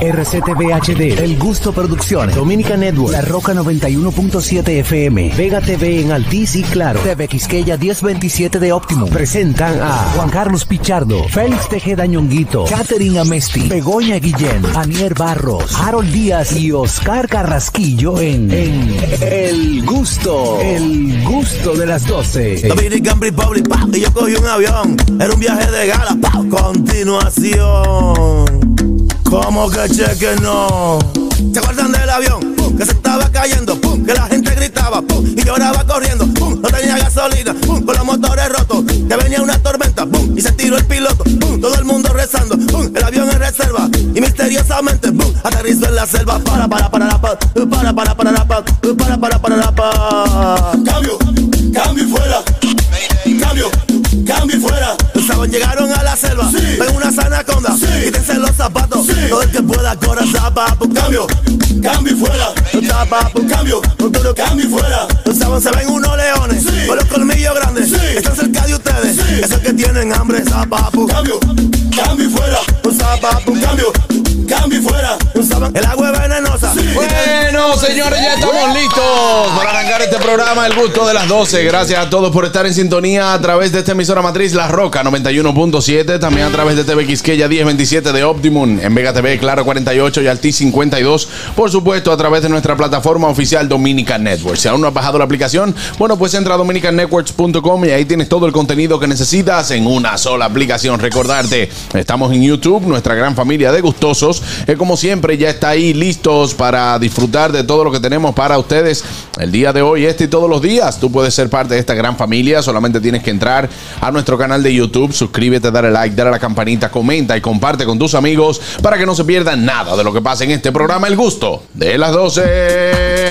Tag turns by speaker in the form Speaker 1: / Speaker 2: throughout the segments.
Speaker 1: RCTV HD, El Gusto Producciones, Dominica Network, La Roca 91.7 FM, Vega TV en Altiz y Claro, TV Quisqueya 1027 de Optimum. Presentan a Juan Carlos Pichardo, Félix Tejeda Ñonguito, Katherine Amesti, Begoña Guillén, Anier Barros, Harold Díaz y Oscar Carrasquillo en, en El Gusto, El Gusto de las 12.
Speaker 2: Dominican Republic, pa, y yo cogí un avión. Era un viaje de gala, pa, continuación. Como que cheque no. ¿Se acuerdan del avión? Pum, que se estaba cayendo, pum, que la gente gritaba, pum, y lloraba corriendo, pum, no tenía gasolina, pum, con los motores rotos, que venía una tormenta, pum, y se tiró el piloto, pum, todo el mundo rezando, pum, el avión en reserva, y misteriosamente, pum, aterrizó en la selva, para, para, para, la paz, para, para, para, la paz, para, para, para, la paz. Cambio, cambio y fuera, cambio, cambio y fuera. Los sabios llegaron a la selva, ven una sanaconda, quítense los zapatos, todo el que pueda corra zapa, pum, cambio, cambio y fuera, zapa, pum, cambio, pum, todo cambio y fuera. Los sabios se ven unos leones, con los colmillos grandes, están cerca de ustedes, esos que tienen hambre, zapa, pum, cambio, cambio y fuera, zapa, pum, cambio, cambio y fuera. El agua es venenosa. Pues,
Speaker 3: Bueno, señores, ya estamos listos para arrancar este programa El Gusto de las 12. Gracias a todos por estar en sintonía a través de esta emisora matriz La Roca 91.7, también a través de TV Quisqueya 1027 de Optimum, en Vega TV Claro 48 y Alti 52, por supuesto a través de nuestra plataforma oficial Dominican Network. Si aún no has bajado la aplicación, bueno, pues entra a dominicannetworks.com y ahí tienes todo el contenido que necesitas en una sola aplicación. Recordarte, estamos en YouTube, nuestra gran familia de gustosos, que como siempre ya está ahí listos para disfrutar de todo lo que tenemos para ustedes el día de hoy, este y todos los días. Tú puedes ser parte de esta gran familia, solamente tienes que entrar a nuestro canal de YouTube, suscríbete, dale like, dale a la campanita, comenta y comparte con tus amigos para que no se pierdan nada de lo que pasa en este programa El Gusto de las 12.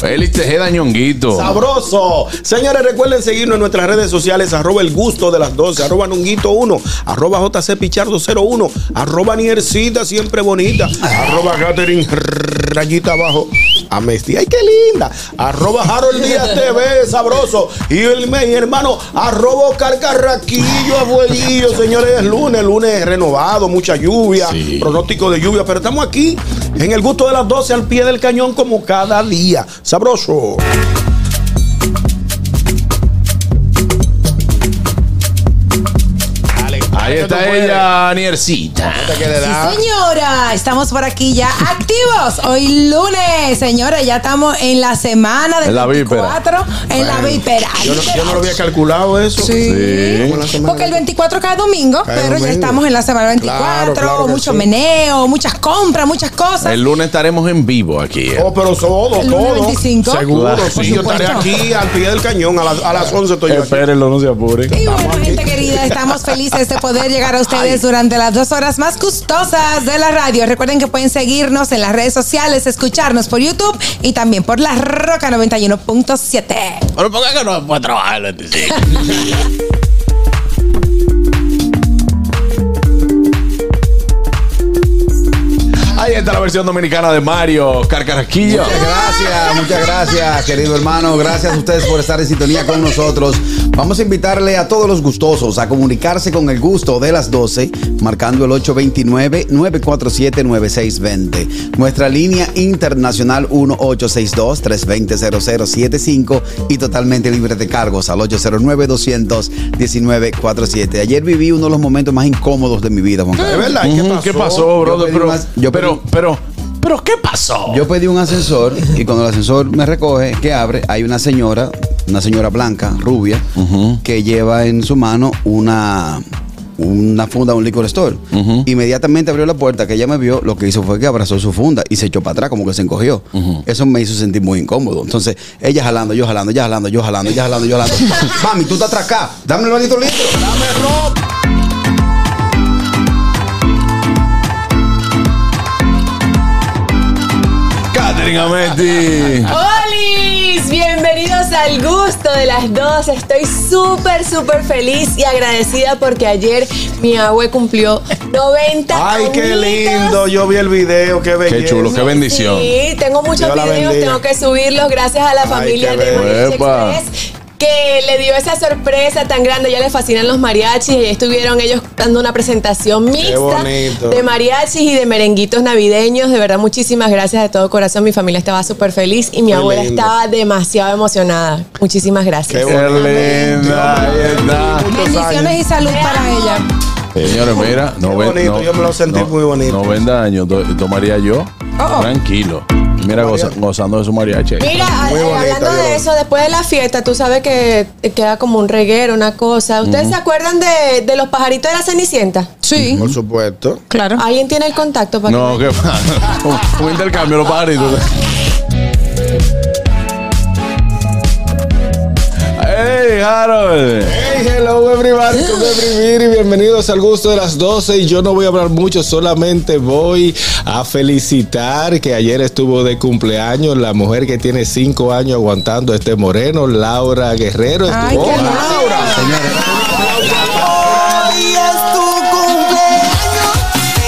Speaker 3: Félix Tejeda Ñonguito.
Speaker 4: Sabroso. Señores, recuerden seguirnos en nuestras redes sociales, arroba el gusto de las 12, arroba nunguito 1, arroba JC Pichardo 01, arroba Niercita, siempre bonita, arroba Catherine rayita abajo. Amesti, ay, qué linda. Arroba Harold Díaz TV, sabroso. Y el mi hermano, arroba Oscar Carraquillo, abuelillo. Señores, es lunes, lunes renovado, mucha lluvia,
Speaker 3: Sí.
Speaker 4: pronóstico de lluvia, pero estamos aquí en el gusto de las 12 al pie del cañón como cada día. Sabroso.
Speaker 3: Ahí está ella, Niercita.
Speaker 5: Sí, señora, estamos por aquí ya activos. Hoy lunes, señora, ya estamos en la semana del
Speaker 3: En la víspera.
Speaker 5: 24, en la víspera.
Speaker 4: Yo no, yo no lo había calculado eso.
Speaker 5: Sí.
Speaker 3: Sí.
Speaker 5: Porque el 24 cada domingo,
Speaker 4: Cada
Speaker 5: pero ya
Speaker 4: domingo.
Speaker 5: estamos en la semana 24,
Speaker 4: Claro, claro que
Speaker 5: mucho
Speaker 4: sí.
Speaker 5: meneo, muchas compras, muchas cosas.
Speaker 3: El lunes estaremos en vivo aquí. eh.
Speaker 4: Oh, pero todo,
Speaker 5: El lunes
Speaker 4: todo.
Speaker 5: 25.
Speaker 4: Seguro,
Speaker 3: Claro,
Speaker 4: sí,
Speaker 3: por
Speaker 4: yo estaré
Speaker 5: supuesto.
Speaker 4: aquí al pie del cañón. A, las- a las 11 estoy yo aquí.
Speaker 3: no se apure.
Speaker 5: Y bueno, gente querida, estamos felices de poder llegar a ustedes durante las dos horas más gustosas de la radio. Recuerden que pueden seguirnos en las redes sociales, escucharnos por YouTube y también por la Roca 91.7.
Speaker 3: Pero ¿por qué que no puede trabajar el 25? Ahí está la versión dominicana de Mario Carcarasquillo.
Speaker 6: Muchas gracias, muchas gracias, querido hermano. Gracias a ustedes por estar en sintonía con nosotros. Vamos a invitarle a todos los gustosos a comunicarse con el gusto de las 12, marcando el 829-947-9620. Nuestra línea internacional 1862-320-0075 y totalmente libre de cargos al 809-219-47. Ayer viví uno de los momentos más incómodos de mi vida, Juan
Speaker 4: ¿De
Speaker 6: Carlos.
Speaker 4: verdad? ¿Y
Speaker 3: Ujú, ¿Qué pasó, brother?
Speaker 6: pedí
Speaker 3: Pero,
Speaker 6: unas- yo
Speaker 3: pero,
Speaker 6: pedí-
Speaker 3: pero, pero, ¿qué pasó?
Speaker 6: Yo pedí un ascensor y cuando el ascensor me recoge, que abre, hay una señora, una señora blanca, rubia, que lleva en su mano una una funda de un liquor store. Inmediatamente abrió la puerta, que ella me vio, lo que hizo fue que abrazó su funda y se echó para atrás, como que se encogió. Eso me hizo sentir muy incómodo. Entonces, ella jalando, yo jalando, ella jalando, yo jalando, ella jalando, yo jalando. Mami, tú te acá, dame el maldito litro.
Speaker 3: Catherine Amesti.
Speaker 7: Oh, ¡Holis! Bienvenidos al gusto de las dos. Estoy súper, súper feliz y agradecida porque ayer mi abue cumplió 90
Speaker 4: Ay, qué
Speaker 7: añitos.
Speaker 4: lindo. Yo vi el video, qué belleza.
Speaker 3: chulo, qué bendición.
Speaker 7: Sí, tengo muchos
Speaker 4: Dios la
Speaker 7: videos,
Speaker 4: bendiga.
Speaker 7: tengo que subirlos gracias a la
Speaker 4: Ay,
Speaker 7: familia
Speaker 4: qué
Speaker 7: de
Speaker 4: bello.
Speaker 7: Money
Speaker 3: Epa.
Speaker 7: Express que le dio esa sorpresa tan grande. Ya le fascinan los mariachis. Y estuvieron ellos dando una presentación mixta
Speaker 4: bonito.
Speaker 7: de mariachis y de merenguitos navideños. De verdad, muchísimas gracias de todo corazón. Mi familia estaba súper feliz y mi
Speaker 4: Qué
Speaker 7: abuela
Speaker 4: lindo.
Speaker 7: estaba demasiado emocionada. Muchísimas gracias.
Speaker 4: Qué
Speaker 3: Qué linda, ahí está.
Speaker 5: Bendiciones y salud para ella.
Speaker 3: Señores, mira, noven-
Speaker 4: bonito, yo me lo sentí muy bonito.
Speaker 3: 90 años to- tomaría yo.
Speaker 5: Oh.
Speaker 3: Tranquilo. Mira, goza- gozando de su mariachi. ahí.
Speaker 7: Mira, a-
Speaker 4: Muy
Speaker 7: eh,
Speaker 4: bonito,
Speaker 7: hablando
Speaker 4: yo-
Speaker 7: de eso, después de la fiesta, tú sabes que te queda como un reguero, una cosa. ¿Ustedes se acuerdan de, de los pajaritos de la Cenicienta?
Speaker 5: Sí,
Speaker 4: Por supuesto.
Speaker 5: claro.
Speaker 7: ¿Alguien tiene el contacto para
Speaker 3: No, qué pasa. Un- Un intercambio, los pajaritos.
Speaker 4: Ah,
Speaker 3: ¡Hey, Harold!
Speaker 8: Hey, hello everybody, good everybody, bienvenidos al gusto de las 12 y yo no voy a hablar mucho, solamente voy a felicitar que ayer estuvo de cumpleaños la mujer que tiene 5 años aguantando este moreno, Laura Guerrero.
Speaker 5: Ay,
Speaker 8: Estuvo- Oh.
Speaker 5: qué lindo.
Speaker 2: Hoy es tu cumpleaños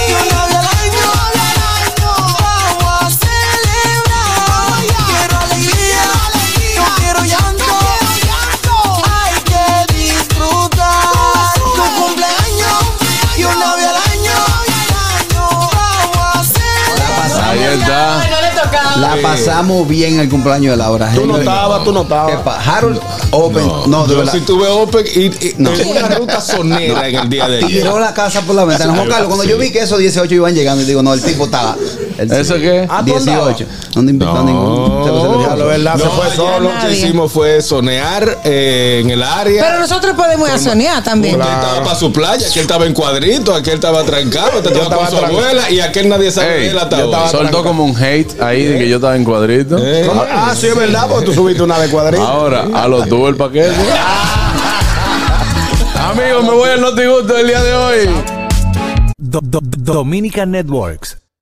Speaker 2: y una vez al año, vamos a celebrar. Quiero alegría, no quiero llanto. Hay que disfrutar tu cumpleaños y una vez al año, vamos a celebrar.
Speaker 3: Ahí está.
Speaker 7: no le tocaba.
Speaker 6: La pasamos bien el cumpleaños de Laura.
Speaker 4: Tú no
Speaker 6: Henry.
Speaker 4: estabas, tú no
Speaker 6: ¿Qué
Speaker 4: estabas.
Speaker 6: pa- Harold Open. No, de
Speaker 8: Yo
Speaker 6: verdad.
Speaker 8: sí tuve Open y, y- en una ruta sonera en el día de ayer.
Speaker 6: Tiró la casa por la ventana. Juan Carlos, cuando yo vi que esos 18 iban llegando, y digo, no, el tipo estaba. el
Speaker 3: ¿Eso qué?
Speaker 4: Ah, ¿tú
Speaker 6: 18. No te invitan ningún. se lo
Speaker 4: Ya lo
Speaker 6: celebramos.
Speaker 4: verdad, se
Speaker 8: Oh. No,
Speaker 4: fue
Speaker 8: ayer
Speaker 4: solo.
Speaker 8: Lo que hicimos fue sonear eh, en el área.
Speaker 5: Pero nosotros podemos ir a sonear también.
Speaker 8: Aquel estaba para su playa, aquel estaba en cuadrito, aquel estaba trancado, aquel estaba
Speaker 4: estaba
Speaker 8: con su
Speaker 4: tranca-
Speaker 8: abuela y aquel nadie sabe
Speaker 3: Ey,
Speaker 8: del ataúd.
Speaker 3: soltó como un hate ahí de que yo estaba en cuadrito.
Speaker 8: Eh,
Speaker 4: Ah, sí, es verdad, porque tú subiste una de cuadrito.
Speaker 3: Ahora, a los tuvo el paquete. Amigos, me voy al notigusto del día de hoy.
Speaker 1: Do- do- Dominica Networks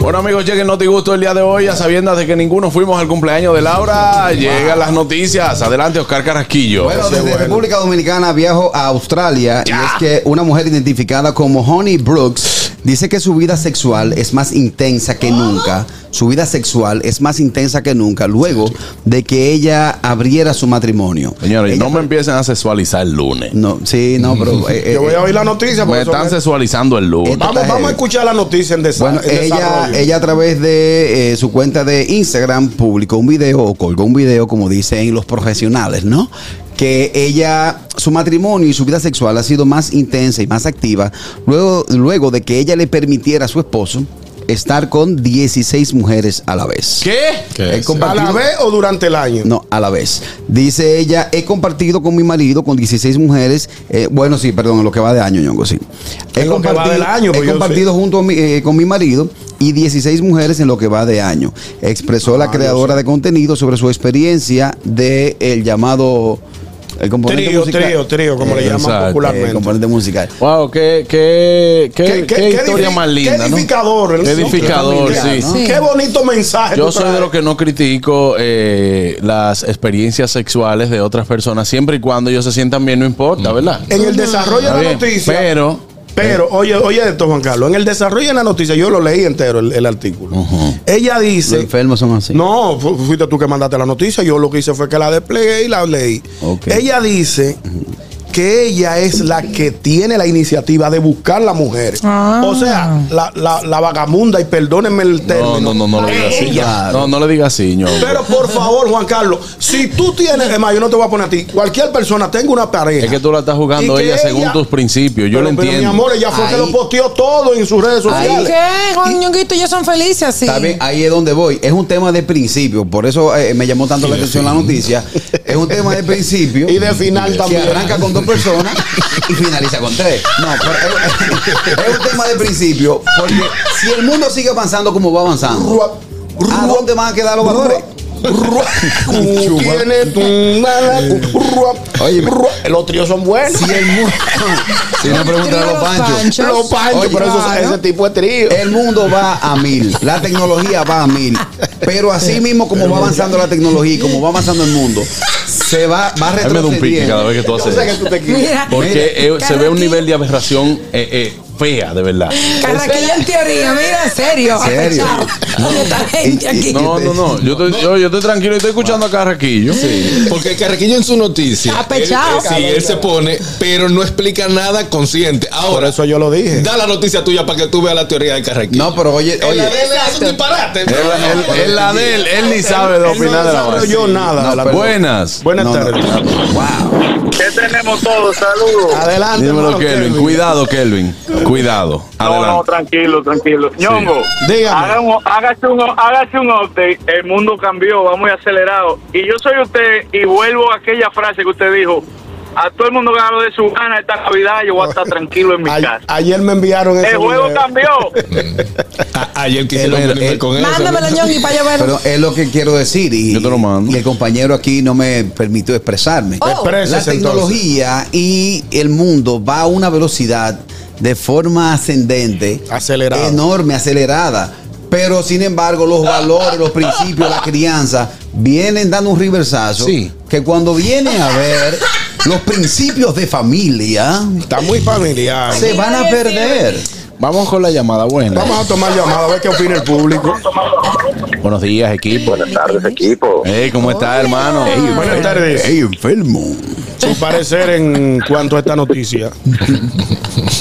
Speaker 3: Bueno, amigos, chequen notigusto del día de hoy. A sabiendas de que ninguno fuimos al cumpleaños de Laura, llegan las noticias. Adelante, Oscar Carrasquillo.
Speaker 6: Bueno, desde
Speaker 4: bueno.
Speaker 6: República Dominicana viajo a Australia y es que una mujer identificada como Honey Brooks dice que su vida sexual es más intensa que nunca. Su vida sexual es más intensa que nunca luego de que ella abriera su matrimonio.
Speaker 3: Señores,
Speaker 6: Ella-
Speaker 3: no me empiecen a sexualizar el lunes.
Speaker 6: No, sí, no, pero eh, eh,
Speaker 4: Yo voy a oír la noticia. porque
Speaker 3: Me
Speaker 4: eso
Speaker 3: están
Speaker 4: me-
Speaker 3: sexualizando el lunes.
Speaker 6: Esto-
Speaker 4: Vamos, vamos a escuchar la noticia en, desa
Speaker 6: Bueno,
Speaker 4: en
Speaker 6: ella,
Speaker 4: desarrollo.
Speaker 6: ella a través de eh, su cuenta de Instagram publicó un video o colgó un video, como dicen los profesionales, ¿no? Que ella, su matrimonio y su vida sexual ha sido más intensa y más activa luego, luego de que ella le permitiera a su esposo estar con 16 mujeres a la vez.
Speaker 3: ¿Qué?
Speaker 6: He
Speaker 4: ¿A
Speaker 6: compartido-
Speaker 4: la vez o durante el año?
Speaker 6: no, a la vez. Dice ella, he compartido con mi marido, con 16 mujeres. eh, bueno, sí, perdón, en lo que va de año, Ñongo, sí. He
Speaker 4: En lo que va del año,
Speaker 6: he
Speaker 4: pues yo
Speaker 6: compartido junto a mi- eh, con mi marido y 16 mujeres en lo que va de año. Expresó
Speaker 4: Ah,
Speaker 6: la creadora de contenido sobre su experiencia de el llamado... El componente
Speaker 4: Trío,
Speaker 6: musical. Eh,
Speaker 4: trío, trío, como le llaman
Speaker 3: exacto.
Speaker 6: El
Speaker 4: popularmente.
Speaker 6: componente musical.
Speaker 3: Wow, qué, qué, qué,
Speaker 4: Qué- qué-
Speaker 3: qué
Speaker 4: qué
Speaker 3: historia
Speaker 4: edifi-
Speaker 3: más
Speaker 4: qué
Speaker 3: linda. ¿no?
Speaker 4: edificador,
Speaker 3: Qué
Speaker 4: ¿no?
Speaker 3: edificador,
Speaker 6: Qué
Speaker 3: sí.
Speaker 6: familiar, ¿no?
Speaker 5: Sí.
Speaker 4: Qué bonito mensaje.
Speaker 3: Yo
Speaker 4: tú
Speaker 3: soy
Speaker 4: traes.
Speaker 3: de los que no critico eh, las experiencias sexuales de otras personas, siempre y cuando ellos se sientan bien, no
Speaker 6: Mm.
Speaker 3: importa, ¿verdad?
Speaker 4: En el desarrollo
Speaker 3: Está
Speaker 4: de la
Speaker 3: bien,
Speaker 4: noticia.
Speaker 3: pero-
Speaker 4: Pero, oye, oye esto, Juan Carlos. En el desarrollo de la noticia, yo lo leí entero el, el artículo. Ella
Speaker 6: Los
Speaker 4: dice.
Speaker 6: enfermos son así.
Speaker 4: No, fu- fuiste tú que mandaste la noticia. Yo lo que hice fue que la desplegué y la leí.
Speaker 6: Ok.
Speaker 4: Ella dice que ella es la que tiene la iniciativa de buscar la mujer.
Speaker 5: Ah.
Speaker 4: O sea, la, la- la vagamunda, y perdónenme el término.
Speaker 3: No, no, no, no lo digas así.
Speaker 6: Claro.
Speaker 3: No, no le digas así, ñongo.
Speaker 4: Pero por favor, Juan Carlos, si tú tienes, es más, yo no te voy a poner a ti, cualquier persona tenga una pareja.
Speaker 3: Es que tú la estás jugando
Speaker 4: y que
Speaker 3: ella según
Speaker 4: ella-
Speaker 3: tus principios, yo
Speaker 4: Pero-
Speaker 3: lo
Speaker 4: pero,
Speaker 3: entiendo.
Speaker 4: Mi amor, ella fue que
Speaker 6: Ahí.
Speaker 4: lo posteó todo en sus redes
Speaker 5: Ay,
Speaker 4: sociales.
Speaker 5: ¿Qué? Juan Ñonguito, ellos son felices así.
Speaker 6: Está bien, ahí es donde voy. Es un tema de principio. Por eso eh, me llamó tanto la atención la noticia. Es un tema de principio.
Speaker 4: Y de final
Speaker 6: que
Speaker 4: también.
Speaker 6: arranca con dos personas y finaliza con tres. No, pero es, es un tema de principio. Porque si el mundo sigue avanzando como va avanzando,
Speaker 4: Rua-
Speaker 6: ¿a
Speaker 4: rua-
Speaker 6: dónde van a quedar los valores?
Speaker 4: rua- tú tienes tu nada, rua-
Speaker 6: Eh. Oye,
Speaker 4: rua- Los tríos son buenos.
Speaker 6: Si el mundo. Si no preguntan a los panchos.
Speaker 4: Los panchos,
Speaker 6: Oye,
Speaker 4: por eso
Speaker 6: claro.
Speaker 4: ese tipo de trío.
Speaker 6: El mundo va a mil, la tecnología va a mil, pero así mismo como va avanzando la tecnología y como va avanzando el mundo, se va, va
Speaker 3: Ahí me da un pique
Speaker 6: retrocediendo.
Speaker 3: cada vez que tú
Speaker 6: Yo
Speaker 3: haces
Speaker 6: sé que
Speaker 3: eso.
Speaker 6: tú te quieres.
Speaker 5: Mira.
Speaker 3: Porque eh, se
Speaker 5: cada
Speaker 3: ve un
Speaker 5: quien-
Speaker 3: nivel de aberración eh, eh, fea, de verdad.
Speaker 5: Carraquillo en teoría, mira, serio.
Speaker 6: Serio.
Speaker 5: No, esta gente
Speaker 6: y-
Speaker 5: aquí.
Speaker 3: No, no, no. Yo estoy, yo, yo estoy tranquilo y estoy escuchando a Carraquillo.
Speaker 8: Porque Carrequillo en su noticia.
Speaker 5: Está pechado.
Speaker 8: él- eh, sí, él se pone, pero no explica nada consciente.
Speaker 4: Por
Speaker 8: Ahora,
Speaker 4: eso yo lo dije.
Speaker 8: da la noticia tuya para que tú veas la teoría de Carrequillo.
Speaker 6: No, pero oye,
Speaker 8: Oye,
Speaker 6: oye.
Speaker 8: es un disparate.
Speaker 3: Es la- él- Es la de él. Él ni sabe de
Speaker 4: Él no
Speaker 3: opinar de la vaina.
Speaker 4: desarrolló nada. de la-
Speaker 3: Buenas.
Speaker 4: Buenas
Speaker 6: No, no.
Speaker 4: tardes.
Speaker 6: Wow.
Speaker 9: ¿Qué tenemos todos? Saludos.
Speaker 4: Adelante.
Speaker 3: Dímelo,
Speaker 4: hermano
Speaker 3: Kelvin.
Speaker 4: Kelvin.
Speaker 3: Cuidado, Kelvin. Cuidado.
Speaker 9: No, no,
Speaker 3: Adelante.
Speaker 9: tranquilo, tranquilo. Ñongo,
Speaker 4: Dígame.
Speaker 9: haga un- hágase, un, hágase un update. El mundo cambió, va muy acelerado. Y yo soy usted y vuelvo a aquella frase que usted dijo. A todo el mundo ganó de su gana esta Navidad, yo voy a estar tranquilo en mi
Speaker 4: Ay- ah,
Speaker 9: casa.
Speaker 4: ayer me enviaron ese
Speaker 9: El juego
Speaker 4: video.
Speaker 9: cambió.
Speaker 8: A- ayer quisieron
Speaker 6: Él-
Speaker 8: venirme
Speaker 6: él-
Speaker 4: eh,
Speaker 8: con eso.
Speaker 5: Mándamelo, Ñongui, para yo verlo.
Speaker 6: Pero es lo que quiero decir. Y,
Speaker 3: Yo te lo mando.
Speaker 6: Y el compañero aquí no me permitió expresarme.
Speaker 5: Oh.
Speaker 6: La
Speaker 4: Expreses, entonces.
Speaker 6: tecnología y el mundo va a una velocidad de forma ascendente.
Speaker 4: Acelerada.
Speaker 6: Enorme, acelerada. Pero sin embargo, los valores, los principios, la crianza, vienen dando un reversazo.
Speaker 3: Sí.
Speaker 6: Que cuando viene a ver los principios de familia,
Speaker 4: Está muy familiar.
Speaker 6: se van a perder.
Speaker 3: Vamos con la llamada. Buenas.
Speaker 4: Vamos a tomar llamada a ver qué opina el público.
Speaker 3: Buenos días, equipo.
Speaker 9: Buenas tardes, equipo.
Speaker 3: Ey, ¿cómo está, hermano?
Speaker 4: Buenas tardes.
Speaker 6: enfermo.
Speaker 4: Su parecer en cuanto a esta noticia.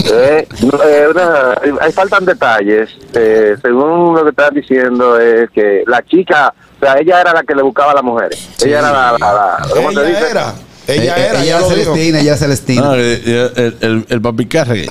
Speaker 9: Eh, no, eh, una- ahí faltan detalles. Eh, según lo que estás diciendo, es que la chica, o sea, ella era la que le buscaba a las mujeres. Ella era la. la, la- ¿cómo te
Speaker 4: Ella
Speaker 9: dice?
Speaker 4: era. Ella
Speaker 6: Eh, eh,
Speaker 4: era.
Speaker 6: ella
Speaker 4: ya
Speaker 6: era
Speaker 4: lo dijo.
Speaker 6: Celestina, ella era Celestina.
Speaker 3: No, el, el, el- el papi Carre.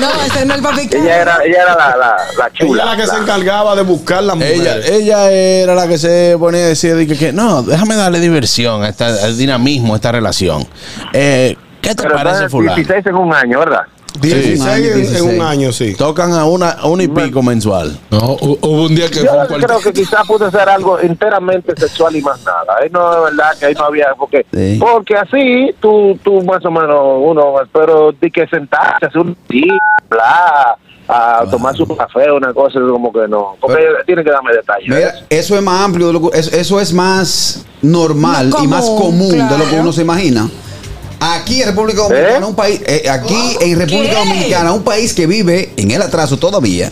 Speaker 5: No, ese no es el papi. que-
Speaker 9: Ella era, ella era la, la, la chula.
Speaker 4: Ella era la que se encargaba de buscar las mujeres.
Speaker 3: Ella, ella era la que se ponía a decir de que, que, no, déjame darle diversión, a esta, al dinamismo a esta relación. Eh, ¿Qué te
Speaker 9: Pero
Speaker 3: parece,
Speaker 9: entonces,
Speaker 3: fulano?
Speaker 9: 16 en un año, ¿verdad?
Speaker 4: 16
Speaker 6: Sí.
Speaker 4: en- en,
Speaker 6: 16.
Speaker 4: un año, sí.
Speaker 3: Tocan a una, a una y pico mensual.
Speaker 8: No, hu- hubo un día que fue
Speaker 9: Yo
Speaker 8: un cuarto.
Speaker 9: creo que quizás pudo ser algo enteramente sexual y más nada. Ahí no, de verdad, que ahí no había. Porque,
Speaker 6: Sí.
Speaker 9: porque así tú, tú más o menos, uno, pero de que sentarse, hacer un día, hablar, a tomar su café, una cosa, como que no. Porque tiene que darme detalles.
Speaker 6: Mira, eso es más amplio, de lo que- eso, eso es más normal
Speaker 5: Más
Speaker 6: y más
Speaker 5: común,
Speaker 6: común de lo que
Speaker 5: claro.
Speaker 6: uno se imagina. Aquí en República Dominicana, un país, eh, aquí en República
Speaker 5: ¿Qué?
Speaker 6: Dominicana, un país que vive en el atraso todavía,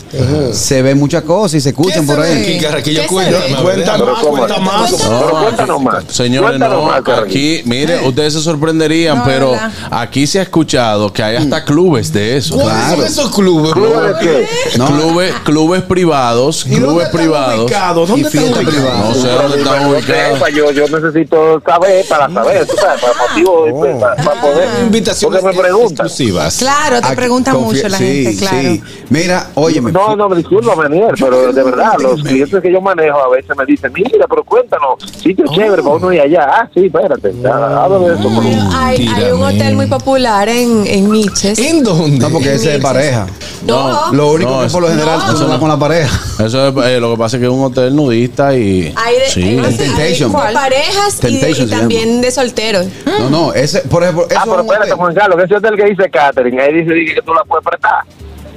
Speaker 6: se ven muchas cosas y se escuchan
Speaker 5: ¿Qué
Speaker 6: por
Speaker 5: se
Speaker 6: ahí.
Speaker 5: ve?
Speaker 8: Aquí, Carrequillo,
Speaker 5: ¿Qué se
Speaker 8: cuéntame.
Speaker 5: ve?
Speaker 4: Cuenta
Speaker 8: ¿verdad?
Speaker 9: Pero
Speaker 4: más,
Speaker 9: ¿cómo
Speaker 4: cuenta
Speaker 9: es?
Speaker 4: más.
Speaker 9: Pero cuéntanos más.
Speaker 3: Señores,
Speaker 9: Cuéntanos
Speaker 3: no,
Speaker 9: más, Carlos.
Speaker 3: aquí, mire, ustedes se sorprenderían,
Speaker 5: No,
Speaker 3: pero
Speaker 5: ¿verdad?
Speaker 3: aquí se ha escuchado que hay hasta clubes de eso.
Speaker 8: ¿Cuáles son
Speaker 6: Claro.
Speaker 8: esos clubes?
Speaker 9: ¿Clubes de qué?
Speaker 6: No.
Speaker 3: Clubes, clubes privados,
Speaker 4: ¿Y dónde
Speaker 3: clubes
Speaker 4: están
Speaker 3: privados.
Speaker 4: ubicados? ¿Dónde
Speaker 6: Y
Speaker 4: están
Speaker 6: fiesta
Speaker 4: ubicados?
Speaker 6: privada.
Speaker 3: No sé dónde están
Speaker 9: Pero no
Speaker 3: ubicados.
Speaker 9: sepa, yo, yo necesito saber para saber, tú sabes, para motivo, pues,
Speaker 6: Oh.
Speaker 9: para, para poder.
Speaker 6: Ah,
Speaker 8: Invitaciones
Speaker 9: Porque me preguntan.
Speaker 8: exclusivas.
Speaker 5: Claro, te
Speaker 6: Aquí-
Speaker 5: pregunta
Speaker 6: confie-
Speaker 5: mucho la
Speaker 6: sí,
Speaker 5: gente, claro.
Speaker 6: sí. Mira, óyeme.
Speaker 9: No, no, disculpa, Daniel, pero de verdad, los clientes que yo manejo a veces me dicen, mira, pero cuéntanos, sitio
Speaker 5: Oh.
Speaker 9: chévere para uno ir allá. Ah, sí, espérate, ya, háblame de eso. por favor.
Speaker 7: Hay, hay un hotel muy popular en, en Miches.
Speaker 8: ¿En dónde?
Speaker 6: No, porque ese es de pareja.
Speaker 7: No.
Speaker 6: Lo único
Speaker 3: No,
Speaker 6: que por lo
Speaker 3: no.
Speaker 6: general tú
Speaker 3: Eso
Speaker 6: hablas
Speaker 3: no.
Speaker 6: con la pareja.
Speaker 3: Eso es eh, lo que pasa es que es un hotel nudista y.
Speaker 7: Hay de,
Speaker 3: sí.
Speaker 7: hay- hay
Speaker 6: Temptation.
Speaker 7: de parejas y- y,
Speaker 6: Temptation se
Speaker 7: también de solteros.
Speaker 6: No, no, ese, por ejemplo, eso
Speaker 9: Ah, pero
Speaker 6: es un
Speaker 9: espérate,
Speaker 6: hotel.
Speaker 9: Juan Carlos, que ese hotel que dice Catherine, ahí dice, dice que tú la puedes prestar.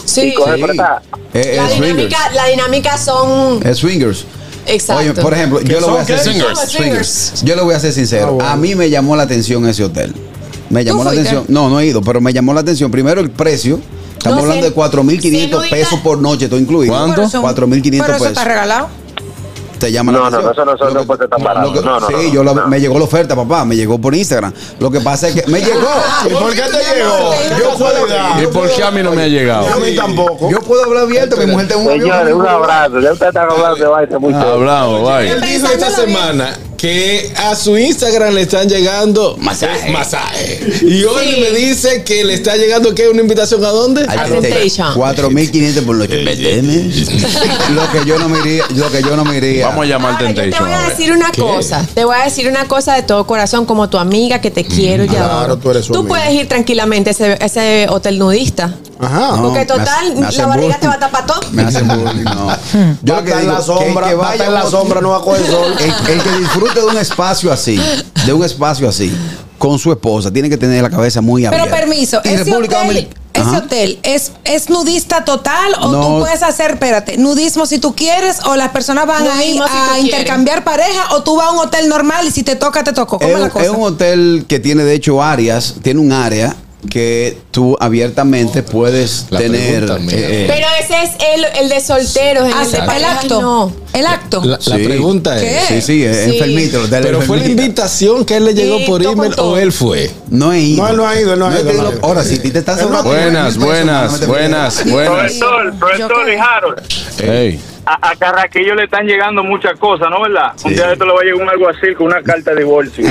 Speaker 7: Sí.
Speaker 9: coge-
Speaker 6: Sí.
Speaker 9: ¿verdad?
Speaker 6: Es- es
Speaker 7: La
Speaker 6: swingers.
Speaker 7: dinámica, la dinámica son...
Speaker 6: Es swingers.
Speaker 7: Exacto.
Speaker 6: Oye, por ejemplo, yo le voy a
Speaker 4: son
Speaker 6: ser
Speaker 4: qué?
Speaker 6: sincero.
Speaker 7: Swingers.
Speaker 6: Swingers. Yo le voy a ser sincero.
Speaker 9: Ah,
Speaker 6: A mí me llamó la atención ese hotel. Me llamó la
Speaker 5: fuiste?
Speaker 6: atención. No, no he ido, pero me llamó la atención. Primero el precio. Estamos
Speaker 7: No,
Speaker 6: hablando
Speaker 7: cien-
Speaker 6: de 4.500
Speaker 7: cien
Speaker 6: pesos
Speaker 7: luditas.
Speaker 6: por noche, todo incluido.
Speaker 3: ¿Cuánto?
Speaker 5: Pero son-
Speaker 6: 4.500
Speaker 5: Pero eso está
Speaker 6: pesos.
Speaker 5: regalado.
Speaker 6: Te llama
Speaker 9: No, no,
Speaker 6: la
Speaker 9: no,
Speaker 6: atención.
Speaker 9: eso no, eso
Speaker 6: Lo
Speaker 9: no
Speaker 6: que-
Speaker 9: puede estar
Speaker 6: lo que-
Speaker 9: barato. No, no,
Speaker 6: Sí,
Speaker 9: no,
Speaker 6: yo la-
Speaker 9: no.
Speaker 6: me llegó la oferta, papá. Me llegó por Instagram. Lo que pasa es que me llegó.
Speaker 4: ¿Y por qué te llegó? Yo puedo
Speaker 3: ¿Y por qué a mí no me ha llegado?
Speaker 4: A mí tampoco.
Speaker 6: Yo puedo hablar abierto, mi mujer tengo un avión.
Speaker 9: Señores, un abrazo, ya ustedes están hablando de baile muy chévere.
Speaker 3: Ah, Hablamos,
Speaker 8: Él
Speaker 3: bye.
Speaker 8: dijo esta
Speaker 5: Pensándolo bien.
Speaker 8: semana que a su Instagram le están llegando
Speaker 6: Masaje.
Speaker 8: eh, masaje. Y hoy me dice que le está llegando que una invitación a dónde?
Speaker 6: Ay,
Speaker 7: Presentation.
Speaker 6: que te- 4.500
Speaker 3: Eh,
Speaker 6: por noche. Véteme. Lo que yo no me iría, lo que yo no me iría.
Speaker 3: Vamos a llamar
Speaker 7: Ahora, yo te
Speaker 3: Temptation.
Speaker 7: voy a
Speaker 3: ahora.
Speaker 7: decir una cosa, te voy a decir una cosa de todo corazón, como tu amiga que te
Speaker 6: Mm,
Speaker 7: quiero y te
Speaker 4: claro,
Speaker 7: adoro.
Speaker 4: tú eres su amiga.
Speaker 7: puedes ir tranquilamente a ese, a ese hotel nudista.
Speaker 4: Ajá.
Speaker 6: Ah, No,
Speaker 7: Porque
Speaker 6: me hace-
Speaker 7: total,
Speaker 6: me hacen
Speaker 7: la barriga
Speaker 6: bullying.
Speaker 7: te va a tapar todo.
Speaker 6: Me hacen bullying, no.
Speaker 7: Hmm.
Speaker 4: Va a estar en la sombra, va a estar en la sombra, no va a coger sol.
Speaker 6: El, el que disfrute de un espacio así, de un espacio así, con su esposa, tiene que tener la cabeza muy
Speaker 5: Pero
Speaker 6: abierta.
Speaker 5: permiso,
Speaker 6: Y
Speaker 5: ese
Speaker 6: República
Speaker 5: hotel,
Speaker 6: Dominicana-
Speaker 5: ese hotel es, es nudista total o
Speaker 6: No.
Speaker 5: tú puedes hacer, espérate, nudismo si tú quieres o las personas van
Speaker 7: Nudismo
Speaker 5: ahí
Speaker 7: si tú
Speaker 5: a
Speaker 7: quieres.
Speaker 5: intercambiar pareja o tú vas a un hotel normal y si te toca, te tocó. ¿Cómo
Speaker 6: Es
Speaker 5: es la
Speaker 6: un,
Speaker 5: cosa?
Speaker 6: es un hotel que tiene de hecho áreas, tiene un área que tú abiertamente puedes
Speaker 8: La
Speaker 6: tener.
Speaker 8: pregunta, mira.
Speaker 6: eh, eh,
Speaker 7: Pero ese es el, el de solteros. En
Speaker 5: Ah,
Speaker 7: el, de
Speaker 5: el
Speaker 7: parejas,
Speaker 5: acto.
Speaker 7: No.
Speaker 5: El acto.
Speaker 8: La, la
Speaker 6: Sí.
Speaker 8: pregunta es.
Speaker 5: ¿Qué?
Speaker 6: sí, sí, es
Speaker 7: Sí.
Speaker 6: enfermito. el hotel
Speaker 8: Pero fue la
Speaker 6: enfermito.
Speaker 8: invitación que él le llegó
Speaker 7: Sí,
Speaker 8: por
Speaker 7: tocó
Speaker 8: email o
Speaker 7: todo.
Speaker 8: él fue.
Speaker 6: No he ido.
Speaker 4: No, él no ha ido, no ha
Speaker 6: he
Speaker 4: ido,
Speaker 6: tenido-
Speaker 4: no ha ido.
Speaker 6: Ahora, si a ti te estás hablando-
Speaker 3: Buenas, buenas, buenas, buenas.
Speaker 9: Profesor, profesor y Harold,
Speaker 3: Ey.
Speaker 9: a, a Carraquillo le están llegando muchas cosas, ¿no verdad? Un día de esto le va a llegar un alguacil con una carta de divorcio.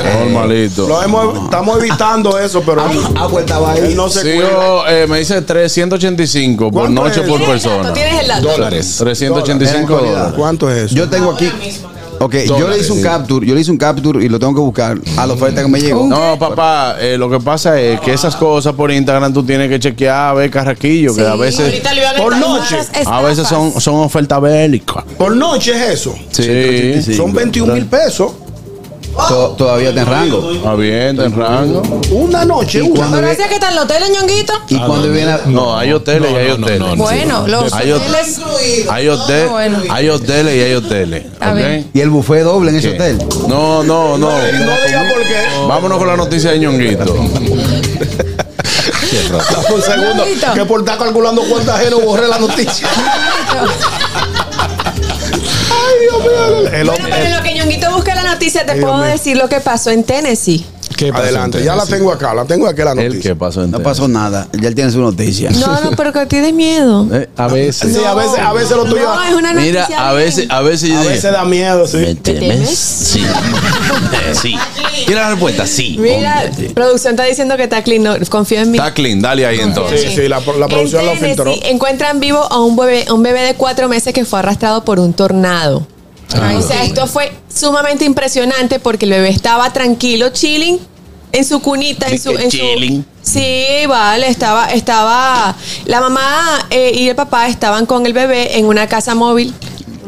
Speaker 3: Normalito.
Speaker 4: Lo hemos- estamos evitando eso, pero
Speaker 6: Ah, pues estaba
Speaker 4: él
Speaker 6: ahí.
Speaker 4: no se cuida.
Speaker 3: Sigo, eh, me dice 385 por
Speaker 4: ¿Cuánto
Speaker 3: noche
Speaker 4: es?
Speaker 3: por
Speaker 7: Tienes el dato,
Speaker 3: persona.
Speaker 7: Tienes el dato.
Speaker 8: Dólares.
Speaker 3: 385
Speaker 6: Era en
Speaker 3: dólares.
Speaker 4: ¿Cuánto es eso?
Speaker 6: Yo tengo aquí. Ok, yo le
Speaker 8: Dólares.
Speaker 6: hice un capture, yo le hice un capture y lo tengo que buscar a la oferta que me llegó.
Speaker 3: No, papá, eh, lo que pasa es que esas cosas por Instagram tú tienes que chequear, a ver, carraquillo, que a veces,
Speaker 7: Ahorita le iban a
Speaker 4: Por
Speaker 7: estar-
Speaker 4: noche.
Speaker 3: a veces son, son ofertas bélicas.
Speaker 4: Por noche es eso.
Speaker 3: Sí,
Speaker 4: Son 21 mil pesos.
Speaker 6: To- todavía está en rango.
Speaker 3: está bien, está en rango.
Speaker 4: Una noche,
Speaker 6: Y
Speaker 4: una.
Speaker 6: cuando
Speaker 5: Pero
Speaker 6: ve-
Speaker 5: ese que está en el hotel, ñonguito.
Speaker 6: y cuando viene a-
Speaker 3: Ah, No, hay hoteles y hay
Speaker 8: no, no,
Speaker 3: hoteles.
Speaker 8: no, no.
Speaker 5: Bueno, los
Speaker 3: Hay hot-
Speaker 5: hoteles.
Speaker 3: Hay, hotel-
Speaker 5: Ah, bueno.
Speaker 3: hay hoteles y hay hoteles.
Speaker 5: Está
Speaker 3: ¿ok?
Speaker 5: bien.
Speaker 6: y el buffet doble en ese
Speaker 3: ¿Qué?
Speaker 6: hotel.
Speaker 3: No, no, no.
Speaker 4: No diga por qué.
Speaker 3: Vámonos con la noticia de ñonguito.
Speaker 4: Dame un segundo.
Speaker 5: Ñonguito.
Speaker 4: Que por estar calculando cuánta gente borré la noticia. Ay, Dios mío. El
Speaker 7: Bueno,
Speaker 4: hombre.
Speaker 7: pero en lo que Ñonguito busca la noticia, te puedo decir lo que pasó en Tennessee.
Speaker 8: ¿Qué pasó
Speaker 4: Adelante, ya la
Speaker 8: entonces?
Speaker 4: tengo acá, la tengo aquí la
Speaker 3: ¿El
Speaker 4: noticia.
Speaker 3: qué pasó
Speaker 6: No
Speaker 3: entonces?
Speaker 6: pasó nada. Ya él tiene su noticia.
Speaker 7: No, no, pero que tienes miedo.
Speaker 3: Eh, a veces.
Speaker 4: Sí, a veces, a veces lo tuyo.
Speaker 7: No, es una
Speaker 3: Mira,
Speaker 7: noticia.
Speaker 3: a
Speaker 7: bien.
Speaker 3: veces, a veces yo
Speaker 4: A
Speaker 3: dije,
Speaker 4: veces da miedo,
Speaker 10: ¿Me
Speaker 4: sí.
Speaker 10: temes? Sí. Eh, sí. ¿Tiene la respuesta? Sí.
Speaker 7: Mira,
Speaker 10: Hombre, sí.
Speaker 7: producción está diciendo que está clean. No, confía en mí.
Speaker 3: Está clean, dale ahí entonces.
Speaker 4: Sí, sí, la, la producción
Speaker 7: en
Speaker 4: lo
Speaker 7: Tennessee
Speaker 4: filtró.
Speaker 7: encuentran vivo a un bebé, un bebé de cuatro meses que fue arrastrado por un tornado. o sea, esto fue sumamente impresionante porque el bebé estaba tranquilo, chilling, en su cunita, en
Speaker 10: Dice
Speaker 7: su, en su-
Speaker 10: chilling.
Speaker 7: Sí, vale, estaba, estaba, la mamá eh, y el papá estaban con el bebé en una casa móvil,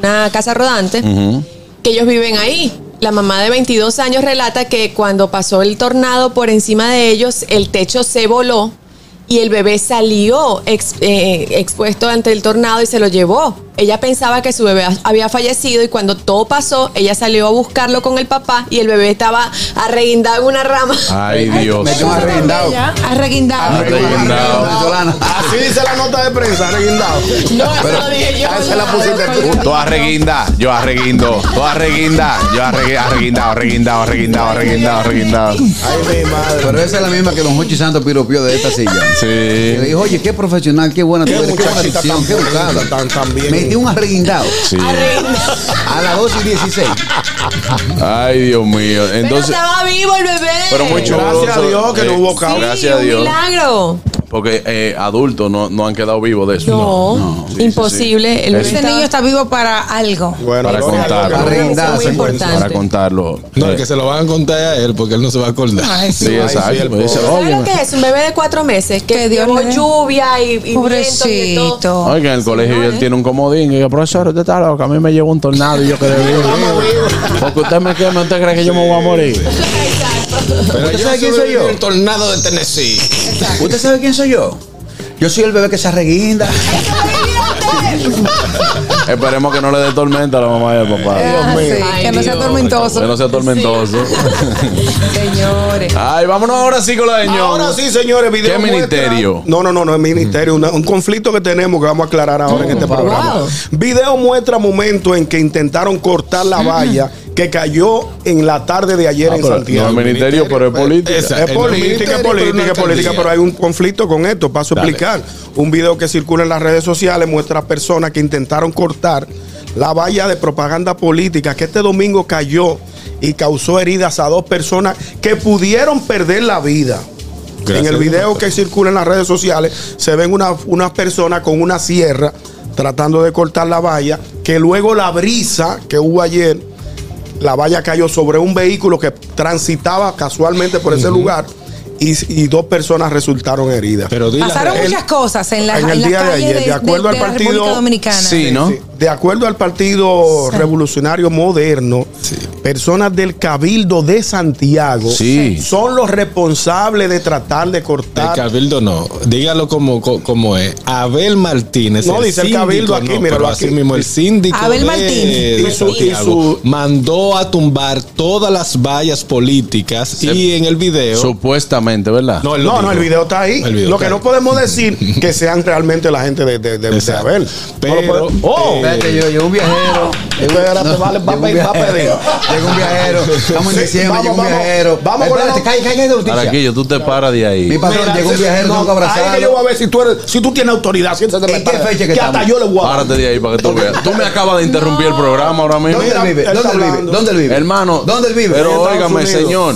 Speaker 7: una casa rodante, que ellos viven ahí. La mamá de 22 años relata que cuando pasó el tornado por encima de ellos, el techo se voló y el bebé salió ex- eh, expuesto ante el tornado y se lo llevó. Ella pensaba que su bebé había fallecido y cuando todo pasó, ella salió a buscarlo con el papá y el bebé estaba arreindado en una rama.
Speaker 3: Ay, Dios.
Speaker 6: Me quedo arrendado.
Speaker 5: Arreguindado.
Speaker 3: Arreguindado.
Speaker 6: Venezolana.
Speaker 4: Así dice la nota de prensa, reguindado.
Speaker 7: No, eso lo dije yo.
Speaker 4: a esa la
Speaker 7: no,
Speaker 4: pusiste
Speaker 7: no,
Speaker 4: tú.
Speaker 7: no.
Speaker 3: Tú arreguinda, yo arreguindo. Tú arreguinda, yo arreguinda, arreguindao, arreguindao, arreguindao, arreguindao, arreguindao.
Speaker 4: Ay, mi madre.
Speaker 6: Pero esa es la misma que Don Jochi Santos piropió de esta silla. Y le
Speaker 3: Sí.
Speaker 6: dijo, oye, qué profesional, qué buena tú
Speaker 4: Qué
Speaker 6: eres, qué buena
Speaker 4: muchachita
Speaker 6: dicción,
Speaker 4: tan
Speaker 6: qué
Speaker 4: bonita,
Speaker 6: educada.
Speaker 4: tan, tan bien.
Speaker 6: Me dio un arreguindado
Speaker 3: Sí.
Speaker 6: a las 12 y 16.
Speaker 3: Ay, Dios mío.
Speaker 7: Pero
Speaker 3: Entonces,
Speaker 7: estaba vivo el bebé.
Speaker 3: pero muy chulo.
Speaker 4: Gracias a Dios que no
Speaker 3: Eh,
Speaker 4: hubo caos.
Speaker 3: Gracias a
Speaker 7: un
Speaker 3: Dios.
Speaker 7: milagro.
Speaker 3: Porque eh, adultos no, no han quedado vivos de eso.
Speaker 7: No,
Speaker 3: Sí, sí,
Speaker 7: imposible. El bebé
Speaker 3: Eso-
Speaker 5: Ese
Speaker 7: estaba-
Speaker 5: niño está vivo para algo.
Speaker 4: Bueno,
Speaker 3: Para
Speaker 4: gloria a Dios que
Speaker 3: contarlo.
Speaker 4: no hubo
Speaker 6: Arreguindado,
Speaker 4: consecuencias.
Speaker 6: muy
Speaker 7: importante.
Speaker 3: Para contarlo. Ah,
Speaker 8: No,
Speaker 3: Eh,
Speaker 8: que se lo van a contar a él porque él no se va a acordar.
Speaker 3: Sí,
Speaker 4: Ay, sí, el
Speaker 3: exacto.
Speaker 4: pobre.
Speaker 3: Dice,
Speaker 7: ¿Sabes
Speaker 3: oye,
Speaker 7: lo que es? Un bebé de cuatro meses que,
Speaker 5: Que Dios
Speaker 7: llevó
Speaker 5: le dé.
Speaker 7: lluvia y, y viento y de todo.
Speaker 5: Pobrecito.
Speaker 3: Oiga, en el colegio él tiene un comodín. Y yo, profesor, usted está loco. A mí me llegó un tornado y yo quedé vivo. Porque usted me quema, usted cree que yo me voy a morir.
Speaker 8: Pero
Speaker 6: ¿Usted
Speaker 8: yo
Speaker 6: sabe quién soy
Speaker 8: sobreviví
Speaker 6: yo?
Speaker 8: el tornado de Tennessee.
Speaker 6: ¿Usted sabe quién soy yo? Yo soy el bebé que se arreguinda.
Speaker 3: Esperemos que no le dé tormenta a la mamá y al papá.
Speaker 5: Ah, sí, que no sea tormentoso.
Speaker 3: Que no sea tormentoso.
Speaker 5: Señores.
Speaker 3: Ay, vámonos ahora sí con la de Ñongo.
Speaker 4: Ahora sí, señores, video
Speaker 3: ¿Qué
Speaker 4: muestra-
Speaker 3: ministerio?
Speaker 4: No, no, no, no es ministerio. una- un conflicto que tenemos que vamos a aclarar ahora en este programa. Video muestra momento en que intentaron cortar la valla que cayó en la tarde de ayer en
Speaker 3: Ah, pero-
Speaker 4: Santiago.
Speaker 3: no, el ministerio, pero es política.
Speaker 8: Esa,
Speaker 4: Es
Speaker 8: el
Speaker 4: política,
Speaker 8: ministerio,
Speaker 4: es
Speaker 8: pero
Speaker 4: política,
Speaker 8: una
Speaker 4: es política,
Speaker 8: alcaldía.
Speaker 4: pero hay un conflicto con esto. Paso a
Speaker 8: Dale.
Speaker 4: explicar. Un video que circula en las redes sociales muestra a personas que intentaron cortar la valla de propaganda política que este domingo cayó y causó heridas a dos personas que pudieron perder la vida.
Speaker 8: Gracias,
Speaker 4: en el video que circula en las redes sociales se ven una- unas personas con una sierra tratando de cortar la valla, que luego la brisa que hubo ayer la valla cayó sobre un vehículo que transitaba casualmente por ese lugar y, y dos personas resultaron heridas.
Speaker 8: Pero di la
Speaker 5: Pasaron
Speaker 8: real.
Speaker 5: muchas cosas en la,
Speaker 4: en el
Speaker 5: la
Speaker 4: día de
Speaker 5: calle
Speaker 4: ayer, de acuerdo al
Speaker 5: la
Speaker 4: partido-
Speaker 5: República Dominicana.
Speaker 3: Sí, ¿no?
Speaker 4: Sí. De acuerdo al Partido
Speaker 5: Sí.
Speaker 4: Revolucionario Moderno, personas del Cabildo de Santiago
Speaker 3: Sí.
Speaker 4: son los responsables de tratar de
Speaker 8: El
Speaker 4: cortar.
Speaker 8: cabildo no, dígalo como, co- como es. Abel Martínez.
Speaker 4: No, dice el
Speaker 8: síndico,
Speaker 4: cabildo aquí, míralo
Speaker 8: pero
Speaker 4: aquí.
Speaker 8: así mismo, el síndico.
Speaker 5: Abel
Speaker 8: de-
Speaker 5: Martínez.
Speaker 8: de
Speaker 4: Y su- y
Speaker 8: Santiago
Speaker 4: su-
Speaker 8: mandó a tumbar todas las vallas políticas y en el video.
Speaker 3: Supuestamente, ¿verdad?
Speaker 8: él lo
Speaker 4: No, no,
Speaker 8: dijo.
Speaker 4: el video está ahí.
Speaker 8: El video
Speaker 4: Lo que
Speaker 8: está
Speaker 4: no
Speaker 8: ahí.
Speaker 4: podemos decir que sean realmente la gente de, de, de- de
Speaker 8: Exacto.
Speaker 4: Abel. No lo podemos-
Speaker 8: Pero- eh,
Speaker 4: ¡Oh! Ah,
Speaker 6: Espérate, yo, llegó un viajero. Llegó
Speaker 4: Espérate, vale, va a pedir, va a pedir.
Speaker 6: Llegó un viajero. Estamos en
Speaker 4: Sí,
Speaker 6: diciembre,
Speaker 4: vamos,
Speaker 6: llegó un
Speaker 4: vamos.
Speaker 6: viajero.
Speaker 4: Vamos con la
Speaker 6: Espérate,
Speaker 4: nota.
Speaker 6: cae, cae, cae de noticia.
Speaker 3: Araquillo, tú te paras de
Speaker 6: Mi
Speaker 3: ahí.
Speaker 6: patrón,
Speaker 4: Mira,
Speaker 6: llegó un
Speaker 4: ese-
Speaker 6: viajero,
Speaker 4: no,
Speaker 6: tengo que
Speaker 4: ahí que yo voy a
Speaker 6: abrazarlo.
Speaker 4: ver si tú, eres, si tú tienes autoridad. Si se te
Speaker 6: ¿En
Speaker 4: me
Speaker 6: qué
Speaker 4: para-
Speaker 6: fecha que
Speaker 4: que hasta
Speaker 6: estamos?
Speaker 4: yo le voy a
Speaker 3: Párate de ahí para que tú veas. Tú me acabas de interrumpir el programa ahora mismo.
Speaker 6: ¿Dónde él
Speaker 4: Mira,
Speaker 6: vive?
Speaker 4: él
Speaker 6: ¿Dónde él
Speaker 4: está
Speaker 6: vive?
Speaker 4: hablando.
Speaker 6: ¿Dónde él vive?
Speaker 3: Hermano,
Speaker 6: ¿Dónde él vive?
Speaker 3: Pero
Speaker 4: En Estados
Speaker 3: óigame,
Speaker 4: Unidos.
Speaker 3: señor.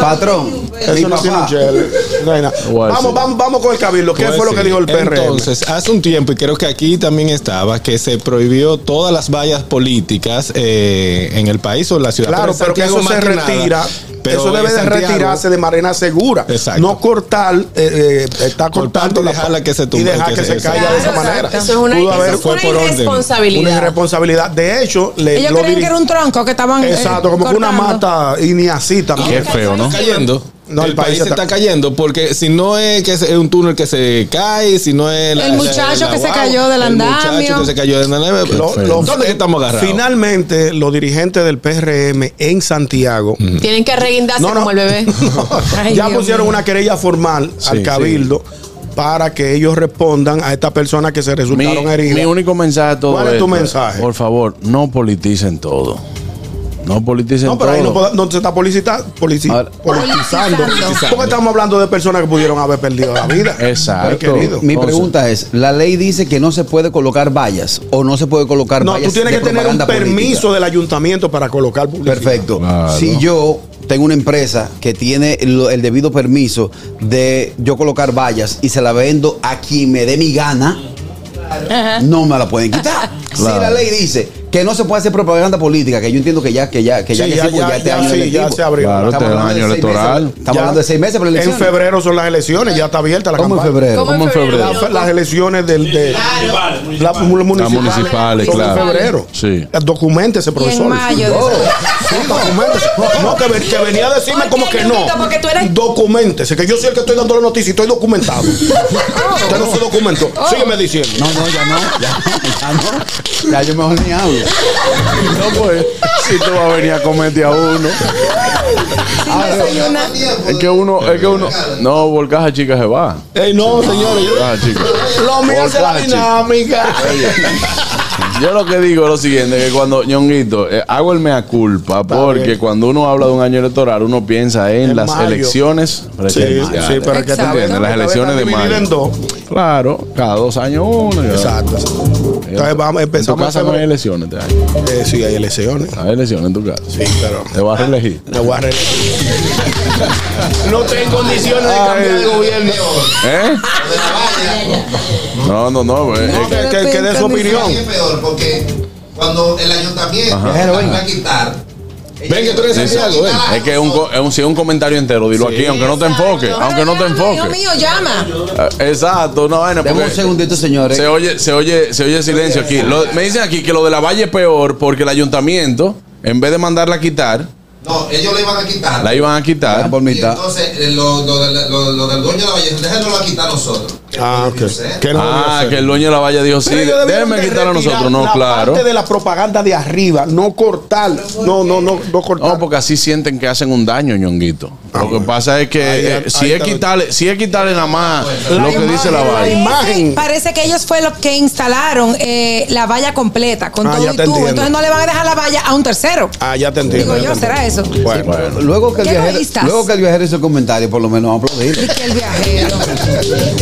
Speaker 6: Patrón. mi
Speaker 4: Eso no tiene un
Speaker 6: papá.
Speaker 4: chele. No hay nada.
Speaker 3: Voy a decir.
Speaker 4: Vamos, vamos, vamos con el cabildo. ¿Qué
Speaker 8: Pues
Speaker 4: fue lo que
Speaker 8: sí.
Speaker 4: dijo el PRM?
Speaker 8: Entonces, hace un tiempo, y creo que aquí también estaba, que se prohibió todas las vallas políticas eh, en el país o en la ciudad.
Speaker 4: Claro,
Speaker 8: en
Speaker 4: pero que
Speaker 8: Santiago
Speaker 4: eso se
Speaker 8: más que nada.
Speaker 4: retira.
Speaker 8: Pero
Speaker 4: eso debe
Speaker 8: en
Speaker 4: de
Speaker 8: Santiago,
Speaker 4: retirarse de manera segura.
Speaker 8: Exacto.
Speaker 4: No cortar, eh, eh, está
Speaker 8: Cortando
Speaker 4: cortando
Speaker 8: y dejarla que se
Speaker 4: Y
Speaker 8: tumbe,
Speaker 4: dejar
Speaker 8: que
Speaker 4: que,
Speaker 8: se-
Speaker 4: se caiga de esa manera.
Speaker 7: Eso es una,
Speaker 4: Pudo haber-
Speaker 7: eso es
Speaker 8: fue
Speaker 7: una
Speaker 8: por orden.
Speaker 4: una
Speaker 7: irresponsabilidad.
Speaker 4: irresponsabilidad. De hecho, le
Speaker 5: Ellos
Speaker 4: lo
Speaker 5: creían
Speaker 4: diri-
Speaker 5: que era un tronco que estaban. eh,
Speaker 4: Exacto, como que una
Speaker 5: cortando.
Speaker 4: mata y ni así Ah, también.
Speaker 3: Qué feo, ¿no?
Speaker 8: Está cayendo.
Speaker 4: No,
Speaker 8: el, país se está cayendo porque si no es que es es un túnel que se cae, si no es
Speaker 5: El muchacho que se cayó del
Speaker 8: el
Speaker 5: andamio.
Speaker 8: muchacho que se cayó del andamio,
Speaker 4: Lo-
Speaker 8: lo-
Speaker 4: lo-
Speaker 8: ¿dónde estamos agarrados?
Speaker 4: Finalmente, los dirigentes del PRM en Santiago
Speaker 7: Tienen que reguindarse
Speaker 4: No, no.
Speaker 7: como el bebé.
Speaker 5: Ay,
Speaker 4: ya
Speaker 5: Dios
Speaker 4: pusieron
Speaker 5: mío.
Speaker 4: una querella formal al cabildo para que ellos respondan a estas personas que se
Speaker 3: Mi,
Speaker 4: resultaron heridas.
Speaker 3: mi único mensaje a todo
Speaker 4: ¿Cuál es tu
Speaker 3: esto,
Speaker 4: mensaje?
Speaker 3: Por favor, no politicen todo. No politicen
Speaker 4: no,
Speaker 3: todo.
Speaker 4: pero ahí no, poda- no se está policita, polici-
Speaker 3: Ahora-
Speaker 4: politizando.
Speaker 5: Politizando.
Speaker 4: Porque estamos hablando de personas que pudieron haber perdido la vida.
Speaker 3: Exacto.
Speaker 4: Mi querido.
Speaker 6: Mi
Speaker 3: Entonces-
Speaker 6: pregunta es, la ley dice que no se puede colocar vallas o no se puede colocar
Speaker 4: No,
Speaker 6: vallas
Speaker 4: tú tienes
Speaker 6: de
Speaker 4: que tener un
Speaker 6: propaganda
Speaker 4: permiso
Speaker 6: política?
Speaker 4: del ayuntamiento para colocar publicidad.
Speaker 6: Perfecto.
Speaker 3: Claro.
Speaker 6: Si yo tengo una empresa que tiene lo- el debido permiso de yo colocar vallas y se la vendo a quien me dé mi gana, no me la pueden quitar. Si la ley dice que no se puede hacer propaganda política, que yo entiendo que ya que ya que ya
Speaker 4: Sí,
Speaker 6: que
Speaker 4: ya-
Speaker 6: porque
Speaker 4: ya-
Speaker 6: este
Speaker 4: ya
Speaker 6: año
Speaker 4: sí,
Speaker 6: electivo.
Speaker 4: ya se abrió.
Speaker 3: Claro,
Speaker 6: Estamos
Speaker 3: este
Speaker 6: hablando
Speaker 3: año
Speaker 6: de seis
Speaker 3: electoral.
Speaker 6: meses. Estamos
Speaker 4: Ya-
Speaker 6: hablando de seis meses para la
Speaker 4: En
Speaker 6: elección.
Speaker 4: febrero son las elecciones, ya está abierta la
Speaker 6: ¿Cómo en
Speaker 4: campaña.
Speaker 6: febrero?
Speaker 7: ¿Cómo en febrero?
Speaker 4: La- las elecciones del, de las
Speaker 3: Las
Speaker 4: municipales,
Speaker 3: municipales,
Speaker 4: son
Speaker 3: claro.
Speaker 4: en febrero.
Speaker 3: Sí.
Speaker 4: Documentese,
Speaker 5: Y
Speaker 4: profesor.
Speaker 5: en mayo.
Speaker 4: Oh,
Speaker 5: de-
Speaker 4: sí, documentese. No, que, ven- que venía a decirme
Speaker 7: ¿Por
Speaker 4: como
Speaker 7: qué,
Speaker 4: que no.
Speaker 7: Ñonguito? Porque tú eres-
Speaker 4: Documentese, que yo soy el que estoy dando la noticia y estoy documentado.
Speaker 7: Oh.
Speaker 4: Usted no se documentó. Sígueme diciendo.
Speaker 6: No, no, ya no. Ya, ya no. Ya yo mejor ni hablo.
Speaker 3: No, pues, si tú vas a venir a comerte a uno. Es que uno, es que uno. No, volcaja chica se va.
Speaker 4: Ey, no, señores. yo-
Speaker 3: Volcaja chica.
Speaker 4: Lo mío es la
Speaker 3: Volcaja chica.
Speaker 4: dinámica.
Speaker 3: Yo lo que digo es lo siguiente, que cuando, ñonguito, eh, hago el mea culpa, porque
Speaker 4: bien.
Speaker 3: cuando uno habla de un año electoral, uno piensa en,
Speaker 4: En
Speaker 3: las
Speaker 4: mayo.
Speaker 3: elecciones
Speaker 4: Sí,
Speaker 3: presidenciales.
Speaker 4: sí, pero es que esta
Speaker 5: Exacto.
Speaker 4: vez-
Speaker 3: Entiende,
Speaker 4: esta vez
Speaker 3: las
Speaker 4: está
Speaker 3: elecciones de
Speaker 4: dividida
Speaker 3: mayo.
Speaker 4: en dos.
Speaker 3: Claro, cada dos años uno. y-
Speaker 4: Exacto. Entonces vamos,
Speaker 3: En tu
Speaker 4: empezamos
Speaker 3: casa
Speaker 4: en
Speaker 3: no hay
Speaker 4: febrero.
Speaker 3: elecciones este año.
Speaker 4: Eh, sí, hay elecciones.
Speaker 3: Hay elecciones en tu casa.
Speaker 4: Sí, pero.
Speaker 3: Te vas a reelegir.
Speaker 4: Me voy a reelegir. No tengo condiciones de cambiar de gobierno.
Speaker 3: ¿Eh? No, no, no. pues, es que-
Speaker 4: Que, que, que dé su opinión.
Speaker 11: es peor porque cuando el ayuntamiento
Speaker 6: Ajá.
Speaker 11: la va a quitar.
Speaker 8: Ven, que tú eres de Santiago, ven.
Speaker 3: es que es un, co- es un, si es un comentario entero, dilo aquí, aunque no te enfoque,
Speaker 5: Pero
Speaker 3: aunque no te
Speaker 5: llama,
Speaker 3: enfoque.
Speaker 5: Hijo mío, llama.
Speaker 3: Ah, Exacto, una vaina.
Speaker 6: Demos un
Speaker 3: porque-
Speaker 6: segundito, señores. eh,
Speaker 3: Se oye, se oye, se oye silencio aquí. Lo- me dicen aquí que lo de la valle es peor porque el ayuntamiento, en vez de mandarla a quitar,
Speaker 11: No, ellos lo iban a quitar.
Speaker 3: la iban a quitar.
Speaker 6: Ya, Ah. por
Speaker 11: y
Speaker 6: mitad.
Speaker 11: entonces eh, lo, lo del- lo- lo del dueño de la Vallejo, déjenlo lo va a quitar nosotros.
Speaker 4: Ah, ok. Que no
Speaker 3: Ah,
Speaker 4: debió
Speaker 3: que
Speaker 4: ser.
Speaker 3: el dueño de la valla dijo, sí,
Speaker 4: Pero ellos debieron
Speaker 3: déjenme
Speaker 4: de
Speaker 3: quitar a nosotros.
Speaker 4: retirar
Speaker 3: No,
Speaker 4: la
Speaker 3: claro.
Speaker 4: Parte de la propaganda de arriba, no cortar. No, no, no, no cortar. Ah,
Speaker 3: No, porque así sienten que hacen un daño, ñonguito. Lo que pasa es que
Speaker 4: Ahí,
Speaker 3: eh,
Speaker 4: ahí
Speaker 3: si, es
Speaker 4: está lo-
Speaker 3: quitarle, si es quitarle nada más lo que
Speaker 4: imagen,
Speaker 3: dice la
Speaker 4: la
Speaker 3: valla.
Speaker 4: imagen.
Speaker 5: Parece que ellos fue los que instalaron eh, la valla completa con
Speaker 4: Ah,
Speaker 5: todo
Speaker 4: ya
Speaker 5: y
Speaker 4: te
Speaker 5: tubo.
Speaker 4: entiendo.
Speaker 5: Entonces no le van a dejar la valla a un tercero.
Speaker 4: Ah, ya te entiendo.
Speaker 5: Digo
Speaker 4: ya
Speaker 5: yo,
Speaker 4: te
Speaker 5: será eso.
Speaker 4: entiendo. Bueno,
Speaker 6: Luego que, el
Speaker 5: ¿Qué
Speaker 6: viajero,
Speaker 5: egoístas?
Speaker 6: luego que el viajero hizo el comentario, por lo menos vamos a aplaudir.
Speaker 5: Y que el viajero.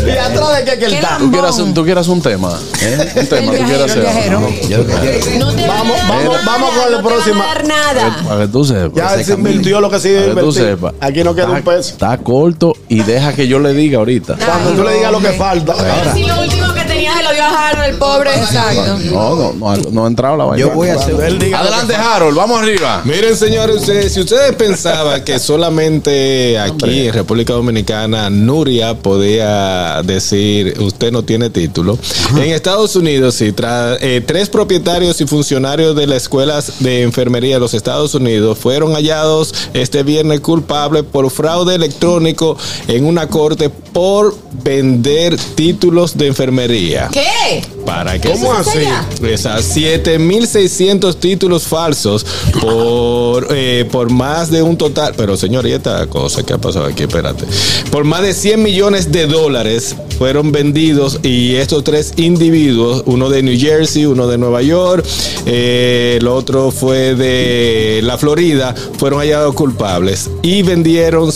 Speaker 4: ¿Y atrás de qué que él
Speaker 5: Qué
Speaker 4: está?
Speaker 3: ¿Tú
Speaker 5: lambón.
Speaker 3: quieres, hacer- tú quieres hacer un tema? ¿eh? Un
Speaker 5: El
Speaker 3: tema, tú
Speaker 5: viajero,
Speaker 3: quieres
Speaker 5: el
Speaker 3: hacer.
Speaker 5: viajero.
Speaker 6: Yo lo que quiero-
Speaker 7: No te van a
Speaker 4: Vamos,
Speaker 7: dar
Speaker 4: vamos,
Speaker 7: nada,
Speaker 4: vamos con la
Speaker 7: no te van a
Speaker 4: próxima.
Speaker 7: dar nada.
Speaker 3: Para que tú sepas.
Speaker 4: Ya
Speaker 3: Ese
Speaker 4: se invirtió lo que se iba a
Speaker 3: Para que tú
Speaker 4: invertir.
Speaker 3: sepas.
Speaker 4: Aquí no queda un
Speaker 3: Está-
Speaker 4: peso.
Speaker 3: Está corto y deja que yo le diga ahorita.
Speaker 5: Ay,
Speaker 4: Cuando tú le digas lo que
Speaker 5: hombre.
Speaker 4: falta.
Speaker 7: Sí, lo último que tenía se lo dio Harold, el pobre. Exacto.
Speaker 3: No, no, no, no ha entrado la vaina.
Speaker 6: Yo voy a hacer-
Speaker 4: Cuando él diga lo que
Speaker 3: Adelante, Harold, vamos arriba.
Speaker 8: Miren, señores, ustedes, si ustedes pensaban que solamente aquí en República Dominicana Nuria podía decir usted no tiene título, en Estados Unidos sí, tra- eh, tres propietarios y funcionarios de las escuelas de enfermería de los Estados Unidos fueron hallados este viernes culpables por fraude electrónico en una corte por vender títulos de enfermería.
Speaker 5: ¿Qué?
Speaker 8: ¿Para Pues que
Speaker 4: ¿Cómo
Speaker 8: se-
Speaker 4: así?
Speaker 8: Esas 7600 títulos falsos por, eh, por más de un total. Pero señor, ¿y esta cosa que ha pasado aquí? Espérate. Por más de 100 millones de dólares fueron vendidos y estos tres individuos, uno de New Jersey, uno de Nueva York, eh, el otro fue de la Florida, fueron hallados culpables y vendieron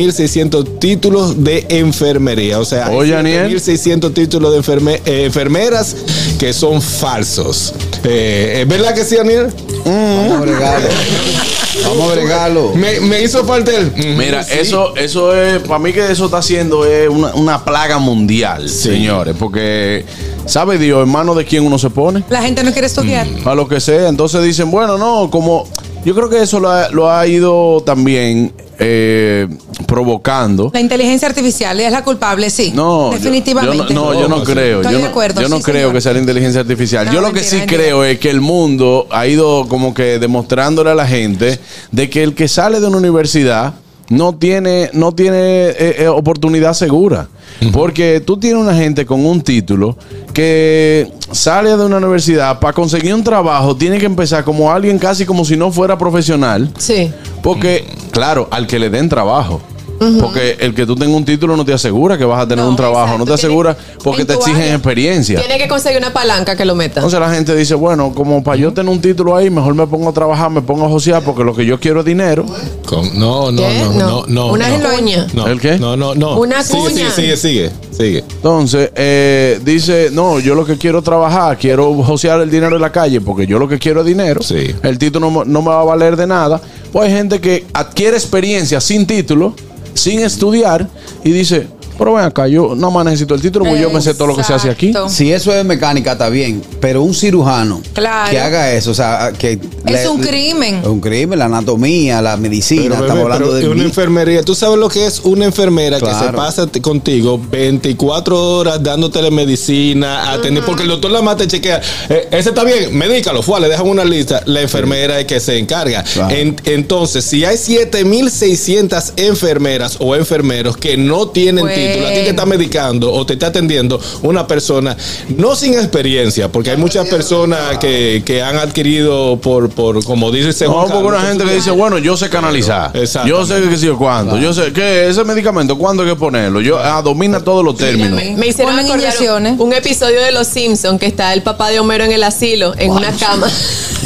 Speaker 8: 7600 títulos de enfermería. O sea,
Speaker 3: Oye, Aniel.
Speaker 8: 1600 títulos de enferme- eh, enfermeras que son falsos. Eh, ¿Es verdad que sí, Daniel?
Speaker 6: Vamos a agregarlo. Vamos a agregarlo.
Speaker 8: Me, me hizo falta el.
Speaker 4: Mm,
Speaker 8: Ujú,
Speaker 3: Mira,
Speaker 8: sí.
Speaker 3: eso, eso es, para mí que eso está haciendo es una, una plaga mundial, señores, porque sabe Dios, hermano, de quién uno se pone.
Speaker 5: La gente no quiere estudiar.
Speaker 3: a lo que sea. Entonces dicen, bueno, no, como yo creo que eso lo ha, lo ha ido también eh, provocando.
Speaker 5: La inteligencia artificial es la culpable, sí.
Speaker 3: No, yo-
Speaker 5: definitivamente.
Speaker 3: Yo, no, no, yo no
Speaker 8: ¿Cómo así?
Speaker 3: creo.
Speaker 5: Estoy
Speaker 3: yo
Speaker 5: de
Speaker 3: no-
Speaker 5: acuerdo,
Speaker 3: yo no
Speaker 5: sí,
Speaker 3: creo
Speaker 5: señor.
Speaker 3: que sea la inteligencia artificial.
Speaker 5: No,
Speaker 3: yo lo que
Speaker 5: mentira,
Speaker 3: sí
Speaker 5: mentira.
Speaker 3: creo es que el mundo ha ido como que demostrándole a la gente de que el que sale de una universidad no tiene, no tiene eh, eh, oportunidad segura. Porque tú tienes una gente con un título que sale de una universidad para conseguir un trabajo, tiene que empezar como alguien casi como si no fuera profesional.
Speaker 7: Sí.
Speaker 3: Porque, claro, al que le den trabajo. Porque el que tú tengas un título no te asegura que vas a tener
Speaker 7: No,
Speaker 3: un trabajo,
Speaker 7: exacto.
Speaker 3: no
Speaker 7: Tiene-
Speaker 3: te asegura porque
Speaker 7: en
Speaker 3: te
Speaker 7: tu
Speaker 3: exigen
Speaker 7: área.
Speaker 3: experiencia.
Speaker 7: Tiene que conseguir una palanca que lo meta.
Speaker 3: Entonces la gente dice, bueno, como para yo tener un título ahí, mejor me pongo a trabajar, me pongo a josear porque lo que yo quiero es dinero.
Speaker 8: Con- No, no,
Speaker 7: ¿Qué?
Speaker 8: no, no, no.
Speaker 7: Una
Speaker 8: no.
Speaker 7: cuña.
Speaker 8: No.
Speaker 3: ¿El qué?
Speaker 8: No, no, no.
Speaker 7: Una
Speaker 8: sigue,
Speaker 7: cuña.
Speaker 8: Sigue, sigue, sigue, sigue.
Speaker 3: Entonces eh, dice, no, yo lo que quiero es trabajar, quiero josear el dinero en la calle porque yo lo que quiero es dinero.
Speaker 8: Sí.
Speaker 3: El título no, me- no me va a valer de nada. Pues hay gente que adquiere experiencia sin título, sin estudiar y dice, pero ven acá, yo no más necesito el título porque yo me sé todo lo que se hace aquí.
Speaker 5: Exacto.
Speaker 6: Si eso es mecánica, está bien. Pero un cirujano
Speaker 5: Claro.
Speaker 6: que haga eso, o sea, que. le-
Speaker 5: un crimen.
Speaker 6: Es un crimen, la anatomía, la medicina.
Speaker 8: Pero,
Speaker 6: estamos
Speaker 8: bebé,
Speaker 6: hablando
Speaker 8: pero
Speaker 6: de.
Speaker 8: una
Speaker 6: mil-
Speaker 8: enfermería. ¿Tú sabes lo que es una enfermera que se
Speaker 6: Claro.
Speaker 8: pasa t- contigo 24 horas dándote la medicina, atendiendo? Porque el doctor la mata chequea. eh, ese está bien, medícalo, fue, le dejan una lista. La enfermera es que se encarga.
Speaker 6: Claro.
Speaker 8: En- entonces, si hay 7600 enfermeras o enfermeros que no tienen
Speaker 5: Bueno.
Speaker 8: título, a ti te está medicando o te está atendiendo una persona, no sin experiencia, porque hay muchas personas que, que han adquirido por, por como
Speaker 4: Este
Speaker 8: dice
Speaker 3: No,
Speaker 8: Juan
Speaker 3: porque una
Speaker 8: Carlos,
Speaker 3: gente que dice, bueno, yo sé canalizar.
Speaker 8: Exactamente.
Speaker 3: Yo sé que sí o cuándo. Yo sé que ese medicamento, cuándo hay que ponerlo. Yo ah, domina todos los términos.
Speaker 7: Me hicieron
Speaker 5: Ponen
Speaker 7: acordar
Speaker 5: inyecciones.
Speaker 7: un, un episodio de Los Simpsons que está el papá de Homero en el asilo, en una cama.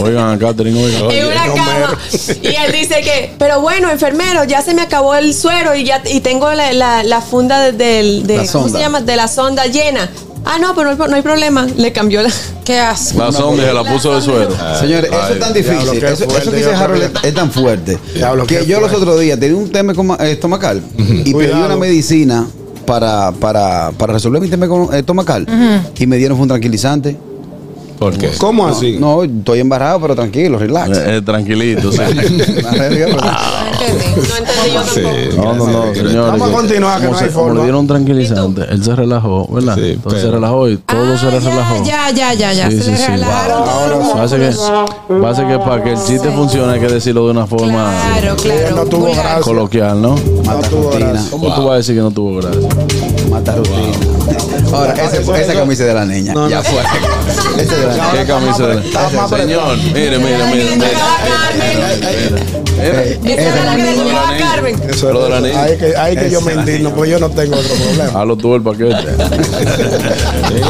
Speaker 3: Oigan, a Catherine, oigan.
Speaker 7: en una cama. Y él dice que, pero bueno, enfermero, ya se me acabó el suero y ya y tengo la, la- la funda de, del- de-
Speaker 6: La
Speaker 7: ¿cómo
Speaker 6: sonda.
Speaker 7: se llama? De la sonda llena. Ah, no, pero no hay- no hay problema. Le cambió la.
Speaker 5: Qué asco.
Speaker 3: La zombie se la puso de suero.
Speaker 6: Señores, eso es tan difícil.
Speaker 4: Ah, diablo, qué
Speaker 6: eso, eso
Speaker 4: fuerte,
Speaker 6: que dice
Speaker 4: diablo,
Speaker 6: Harold
Speaker 4: qué-
Speaker 6: es, es tan fuerte.
Speaker 4: Diablo,
Speaker 6: que
Speaker 4: qué
Speaker 6: yo los
Speaker 4: fuerte.
Speaker 6: otros días tenía un tema escoma- eh, estomacal y pedí
Speaker 4: Cuidado.
Speaker 6: una medicina para, para, para resolver mi tema econo- eh, estomacal y me dieron fue un tranquilizante.
Speaker 8: ¿Por qué?
Speaker 4: ¿Cómo así?
Speaker 6: No, estoy embarrado, pero tranquilo, relax.
Speaker 3: Eh, eh, tranquilito. sí.
Speaker 6: Una realidad, relax.
Speaker 5: No entendí.
Speaker 7: No entendí yo
Speaker 8: Sí,
Speaker 7: tampoco.
Speaker 3: No, no, no, señores.
Speaker 4: Vamos a continuar, que no
Speaker 3: Como
Speaker 4: hay
Speaker 3: se- como
Speaker 4: forma.
Speaker 3: le dieron tranquilizante, él se relajó, ¿verdad?
Speaker 8: Sí,
Speaker 3: Entonces se
Speaker 8: pero-
Speaker 3: relajó y todo
Speaker 5: Ah,
Speaker 3: se le relajó.
Speaker 5: Ya, ya, ya, ya.
Speaker 3: Sí,
Speaker 5: se
Speaker 3: sí,
Speaker 5: le
Speaker 3: sí.
Speaker 5: relajaron todos los
Speaker 3: Pasa que, pasa que para que el chiste funcione hay que decirlo de una forma
Speaker 5: Claro, claro.
Speaker 4: no tuvo
Speaker 5: vulgar.
Speaker 4: gracia.
Speaker 3: coloquial, ¿no?
Speaker 6: Mata rutina.
Speaker 3: ¿Cómo tú vas a decir que no tuvo gracia?
Speaker 6: Mata rutina. Ahora, ese- esa camisa es de la niña. ya fue. Ese de la niña.
Speaker 3: ¿Qué camisa de Señor, mire, mire, mire. mire.
Speaker 6: Eh,
Speaker 7: Esa
Speaker 6: esa
Speaker 7: era la que le tocaba a Carmen.
Speaker 4: Eso
Speaker 3: Lo de la niña.
Speaker 4: Hay que, ahí que yo me indigno, porque yo no tengo otro problema.
Speaker 3: Halo tú el paquete.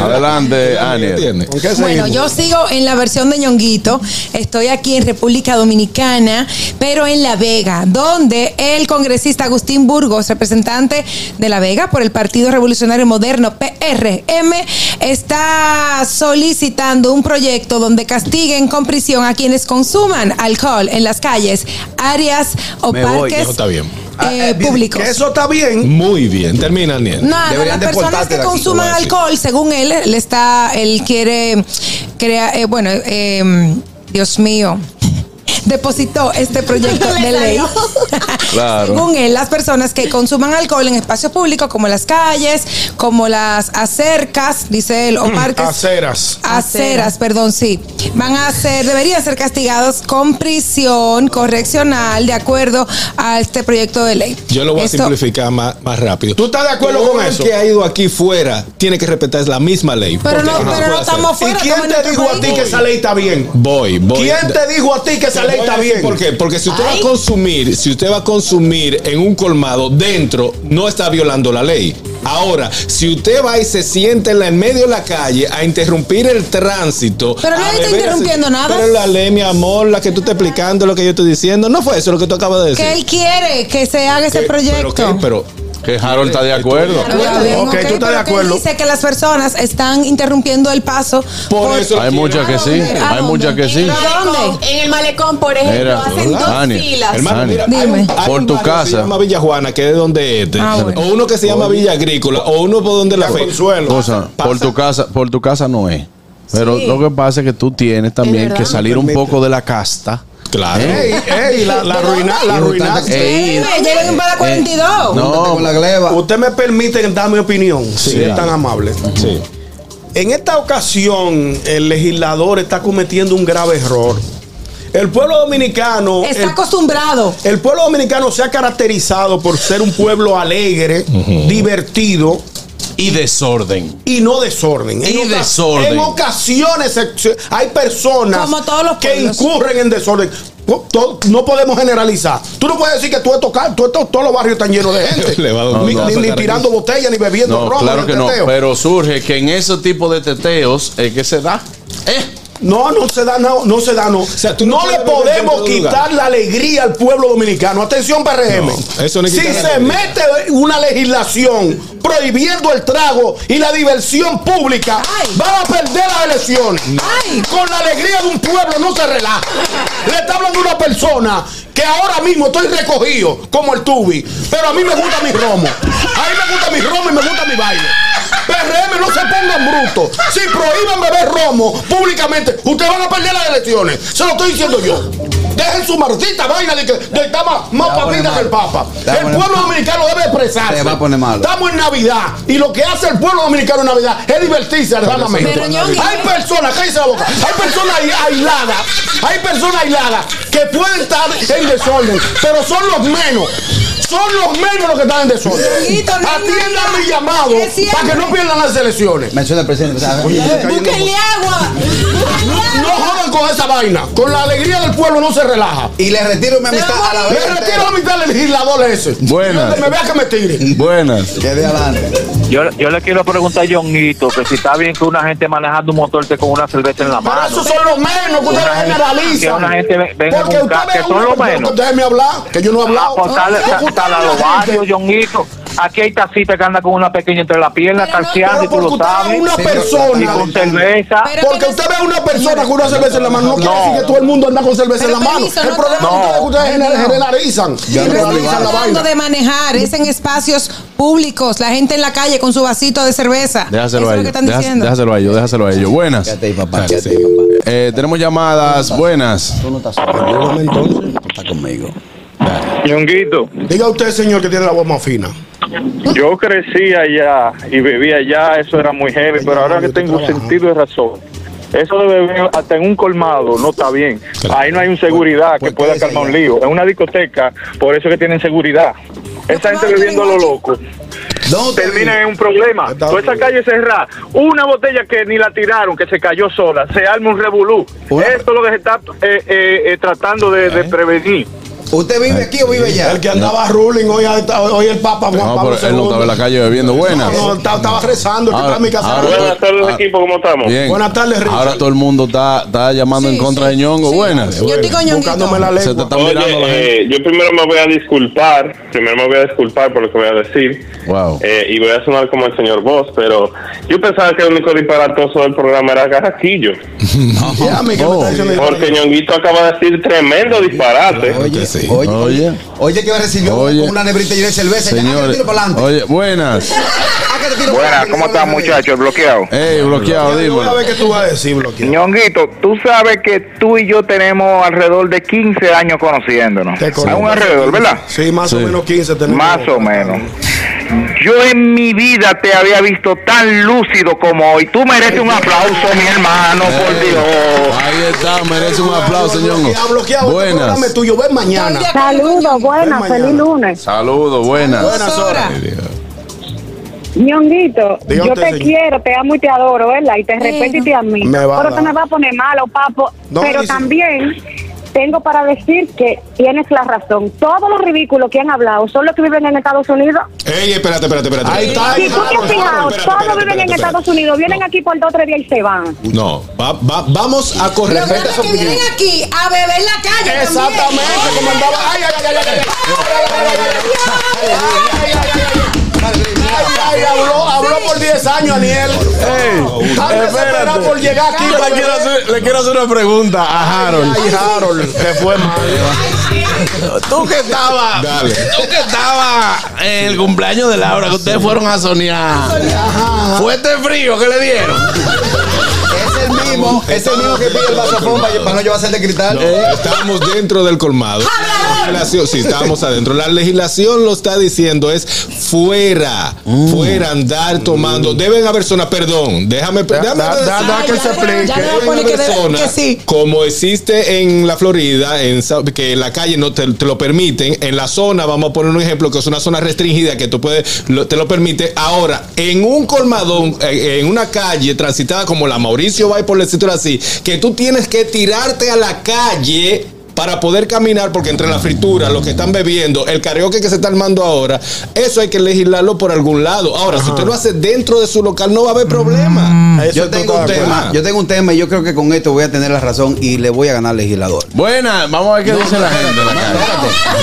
Speaker 3: Adelante, Aniel.
Speaker 8: ¿Entiendes?
Speaker 4: ¿Con qué
Speaker 5: Bueno,
Speaker 4: seguimos?
Speaker 5: yo sigo en la versión de Ñonguito. Estoy aquí en República Dominicana, pero en La Vega, donde el congresista Agustín Burgos, representante de La Vega por el Partido Revolucionario Moderno, PRM, está solicitando un proyecto donde castiguen con prisión a quienes consuman alcohol en las calles áreas o
Speaker 8: Me voy,
Speaker 5: parques
Speaker 8: eso está bien.
Speaker 4: Ah,
Speaker 5: eh, públicos.
Speaker 4: Eso está bien.
Speaker 8: Muy bien, termina, Aniel.
Speaker 5: No, no,
Speaker 6: Deberían
Speaker 5: las personas
Speaker 6: deportarte
Speaker 5: que
Speaker 6: de aquí,
Speaker 5: consuman
Speaker 6: te voy a decir.
Speaker 5: alcohol, según él, él está, él quiere crea, eh, bueno, eh, Dios mío. Depositó este proyecto de ley.
Speaker 3: Claro.
Speaker 5: Según él, las personas que consuman alcohol en espacios públicos como las calles, como las acercas, dice él,
Speaker 8: Mm,
Speaker 5: o parques.
Speaker 4: Aceras.
Speaker 5: Aceras, perdón, sí. Van a ser, deberían ser castigados con prisión correccional de acuerdo a este proyecto de ley.
Speaker 8: Yo lo voy
Speaker 5: Esto-
Speaker 8: a simplificar más, más rápido.
Speaker 4: ¿Tú estás de acuerdo
Speaker 8: Todo
Speaker 4: con
Speaker 8: el
Speaker 4: eso?
Speaker 8: que ha ido aquí fuera tiene que respetar la misma ley.
Speaker 5: Pero
Speaker 8: porque
Speaker 5: no,
Speaker 8: se
Speaker 5: pero
Speaker 8: puede
Speaker 5: no
Speaker 8: hacer.
Speaker 5: estamos
Speaker 4: ¿Y
Speaker 5: fuera.
Speaker 4: quién
Speaker 5: como en
Speaker 4: te
Speaker 5: nuestro
Speaker 4: dijo a
Speaker 5: país.
Speaker 4: ti que esa ley está bien?
Speaker 8: Voy, voy.
Speaker 4: ¿Quién te dijo a ti que esa ley
Speaker 8: Voy a
Speaker 4: está
Speaker 8: decir
Speaker 4: bien?
Speaker 8: ¿Por qué? Porque si usted va a consumir, si usted va a consumir en un colmado dentro, no está violando la ley. Ahora, si usted va y se sienta en, la- en medio de la calle a interrumpir el tránsito.
Speaker 5: Pero
Speaker 8: a
Speaker 5: nadie está
Speaker 8: beber, a-
Speaker 5: interrumpiendo nada.
Speaker 8: Pero la ley, mi amor, la que tú estás explicando, lo que yo estoy diciendo, no fue eso lo que tú acabas de decir.
Speaker 5: que él quiere que se haga ese
Speaker 8: ¿Qué? Pero,
Speaker 5: proyecto.
Speaker 8: ¿qué? pero
Speaker 3: Que Harold está de acuerdo.
Speaker 5: Claro, está
Speaker 4: Ok,
Speaker 5: bien,
Speaker 4: tú estás de
Speaker 5: pero que él
Speaker 4: acuerdo.
Speaker 5: Dice que las personas están interrumpiendo el paso.
Speaker 8: por, eso.
Speaker 3: Hay muchas que sí,
Speaker 5: ¿A
Speaker 3: hay
Speaker 5: dónde?
Speaker 3: muchas que sí.
Speaker 7: En el malecón-
Speaker 5: ¿Dónde?
Speaker 7: En el malecón, por ejemplo,
Speaker 3: Mira,
Speaker 7: hacen dos
Speaker 3: Ani,
Speaker 7: filas.
Speaker 8: Hermano,
Speaker 3: Sani.
Speaker 8: mira,
Speaker 5: Dime.
Speaker 8: hay un- hay
Speaker 3: Por
Speaker 8: un
Speaker 3: tu
Speaker 8: barrio que
Speaker 3: casa.
Speaker 8: Se llama Villa Juana, que es donde este.
Speaker 5: Ah, bueno.
Speaker 8: O uno que se llama Villa Agrícola, o uno por donde la fe.
Speaker 3: Cosa,
Speaker 8: Pasa.
Speaker 3: por tu casa, por tu casa no es. Pero
Speaker 7: Sí.
Speaker 3: lo que pasa es que tú tienes también
Speaker 7: verdad.
Speaker 3: que salir un
Speaker 8: Permite.
Speaker 3: poco de la casta. Ah, ¿Eh?
Speaker 8: Claro.
Speaker 4: Ey, ey, la, la ruina, la ruina.
Speaker 6: Importante que-
Speaker 3: Ey,
Speaker 5: Dime, lleguen para 42.
Speaker 6: Júntate
Speaker 3: no,
Speaker 6: con la gleba.
Speaker 4: Usted me permite dar mi opinión, si
Speaker 8: claro.
Speaker 4: es tan amable.
Speaker 8: Sí.
Speaker 4: En esta ocasión, el legislador está cometiendo un grave error. El pueblo dominicano.
Speaker 5: Está
Speaker 4: el-
Speaker 5: acostumbrado.
Speaker 4: El pueblo dominicano se ha caracterizado por ser un pueblo alegre, divertido
Speaker 3: y desorden.
Speaker 4: y no desorden.
Speaker 3: Y
Speaker 4: oca-
Speaker 3: desorden.
Speaker 4: En ocasiones excep- hay personas
Speaker 5: Como todos los
Speaker 4: que
Speaker 5: pueblos.
Speaker 4: incurren en desorden. Po- to- No podemos generalizar. Tú no puedes decir que tú estos ca- tú estos- todos los barrios están llenos de gente.
Speaker 8: Le va a dar un
Speaker 4: ni,
Speaker 8: brazo
Speaker 4: ni-
Speaker 8: a
Speaker 4: ni
Speaker 8: Caracas.
Speaker 4: tirando botellas, ni bebiendo
Speaker 3: No,
Speaker 4: ropa,
Speaker 3: claro
Speaker 4: ni
Speaker 3: que no.
Speaker 4: teteo.
Speaker 3: Pero surge que en ese tipo de teteos es que se da. Eh,
Speaker 4: No, no se da, no, no se da, no.
Speaker 8: sea, tú no
Speaker 4: no le
Speaker 8: puedes beber en
Speaker 4: podemos
Speaker 8: todo lugar.
Speaker 4: quitar la alegría al pueblo dominicano. Atención, PRM.
Speaker 8: No, eso no es
Speaker 4: si
Speaker 8: quitar la
Speaker 4: se
Speaker 8: alegría.
Speaker 4: mete una legislación prohibiendo el trago y la diversión pública,
Speaker 5: Ay.
Speaker 4: van a perder las elecciones.
Speaker 5: Ay.
Speaker 4: Con la alegría de un pueblo no se relaja. Le está hablando una persona que ahora mismo estoy recogido, como el tubi, pero a mí me gusta mi romo. A mí me gusta mi romo y me gusta mi baile. PRM, no se pongan brutos. Si prohíben beber romo públicamente, ustedes van a perder las elecciones. Se lo estoy diciendo yo. Dejen su maldita vaina de que de estar más, más
Speaker 6: Te va a poner
Speaker 4: papita que el
Speaker 6: mal.
Speaker 4: Papa.
Speaker 6: Te va a
Speaker 4: El
Speaker 6: poner
Speaker 4: pueblo
Speaker 6: mal.
Speaker 4: dominicano debe expresarse.
Speaker 6: Te va a poner malo.
Speaker 4: Estamos en Navidad y lo que hace el pueblo dominicano en Navidad es divertirse, hermanamente.
Speaker 5: Pero, Ñongui,
Speaker 4: Hay personas, cállese la boca, hay personas ai- aisladas, hay personas aisladas que pueden estar en desorden, pero son los menos. Son los menos los que están en desorden.
Speaker 5: Ñonguito, no hay
Speaker 4: Atiendan
Speaker 5: Navidad.
Speaker 4: mi llamado
Speaker 5: Es cierto.
Speaker 4: para que no pierdan las elecciones.
Speaker 6: Menciona el presidente. o sea,
Speaker 5: Búsquenle agua.
Speaker 4: No
Speaker 12: Ah.
Speaker 4: jodan con esa vaina. Con la alegría del pueblo no se relaja.
Speaker 6: Y le retiro mi amistad a la vez.
Speaker 4: Le retiro la mitad del legislador ese.
Speaker 3: Buenas.
Speaker 4: Donde me vea que me tire.
Speaker 3: buenas.
Speaker 6: Que de adelante.
Speaker 12: Yo, yo le quiero preguntar a Johnito que si está bien que una gente manejando un motor esté con una cerveza en la
Speaker 4: Pero
Speaker 12: mano.
Speaker 4: esos son los menos que ustedes
Speaker 12: Una gente- que
Speaker 4: generalizan.
Speaker 12: una gente ve- venga
Speaker 4: Porque
Speaker 12: en un
Speaker 4: usted
Speaker 12: ca-
Speaker 4: ve
Speaker 12: que
Speaker 4: a
Speaker 12: son
Speaker 4: una
Speaker 12: los
Speaker 4: persona-
Speaker 12: menos. Ah, pues
Speaker 4: Déjeme hablar, que yo no he hablado.
Speaker 12: Apostar los varios, Johnito. Aquí hay tacitas que andan con una pequeña entre la pierna,
Speaker 5: Pero no-
Speaker 12: calceando, y
Speaker 4: Pero
Speaker 12: tú lo
Speaker 4: porque usted ve a
Speaker 12: sabes.
Speaker 4: una
Speaker 6: Sí, pero-
Speaker 12: Y
Speaker 4: persona.
Speaker 12: con cerveza.
Speaker 5: Pero-
Speaker 4: Porque usted ve a una persona con una cerveza en la mano, no quiere decir que todo el mundo anda con cerveza en la
Speaker 5: Pero
Speaker 4: mano.
Speaker 5: permiso,
Speaker 4: El
Speaker 5: no
Speaker 4: problema
Speaker 12: todo-
Speaker 4: de ustedes es que ustedes
Speaker 5: No.
Speaker 4: gener- generalizan.
Speaker 6: Ya
Speaker 5: Y
Speaker 6: no
Speaker 5: no
Speaker 6: vale,
Speaker 5: estamos
Speaker 4: Generalizan la
Speaker 5: hablando
Speaker 4: vaina.
Speaker 5: de manejar, es en espacios públicos, la gente en la calle con su vasito de cerveza. Eso
Speaker 3: Déjaselo a
Speaker 5: es lo que
Speaker 3: ellos.
Speaker 5: están
Speaker 3: deja-
Speaker 5: diciendo.
Speaker 3: Déjaselo a ellos, déjaselo a ellos. Buenas.
Speaker 6: Quédate ahí, papá. Quédate ahí, papá.
Speaker 3: Eh, tenemos llamadas. Buenas.
Speaker 6: Tú no estás solo. Tú estás conmigo.
Speaker 12: Ñonguito,
Speaker 4: Diga usted, señor, que tiene la voz más fina.
Speaker 12: yo crecí allá y bebía allá, eso era muy heavy, pero ahora que tengo sentido de razón. Eso de beber hasta en un colmado no está bien. Ahí no hay un seguridad
Speaker 4: Pues
Speaker 12: que pueda calmar un lío. En una discoteca, por eso que tienen seguridad. Esa gente bebiendo a lo loco.
Speaker 6: ¿Dónde te
Speaker 12: termina
Speaker 6: vi?
Speaker 12: en un problema.
Speaker 4: Está
Speaker 12: Toda esa
Speaker 4: bien.
Speaker 12: calle cerrada, una botella que ni la tiraron, que se cayó sola, se arma un revolú.
Speaker 6: Una-
Speaker 12: Esto es lo que se está eh, eh, eh, tratando de, de prevenir.
Speaker 6: ¿Usted vive aquí o vive allá?
Speaker 4: El que andaba ruling hoy, hoy el Papa Juan
Speaker 3: No,
Speaker 4: Pablo
Speaker 3: pero él no estaba en la
Speaker 4: II.
Speaker 3: calle bebiendo. Buenas.
Speaker 4: No, no, estaba, estaba rezando, el que
Speaker 3: Ahora-
Speaker 4: estaba en mi casa.
Speaker 3: ahora- Buenas tardes, Ah. equipo,
Speaker 12: ¿cómo estamos?
Speaker 3: Bien.
Speaker 4: Buenas tardes, Richard.
Speaker 3: Ahora todo el mundo está, está llamando
Speaker 5: Sí,
Speaker 3: en contra
Speaker 5: sí,
Speaker 3: de Ñongo.
Speaker 5: sí.
Speaker 3: Buenas.
Speaker 5: Yo estoy con
Speaker 4: Buscándome la
Speaker 5: Ñonguito.
Speaker 3: Se te
Speaker 4: lengua.
Speaker 3: están mirando la gente.
Speaker 12: Oye, eh, yo primero me voy a disculpar, primero me voy a disculpar por lo que voy a decir.
Speaker 3: Wow.
Speaker 12: Eh, y voy a sonar como el señor Vos, pero yo pensaba que el único disparatoso del programa era Carraquillo.
Speaker 4: Ya, mi que me está diciendo-
Speaker 12: Porque Ñonguito acaba de decir tremendo disparate.
Speaker 6: Oye,
Speaker 8: Sí.
Speaker 3: Sí.
Speaker 6: Oye,
Speaker 3: Oye.
Speaker 6: Oye, que me recibió
Speaker 3: Oye.
Speaker 6: con una nebrita llena de cerveza. Ya, ah, que te
Speaker 3: Señores.
Speaker 6: tiro para adelante.
Speaker 3: Oye, buenas.
Speaker 13: Buenas, ¿cómo estás, muchachos? Bloqueado.
Speaker 3: Ey, bloqueado, dime.
Speaker 4: ¿Sabes qué tú vas a decir, bloqueado?
Speaker 13: Ñonguito, tú sabes que tú y yo tenemos alrededor de 15 años conociéndonos. Aún alrededor, ¿verdad?
Speaker 4: Sí, más o menos 15 tenemos.
Speaker 13: Más o menos. Yo en mi vida te había visto tan lúcido como hoy. Tú mereces un aplauso, mi hermano, por Dios.
Speaker 3: Ahí está, merece un aplauso, ñongo. Buenas.
Speaker 4: Dame Este tuyo, ven mañana.
Speaker 14: Saludos, buenas, feliz lunes.
Speaker 3: Saludos, buenas.
Speaker 14: Buenas, Sora. Ñonguito,
Speaker 3: Diga
Speaker 14: yo
Speaker 3: usted,
Speaker 14: te
Speaker 3: señor.
Speaker 14: quiero, te amo y te adoro, ¿verdad? Y te respeto y te admiro.
Speaker 4: Me va a
Speaker 14: Pero tú
Speaker 4: dar.
Speaker 14: me vas a poner malo, papo.
Speaker 4: No,
Speaker 14: Pero
Speaker 4: dice-
Speaker 14: también tengo para decir que tienes la razón. Todos los ridículos que han hablado son los que viven en Estados Unidos.
Speaker 8: Ey, espérate, espérate, espérate.
Speaker 14: Si tú te has fijado, todos viven en Estados Unidos, vienen aquí por dos o tres días y se van.
Speaker 8: No, va- va- vamos a correr.
Speaker 5: Que vienen aquí a beber en la calle. Exactamente, como andaba. Ay, ay, ay, ay,
Speaker 2: Ay, habló, habló por 10 años, Aniel.
Speaker 3: Ey,
Speaker 2: Tan desesperado
Speaker 3: espérate.
Speaker 2: por llegar aquí para
Speaker 3: Le quiero, hacer, le quiero hacer una pregunta a Harold.
Speaker 2: Ay, Harold,
Speaker 3: te fue mal. Tú que estabas.
Speaker 2: Dale.
Speaker 3: Tú que estabas en el cumpleaños de Laura, que ustedes fueron a soñar. ¿Fue este frío que le dieron?
Speaker 6: Es el mismo, es el mismo que pide el vasofón para, para no llevarse el de cristal.
Speaker 8: No, estábamos dentro del colmado. La legislación- sí, estábamos adentro. La legislación lo está diciendo, es fuera, fuera andar tomando. Deben haber zonas, perdón, déjame, déjame
Speaker 4: da- da- da que
Speaker 8: decir.
Speaker 4: se Ya, ya, explique. ya, ya,
Speaker 8: Deben
Speaker 4: pone que
Speaker 8: haber
Speaker 4: debe-
Speaker 8: zonas,
Speaker 4: que sí.
Speaker 8: Como existe en la Florida, en, Sa- que en la calle no te, te lo permiten, en la zona, vamos a poner un ejemplo, que es una zona restringida que tú puedes, lo- te lo permite. Ahora, en un colmadón, eh, en una calle transitada como la Mauricio Bay, por decirlo así, que tú tienes que tirarte a la calle para poder caminar, porque entre la fritura, lo que están bebiendo, el karaoke que se está armando ahora, eso hay que legislarlo por algún lado. Ahora, si usted lo hace dentro de su local, no va a haber problema.
Speaker 6: Yo tengo, un tema, yo tengo un tema y yo creo que con esto voy a tener la razón y le voy a ganar al legislador.
Speaker 3: Buena, vamos a ver qué dice la gente. en la calle.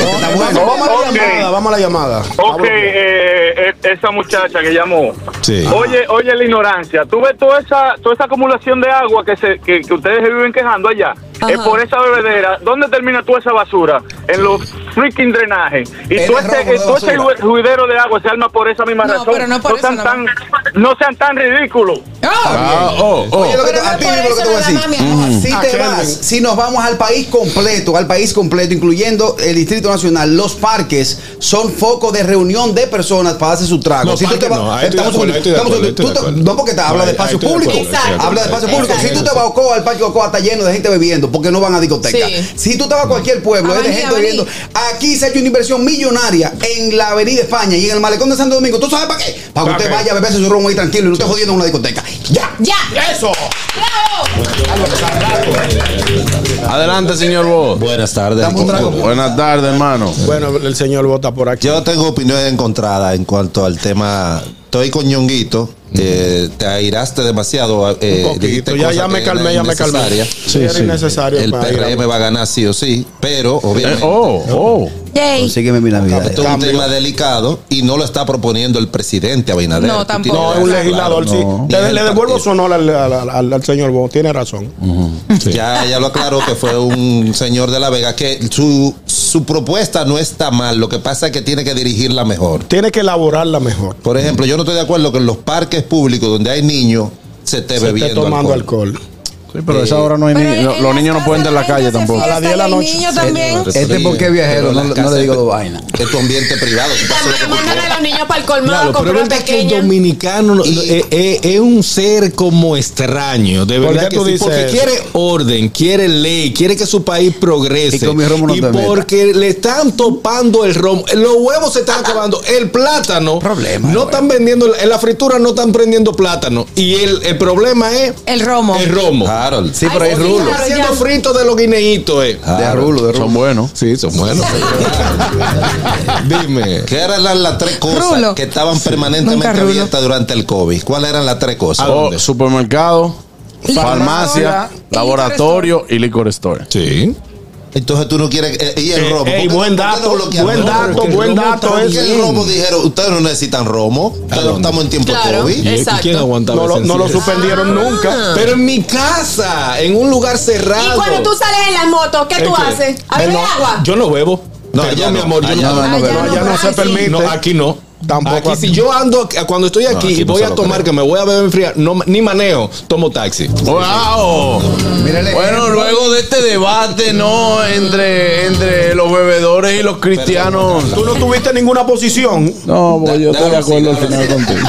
Speaker 4: Vamos a la llamada, vamos a la llamada.
Speaker 12: Ok, eh, e- esa muchacha que llamó.
Speaker 8: Sí.
Speaker 12: Oye, oye la ignorancia. Tú ves toda esa, toda esa acumulación de agua que, se, que, que ustedes se viven quejando allá.
Speaker 15: Ajá.
Speaker 12: Es por esa bebedera. ¿Dónde termina toda esa basura? En los freaking drenajes. Y
Speaker 15: Eres
Speaker 12: todo
Speaker 15: robo
Speaker 12: ese,
Speaker 15: de
Speaker 12: y todo ese
Speaker 15: basura.
Speaker 12: ju- juidero de agua se arma por esa misma razón.
Speaker 5: pero no por eso,
Speaker 12: sean
Speaker 5: no.
Speaker 12: tan, no sean tan ridículos.
Speaker 3: Ah, oh, oh.
Speaker 6: Oye, lo que te- a ti mismo lo que te voy a decir. Si
Speaker 5: Ah,
Speaker 6: te
Speaker 5: Kelvin.
Speaker 6: vas, si nos vamos al país completo, al país completo, incluyendo el Distrito Nacional, los parques son foco de reunión de personas para hacer su trago.
Speaker 8: No,
Speaker 6: si tú
Speaker 8: parque
Speaker 6: te vas,
Speaker 8: no, ahí estoy de
Speaker 6: estamos
Speaker 8: acuerdo, ahí estoy de
Speaker 6: estamos-
Speaker 8: acuerdo, ahí estoy
Speaker 6: tú
Speaker 8: de
Speaker 6: te-
Speaker 8: acuerdo.
Speaker 6: no porque te habla
Speaker 8: Ahí-
Speaker 6: de
Speaker 8: ahí
Speaker 6: espacio
Speaker 8: estoy de
Speaker 6: público.
Speaker 8: acuerdo, estoy de acuerdo.
Speaker 6: Habla de espacio
Speaker 8: Exacto.
Speaker 6: público. Si tú te vas a Ocoa, al parque Ocoa está lleno de gente bebiendo, porque no van a discotecas.
Speaker 5: Sí.
Speaker 6: Si tú te vas a cualquier pueblo, hay de
Speaker 5: Avenida,
Speaker 6: gente bebiendo. Aquí se ha hecho una inversión millonaria en la Avenida España y en el malecón de Santo Domingo. ¿Tú sabes para qué? Para que
Speaker 4: ¿Para
Speaker 6: usted
Speaker 4: qué?
Speaker 6: vaya a beberse su romo ahí tranquilo y no esté jodiendo en una discoteca. Ya.
Speaker 5: ¡Ya!
Speaker 6: ¡Eso!
Speaker 3: Adelante, señor Bo. Buenas tardes. Buenas tardes, hermano.
Speaker 4: Bueno, el señor vota por aquí.
Speaker 11: Yo tengo opiniones encontradas en cuanto al tema. Estoy con Ñonguito. eh, te airaste demasiado. eh,
Speaker 4: Un poquito,
Speaker 11: dijiste
Speaker 4: ya-
Speaker 11: cosas
Speaker 4: ya me
Speaker 11: que
Speaker 4: calmé,
Speaker 11: eran
Speaker 4: ya me calmé.
Speaker 11: innecesarias.
Speaker 4: Sí, Era sí. innecesario
Speaker 11: El
Speaker 4: para
Speaker 11: PRM va a ganar sí o sí, pero obviamente.
Speaker 3: oh,
Speaker 5: Yay.
Speaker 6: Consígueme mi Navidad.
Speaker 11: Esto es un tema delicado y no lo está proponiendo el presidente Abinader.
Speaker 5: No,
Speaker 11: Tú
Speaker 5: tampoco.
Speaker 11: tienes
Speaker 4: No, es
Speaker 11: razón,
Speaker 4: un legislador,
Speaker 11: claro, no.
Speaker 4: sí.
Speaker 11: Ni es
Speaker 4: Le,
Speaker 11: el
Speaker 4: le devuelvo su honor al, al- al- al señor Bo, tiene razón.
Speaker 11: Ya, ya lo aclaró que fue un señor de la Vega, que su, su propuesta no está mal, lo que pasa es que tiene que dirigirla mejor.
Speaker 4: Tiene que elaborarla mejor.
Speaker 11: Por ejemplo, yo no estoy de acuerdo que en los parques públicos donde hay niños se esté
Speaker 4: Se esté
Speaker 11: bebiendo
Speaker 4: tomando
Speaker 11: alcohol.
Speaker 4: alcohol.
Speaker 3: Sí, pero a esa hora no hay
Speaker 5: Pero
Speaker 3: niños.
Speaker 5: en
Speaker 3: Los- Los
Speaker 5: las
Speaker 3: niños no pueden estar en la
Speaker 5: casas
Speaker 3: calle
Speaker 5: de
Speaker 3: tampoco.
Speaker 5: fiesta y hay niños también.
Speaker 6: Este porque es viajero, no, no le digo dos vainas.
Speaker 11: Es tu ambiente privado. tú puedes hacer lo que tú
Speaker 7: Mandan a los niños para el colmado
Speaker 8: Claro,
Speaker 7: a
Speaker 8: pero
Speaker 7: comprar
Speaker 8: es
Speaker 7: una
Speaker 8: verdad que el
Speaker 7: pequeña.
Speaker 8: dominicano no- no, eh, eh, es un ser como extraño, de
Speaker 4: ¿Por
Speaker 8: verdad
Speaker 4: qué
Speaker 8: que
Speaker 4: tú
Speaker 8: sí,
Speaker 4: dices
Speaker 8: porque
Speaker 4: eso?
Speaker 8: quiere orden, quiere ley, quiere que su país progrese.
Speaker 6: Y con mi romo no
Speaker 8: Y
Speaker 6: te metas.
Speaker 8: porque le están topando el romo, los huevos se están acabando, el plátano,
Speaker 6: Problema,
Speaker 8: no
Speaker 6: güey.
Speaker 8: están vendiendo, en la fritura no están prendiendo plátano y el, el problema es
Speaker 5: El romo.
Speaker 8: el romo.
Speaker 11: Harold.
Speaker 6: Sí, pero hay rulo.
Speaker 8: Haciendo frito de los guineitos, eh.
Speaker 6: De rulo, de rulo.
Speaker 3: Son buenos.
Speaker 8: Sí, son buenos. Dime.
Speaker 11: ¿Qué eran las, las tres cosas
Speaker 5: Rulo.
Speaker 11: que estaban
Speaker 5: Nunca
Speaker 11: permanentemente
Speaker 5: rulo.
Speaker 11: abiertas durante el COVID? ¿Cuáles eran las tres cosas?
Speaker 3: Oh, supermercado,
Speaker 5: Licorera,
Speaker 3: farmacia,
Speaker 5: y
Speaker 3: laboratorio y licor store.
Speaker 8: Sí.
Speaker 11: Entonces tú no quieres. eh, y el
Speaker 4: Eh,
Speaker 11: romo.
Speaker 4: ey,
Speaker 11: ¿Por qué
Speaker 4: buen
Speaker 11: no- por qué
Speaker 4: dato,
Speaker 11: no bloquearon?
Speaker 4: buen dato,
Speaker 11: Porque el
Speaker 4: buen
Speaker 11: romo
Speaker 4: dato
Speaker 11: está
Speaker 4: es-
Speaker 11: bien. el romo dijeron, ustedes no necesitan romo. Ustedes estamos en tiempo
Speaker 4: Claro,
Speaker 11: COVID.
Speaker 4: ¿Y- y exacto. quién aguantaba No lo- ese no lo encierro? suspendieron
Speaker 11: Ah.
Speaker 5: Ah.
Speaker 4: nunca.
Speaker 8: Pero en mi casa, en un lugar cerrado.
Speaker 7: Y cuando tú sales en las motos, ¿qué
Speaker 8: ¿En
Speaker 7: tú
Speaker 8: qué?
Speaker 7: haces?
Speaker 8: Eh,
Speaker 7: ¿Abres
Speaker 8: no,
Speaker 7: agua?
Speaker 8: Yo no bebo. No,
Speaker 4: allá
Speaker 8: mi
Speaker 4: no,
Speaker 8: amor, yo
Speaker 4: allá no, no Allá bebo. no,
Speaker 8: Allá no se
Speaker 4: ay, sí.
Speaker 8: permite. No, aquí no. Tampoco. Aquí, si yo ando, cuando estoy
Speaker 4: No,
Speaker 8: aquí
Speaker 4: aquí
Speaker 8: y
Speaker 4: no
Speaker 8: voy
Speaker 4: se
Speaker 8: a
Speaker 4: lo
Speaker 8: tomar,
Speaker 4: creo.
Speaker 8: que me voy a beber en fría, no, ni maneo, tomo taxi.
Speaker 3: ¡Wow! Bueno, luego de este debate, ¿no? Entre, entre los bebedores y los cristianos.
Speaker 4: Tú no tuviste ninguna posición.
Speaker 3: No, voy, yo estoy de acuerdo al final
Speaker 11: contigo.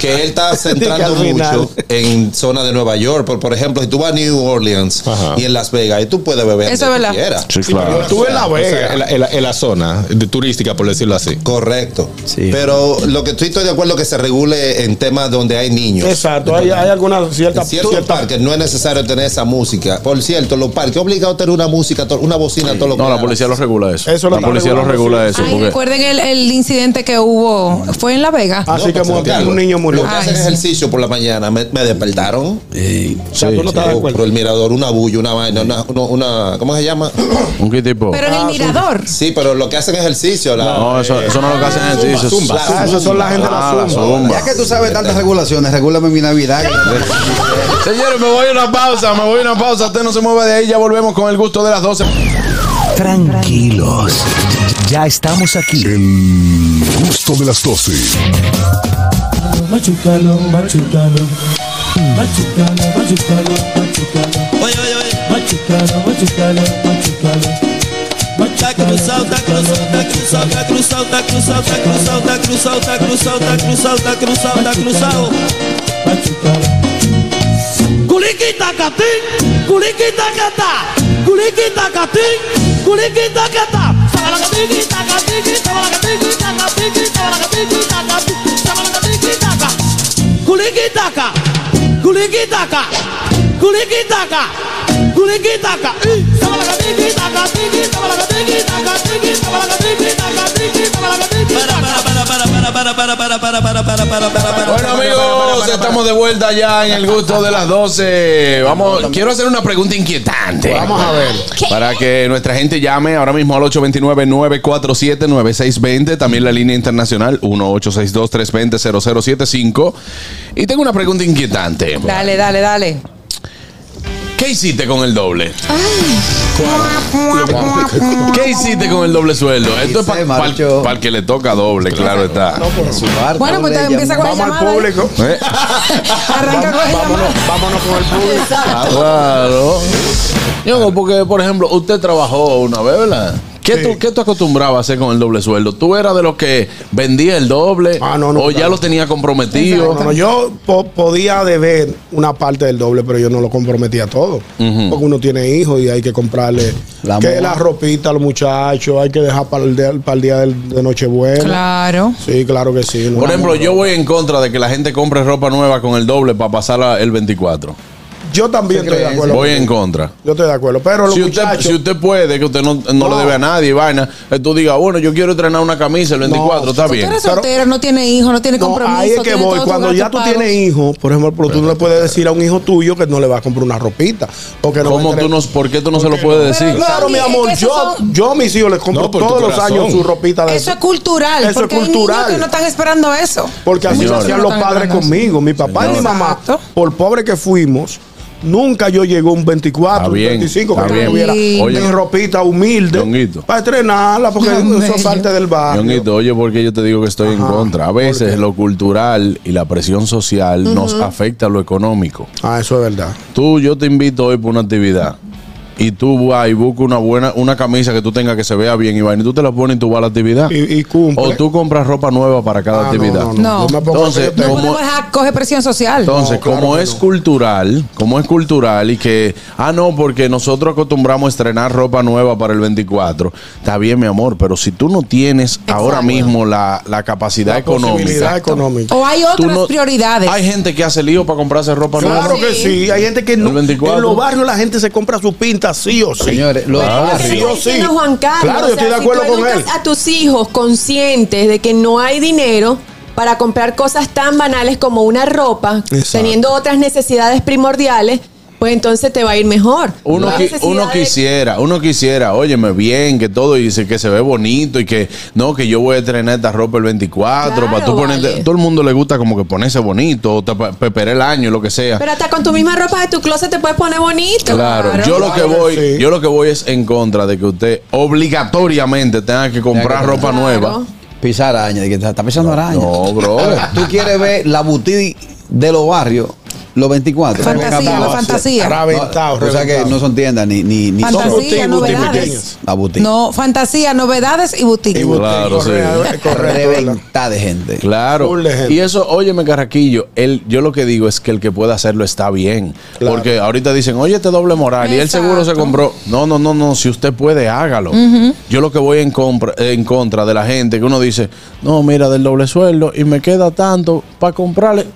Speaker 11: que él está centrando
Speaker 4: Que al final.
Speaker 11: mucho en zona de Nueva York. Por, por ejemplo, si tú vas a New Orleans y en Las Vegas, y tú puedes beber
Speaker 7: Eso
Speaker 11: donde
Speaker 7: es
Speaker 11: tú
Speaker 7: verdad.
Speaker 11: quieras.
Speaker 8: Sí, claro.
Speaker 11: Tú en La
Speaker 8: O sea,
Speaker 11: Vega.
Speaker 8: en, la, en la- en la zona de turística, por decirlo así.
Speaker 11: Correcto. Pero lo que estoy, estoy de acuerdo que se regule en temas donde hay niños.
Speaker 4: Exacto, hay, hay alguna cierta.
Speaker 11: En ciertos parques no es necesario tener esa música. Por cierto, los parques obligado a tener una música, to- una bocina, todo lo que
Speaker 3: No, la
Speaker 11: hagas.
Speaker 3: policía lo regula eso.
Speaker 11: Eso lo
Speaker 3: la
Speaker 11: está
Speaker 3: policía lo
Speaker 11: regulando,
Speaker 3: regula
Speaker 11: sí.
Speaker 3: eso.
Speaker 11: Ay,
Speaker 3: porque-
Speaker 5: Recuerden el, el incidente que hubo. ¿Fue en La Vega?
Speaker 11: No, pues, Santiago, Los que
Speaker 5: Ay,
Speaker 11: hacen
Speaker 5: sí.
Speaker 11: ejercicio por la mañana me, me despertaron.
Speaker 4: sea, tú no estás de acuerdo.
Speaker 11: Por el mirador, una bulla, una vaina, una, una, una- ¿cómo se llama?
Speaker 3: ¿Un qué tipo?
Speaker 5: Pero en el mirador.
Speaker 11: Ah, Sí, pero lo que hacen ejercicio. La,
Speaker 3: No, eso, eso no es lo que hacen en el
Speaker 11: Zumba, zumba. Ah, eso son la gente de la
Speaker 3: Ah, la
Speaker 11: zumba.
Speaker 3: zumba.
Speaker 6: Ya que tú sabes tantas regulaciones, regúlame mi Navidad.
Speaker 3: Señores, me voy a una pausa, me voy a una pausa. Usted no se mueva de ahí, ya volvemos con el gusto de las 12.
Speaker 16: Tranquilos, ya estamos aquí. El gusto de las 12.
Speaker 2: Machucalo, machucalo. Machucalo, machucalo, machucalo. Oye, oye, oye. Machucalo, machucalo, machucalo. Tá cruzado, tá cruzado, tá cruzado, tá cruzado, tá cruzado, tá cruzado, tá cruzado, tá cruzado, tá cruzado, tá cruzado, tá cruzado. Culiquita catim, culiquita catá, culiquita catim, culiquita catá. Sabalacatica, catica, sabalacatica, catica, sabalacatica, catica, sabalacatica, catica. Kulikitaka, kulikitaka, kulikitaka, kulikitaka. Ih, sabalagatikitaka, tiki, sabalagatikitaka, tiki, sabalagatikitaka, tiki, sabalagatikitaka.
Speaker 3: Bueno, amigos, estamos de vuelta ya en el gusto de las 12. Vamos, quiero hacer una pregunta inquietante. Vamos a ver. Para que nuestra gente llame ahora mismo al 829-947-9620. También la línea internacional 1862-320-0075. Y tengo una pregunta inquietante.
Speaker 5: Dale, dale, dale.
Speaker 3: ¿Qué hiciste con el doble?
Speaker 5: Ay.
Speaker 3: ¿Qué hiciste con el doble sueldo? Esto es para el que le toca doble, claro está.
Speaker 5: Bueno, pues te empieza con la
Speaker 4: Vamos al
Speaker 5: llamada.
Speaker 4: público.
Speaker 3: ¿Eh?
Speaker 5: Arranca con la llamada.
Speaker 4: Vámonos con el público.
Speaker 3: Claro. Yo, porque, por ejemplo, usted trabajó una vez, ¿verdad? ¿Qué, tú, ¿Qué tú acostumbrabas a hacer con el doble sueldo? ¿Tú eras de los que vendía el doble?
Speaker 4: Ah,
Speaker 3: ¿O ya lo tenía comprometido?
Speaker 4: No, no, yo po- podía deber una parte del doble, pero yo no lo comprometía todo.
Speaker 3: Ujú.
Speaker 4: Porque uno tiene hijos y hay que comprarle
Speaker 3: La
Speaker 4: que
Speaker 3: moda.
Speaker 4: la ropita a los muchachos, hay que dejar para el día, para el día del- de Nochebuena.
Speaker 5: Claro.
Speaker 4: Sí, claro que sí. no,
Speaker 3: Por ejemplo,
Speaker 4: no,
Speaker 3: yo voy en contra de que la gente compre ropa nueva con el doble para pasar el 24.
Speaker 4: yo también estoy de acuerdo.
Speaker 3: Voy
Speaker 4: con-
Speaker 3: en contra.
Speaker 4: Yo estoy de acuerdo. Pero los
Speaker 3: si, usted,
Speaker 4: muchachos.
Speaker 3: si usted puede, que usted no, no le debe a nadie, y vaina, eh, tú digas, bueno, yo quiero entrenar una camisa el 24, está
Speaker 5: Tú
Speaker 3: bien.
Speaker 5: eres soltero, no tiene hijos, no tiene compromiso.
Speaker 4: Ahí es que
Speaker 5: tiene
Speaker 4: voy.
Speaker 5: todo tu
Speaker 4: Cuando ya
Speaker 5: gasto
Speaker 4: tú
Speaker 5: pago.
Speaker 4: tienes hijos, por ejemplo, tú no le puedes decir a un hijo tuyo que no le va a comprar una ropita. O que no va a
Speaker 3: ¿Cómo
Speaker 4: entre-
Speaker 3: tú no, ¿Por qué tú no se lo puedes decir?
Speaker 4: Claro, mi amor, yo, yo a mis hijos les compro
Speaker 3: No, por tu
Speaker 4: todos los
Speaker 3: corazón.
Speaker 4: años su ropita de
Speaker 5: Eso es cultural.
Speaker 4: Eso es
Speaker 5: porque Hay
Speaker 4: cultural.
Speaker 5: niños que no están esperando eso.
Speaker 4: Porque así lo
Speaker 5: Señores.
Speaker 4: hacían los padres conmigo, mi papá y mi mamá. Por pobre que fuimos, nunca yo llegué a un 24,
Speaker 3: Está
Speaker 4: un
Speaker 3: Ah, bien,
Speaker 4: 25,
Speaker 3: está
Speaker 4: que yo
Speaker 3: bien.
Speaker 4: tuviera
Speaker 3: Oye.
Speaker 4: mi ropita humilde para estrenarla, porque eso es parte del barrio.
Speaker 3: Ñonguito, oye, porque yo te digo que estoy en contra. A veces lo cultural y la presión social nos
Speaker 4: Ujú.
Speaker 3: afecta a lo económico.
Speaker 4: Ah, eso es verdad.
Speaker 3: Tú, yo te invito hoy por una actividad. Y tú vas y buscas una buena, una camisa que tú tengas que se vea bien y vaina, y tú te la pones y tú vas a la actividad.
Speaker 4: Y, Ah,
Speaker 3: O tú compras ropa nueva para cada actividad.
Speaker 5: No,
Speaker 3: Entonces,
Speaker 5: no
Speaker 3: como,
Speaker 5: podemos dejar, coge presión social.
Speaker 3: Entonces, como es cultural, como es cultural y que, ah, no, porque nosotros acostumbramos a estrenar ropa nueva para el 24, está bien, mi amor, pero si tú no tienes ahora mismo la, la capacidad
Speaker 4: Posibilidad
Speaker 3: económica,
Speaker 4: económica.
Speaker 5: O hay
Speaker 3: tú
Speaker 5: otras
Speaker 3: no-
Speaker 5: prioridades.
Speaker 3: hay gente que hace lío para comprarse ropa nueva.
Speaker 4: Claro que sí, hay gente que
Speaker 3: El
Speaker 4: no.
Speaker 3: 24.
Speaker 4: En los barrios la gente se compra su pinta sí o sí. Ah,
Speaker 6: Señores,
Speaker 3: los barrios-
Speaker 4: sí o sí.
Speaker 7: Diciendo Juan Carlos,
Speaker 4: Claro, yo
Speaker 7: o sea,
Speaker 4: estoy de
Speaker 7: si
Speaker 4: acuerdo
Speaker 7: tú
Speaker 4: con él.
Speaker 7: educas a tus hijos conscientes de que no hay dinero para comprar cosas tan banales como una ropa, teniendo otras necesidades primordiales, pues entonces te va a ir mejor. No
Speaker 3: Uno,
Speaker 7: hay
Speaker 3: qui-
Speaker 7: necesidad
Speaker 3: uno
Speaker 7: de-
Speaker 3: quisiera, uno quisiera, óyeme bien, que todo y dice que se ve bonito y que no, que yo voy a estrenar esta ropa el 24 para tú ponerte- todo el mundo le gusta como que ponerse bonito, o tapa- peperar el año, lo que sea.
Speaker 7: Pero hasta con tu misma ropa de tu closet te puedes poner bonito.
Speaker 3: Claro, yo lo que voy, yo lo que voy es en contra de que usted obligatoriamente tenga que comprar ropa nueva.
Speaker 6: Pisar araña, de que está, está pisando araña.
Speaker 3: No, bro.
Speaker 6: Ahora, tú quieres ver la boutique de los barrios, los 24.
Speaker 5: Fantasía, la fantasía.
Speaker 6: Reventado, O sea que no son tiendas ni, ni, ni
Speaker 5: Fantasía,
Speaker 6: son-
Speaker 5: Boutique, boutique novedades. pequeñas.
Speaker 6: La boutique.
Speaker 5: No, fantasía, novedades y boutique.
Speaker 3: Claro, sí.
Speaker 6: Reventada de gente.
Speaker 3: Claro.
Speaker 6: Full de gente.
Speaker 3: Y eso, óyeme, Carraquillo, el, yo lo que digo es que el que pueda hacerlo está bien. Porque ahorita dicen, oye, este doble moral. Y él seguro se compró. No, no, no, no. Si usted puede, hágalo.
Speaker 15: Ujú.
Speaker 3: Yo lo que voy en, compra- en contra de la gente que uno dice, no, mira, del doble sueldo y me queda tanto para comprarle.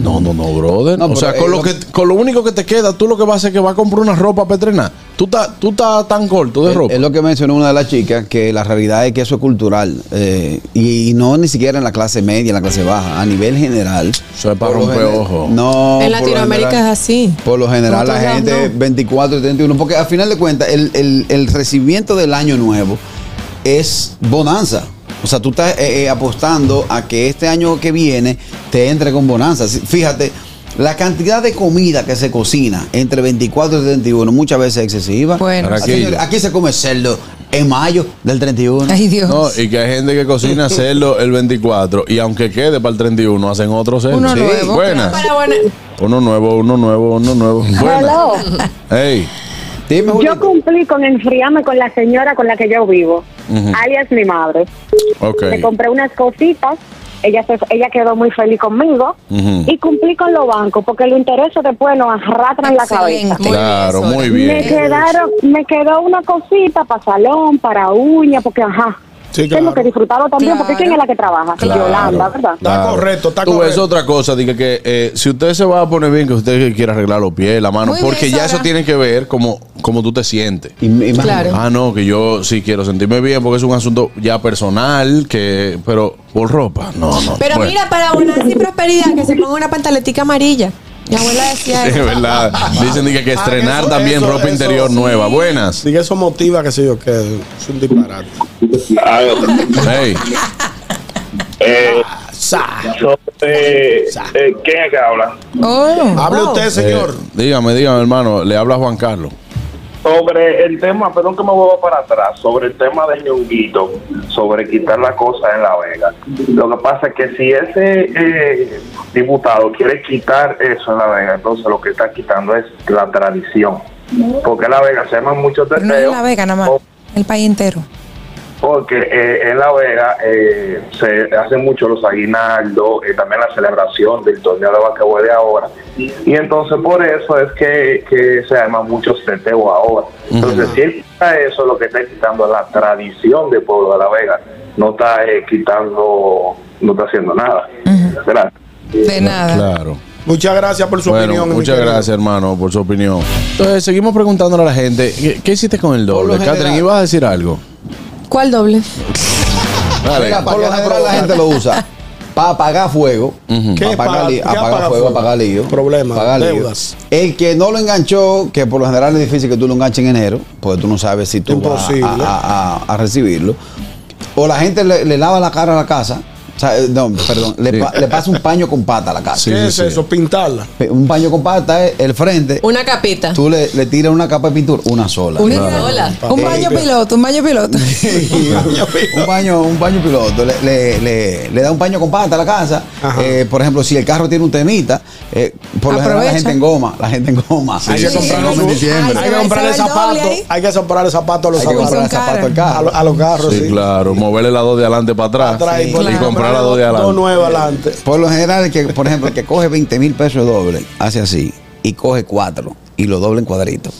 Speaker 3: No, no, no, brother.
Speaker 6: No,
Speaker 3: o sea,
Speaker 6: pero,
Speaker 3: con
Speaker 6: eh,
Speaker 3: lo, que, con lo único que te queda, tú lo que vas a hacer es que vas a comprar una ropa petrina. Tú estás tú estás tan corto de
Speaker 6: Es-
Speaker 3: ropa.
Speaker 6: Es lo que mencionó una de las chicas, que la realidad es que eso es cultural. eh, y, y no ni siquiera en la clase media, en la clase baja, a nivel general. Eso es
Speaker 3: para romper ojo.
Speaker 6: No.
Speaker 7: en
Speaker 6: por lo
Speaker 7: Latinoamérica
Speaker 6: general-
Speaker 7: es así.
Speaker 6: Por lo general, la
Speaker 7: Otros lados
Speaker 6: gente
Speaker 7: no.
Speaker 6: 24 y 31, porque al final de cuentas, el, el- el recibimiento del año nuevo es bonanza. O sea, tú estás eh, eh, apostando a que este año que viene te entre con bonanza. Si- Fíjate, la cantidad de comida que se cocina entre 24 y 31 muchas veces es excesiva.
Speaker 3: Bueno.
Speaker 6: Ah, señores, aquí se come cerdo en mayo del 31.
Speaker 3: No, y que hay gente que cocina cerdo el 24 y aunque quede para el 31 hacen otro cerdo.
Speaker 7: Uno
Speaker 3: Sí,
Speaker 7: nuevo.
Speaker 3: Buenas.
Speaker 7: Para buena-
Speaker 3: Uno nuevo, uno nuevo, uno nuevo. Buenas.
Speaker 14: Hello.
Speaker 3: Hey.
Speaker 14: Yo cumplí con enfriarme con la señora con la que yo vivo,
Speaker 3: Ujú.
Speaker 14: alias mi madre.
Speaker 3: Ok.
Speaker 14: Le compré unas cositas, ella se- ella quedó muy feliz conmigo
Speaker 3: Ujú.
Speaker 14: y cumplí con los bancos porque los intereses después nos arrastran la cabeza.
Speaker 3: Claro, muy bien.
Speaker 14: Me quedaron, me quedó una cosita para salón, para uña, porque ajá.
Speaker 3: Sí,
Speaker 14: Tengo
Speaker 3: claro.
Speaker 14: que disfrutarlo también, porque ¿quién es la que trabaja?
Speaker 3: Claro.
Speaker 14: Yolanda, ¿verdad?
Speaker 3: Claro. Tú ves otra cosa, dije que eh, si usted se va a poner bien, que usted quiera arreglar los pies, la mano,
Speaker 14: Muy bien,
Speaker 3: porque ya
Speaker 14: Sara.
Speaker 3: eso tiene que ver como, como tú te sientes.
Speaker 7: Claro.
Speaker 3: Ah, no, que yo sí quiero sentirme bien porque es un asunto ya personal, que pero por ropa, no, no.
Speaker 7: Pero
Speaker 3: bueno.
Speaker 7: mira, para bonanza y prosperidad, que se ponga una pantaletica amarilla. Mi abuela decía
Speaker 3: Es
Speaker 7: eso.
Speaker 3: verdad. Dicen dije, que estrenar
Speaker 4: Ah,
Speaker 3: también ropa interior nueva. Buenas.
Speaker 4: Diga, eso motiva, que sé yo, que es un disparate. Ah.
Speaker 3: Hey.
Speaker 12: Eh, yo, eh, eh, ¿Quién es que habla?
Speaker 5: Oh.
Speaker 4: Hable usted, señor.
Speaker 3: Eh, dígame, dígame, hermano. Le habla Juan Carlos.
Speaker 12: Sobre el tema, perdón que me vuelva para atrás, sobre el tema de ñonguito, sobre quitar la cosa en La Vega. Lo que pasa es que si ese eh, diputado quiere quitar eso en La Vega, entonces lo que está quitando es la tradición. Porque en La Vega se llaman muchos
Speaker 5: Pero no es en
Speaker 12: teteos,
Speaker 5: La Vega nada más, el país entero.
Speaker 12: porque eh, en La Vega eh, se hacen mucho los aguinaldos, eh, también la celebración del torneo de basquetbol de ahora. Y entonces por eso es que, que se llaman muchos teteos ahora. Entonces, si él quita eso, lo que está quitando es la tradición del pueblo de La Vega. No está eh, quitando, no está haciendo nada. Gracias.
Speaker 5: De nada.
Speaker 3: Claro.
Speaker 4: Muchas gracias por su
Speaker 3: Bueno,
Speaker 4: opinión. mi
Speaker 3: muchas
Speaker 4: querido.
Speaker 3: gracias, hermano, por su opinión. Entonces, seguimos preguntándole a la gente, ¿qué, qué hiciste con el doble?
Speaker 7: general.
Speaker 3: Catherine, ¿ibas a decir algo?
Speaker 7: ¿Cuál doble?
Speaker 3: Dale.
Speaker 6: Mira, por lo general la gente lo usa para apagar fuego.
Speaker 4: ¿Qué
Speaker 6: Para apagar,
Speaker 4: apaga-
Speaker 6: li-
Speaker 4: qué
Speaker 6: apagar
Speaker 4: apaga
Speaker 6: fuego,
Speaker 4: fuego?
Speaker 6: apagar lío.
Speaker 4: Problemas,
Speaker 6: apagar lío.
Speaker 4: deudas.
Speaker 6: El que no lo enganchó, que por lo general es difícil que tú lo enganches en enero, porque tú no sabes si tú vas a,
Speaker 4: Imposible.
Speaker 6: a- a- a recibirlo. O la gente le, le lava la cara a la casa. O sea, eh, no, perdón, le, pa- le pasa un paño con pata a la casa.
Speaker 4: ¿Qué es eso? Pintarla.
Speaker 6: Pe- Un paño con pata es el frente.
Speaker 7: Una capita.
Speaker 6: Tú le, le tiras una capa de pintura, una sola. Eh,
Speaker 5: Una sola. Un baño piloto, un baño piloto.
Speaker 6: un baño, un baño piloto, le, le- le- le da un baño con pata a la casa. Eh, por ejemplo, si el carro tiene un temita, eh, por lo general la
Speaker 4: Aprovecha.
Speaker 6: gente en goma, la gente en goma.
Speaker 4: Hay que comprar
Speaker 6: en diciembre.
Speaker 4: Hay que comprarle zapatos. Hay que comprarle zapatos a los
Speaker 6: Hay que comprarle
Speaker 4: zapatos.
Speaker 6: zapatos al carro.
Speaker 4: A, lo- a los carros,
Speaker 3: Sí,
Speaker 4: sí.
Speaker 3: claro. Moverle las dos de adelante para atrás.
Speaker 4: atrás y
Speaker 3: y
Speaker 4: ponerle-
Speaker 3: comprar las dos de adelante.
Speaker 4: Todo nuevo adelante.
Speaker 6: Por lo general, el que, por ejemplo, el que coge 20 mil pesos doble, hace así, y coge cuatro, y lo doble en cuadritos.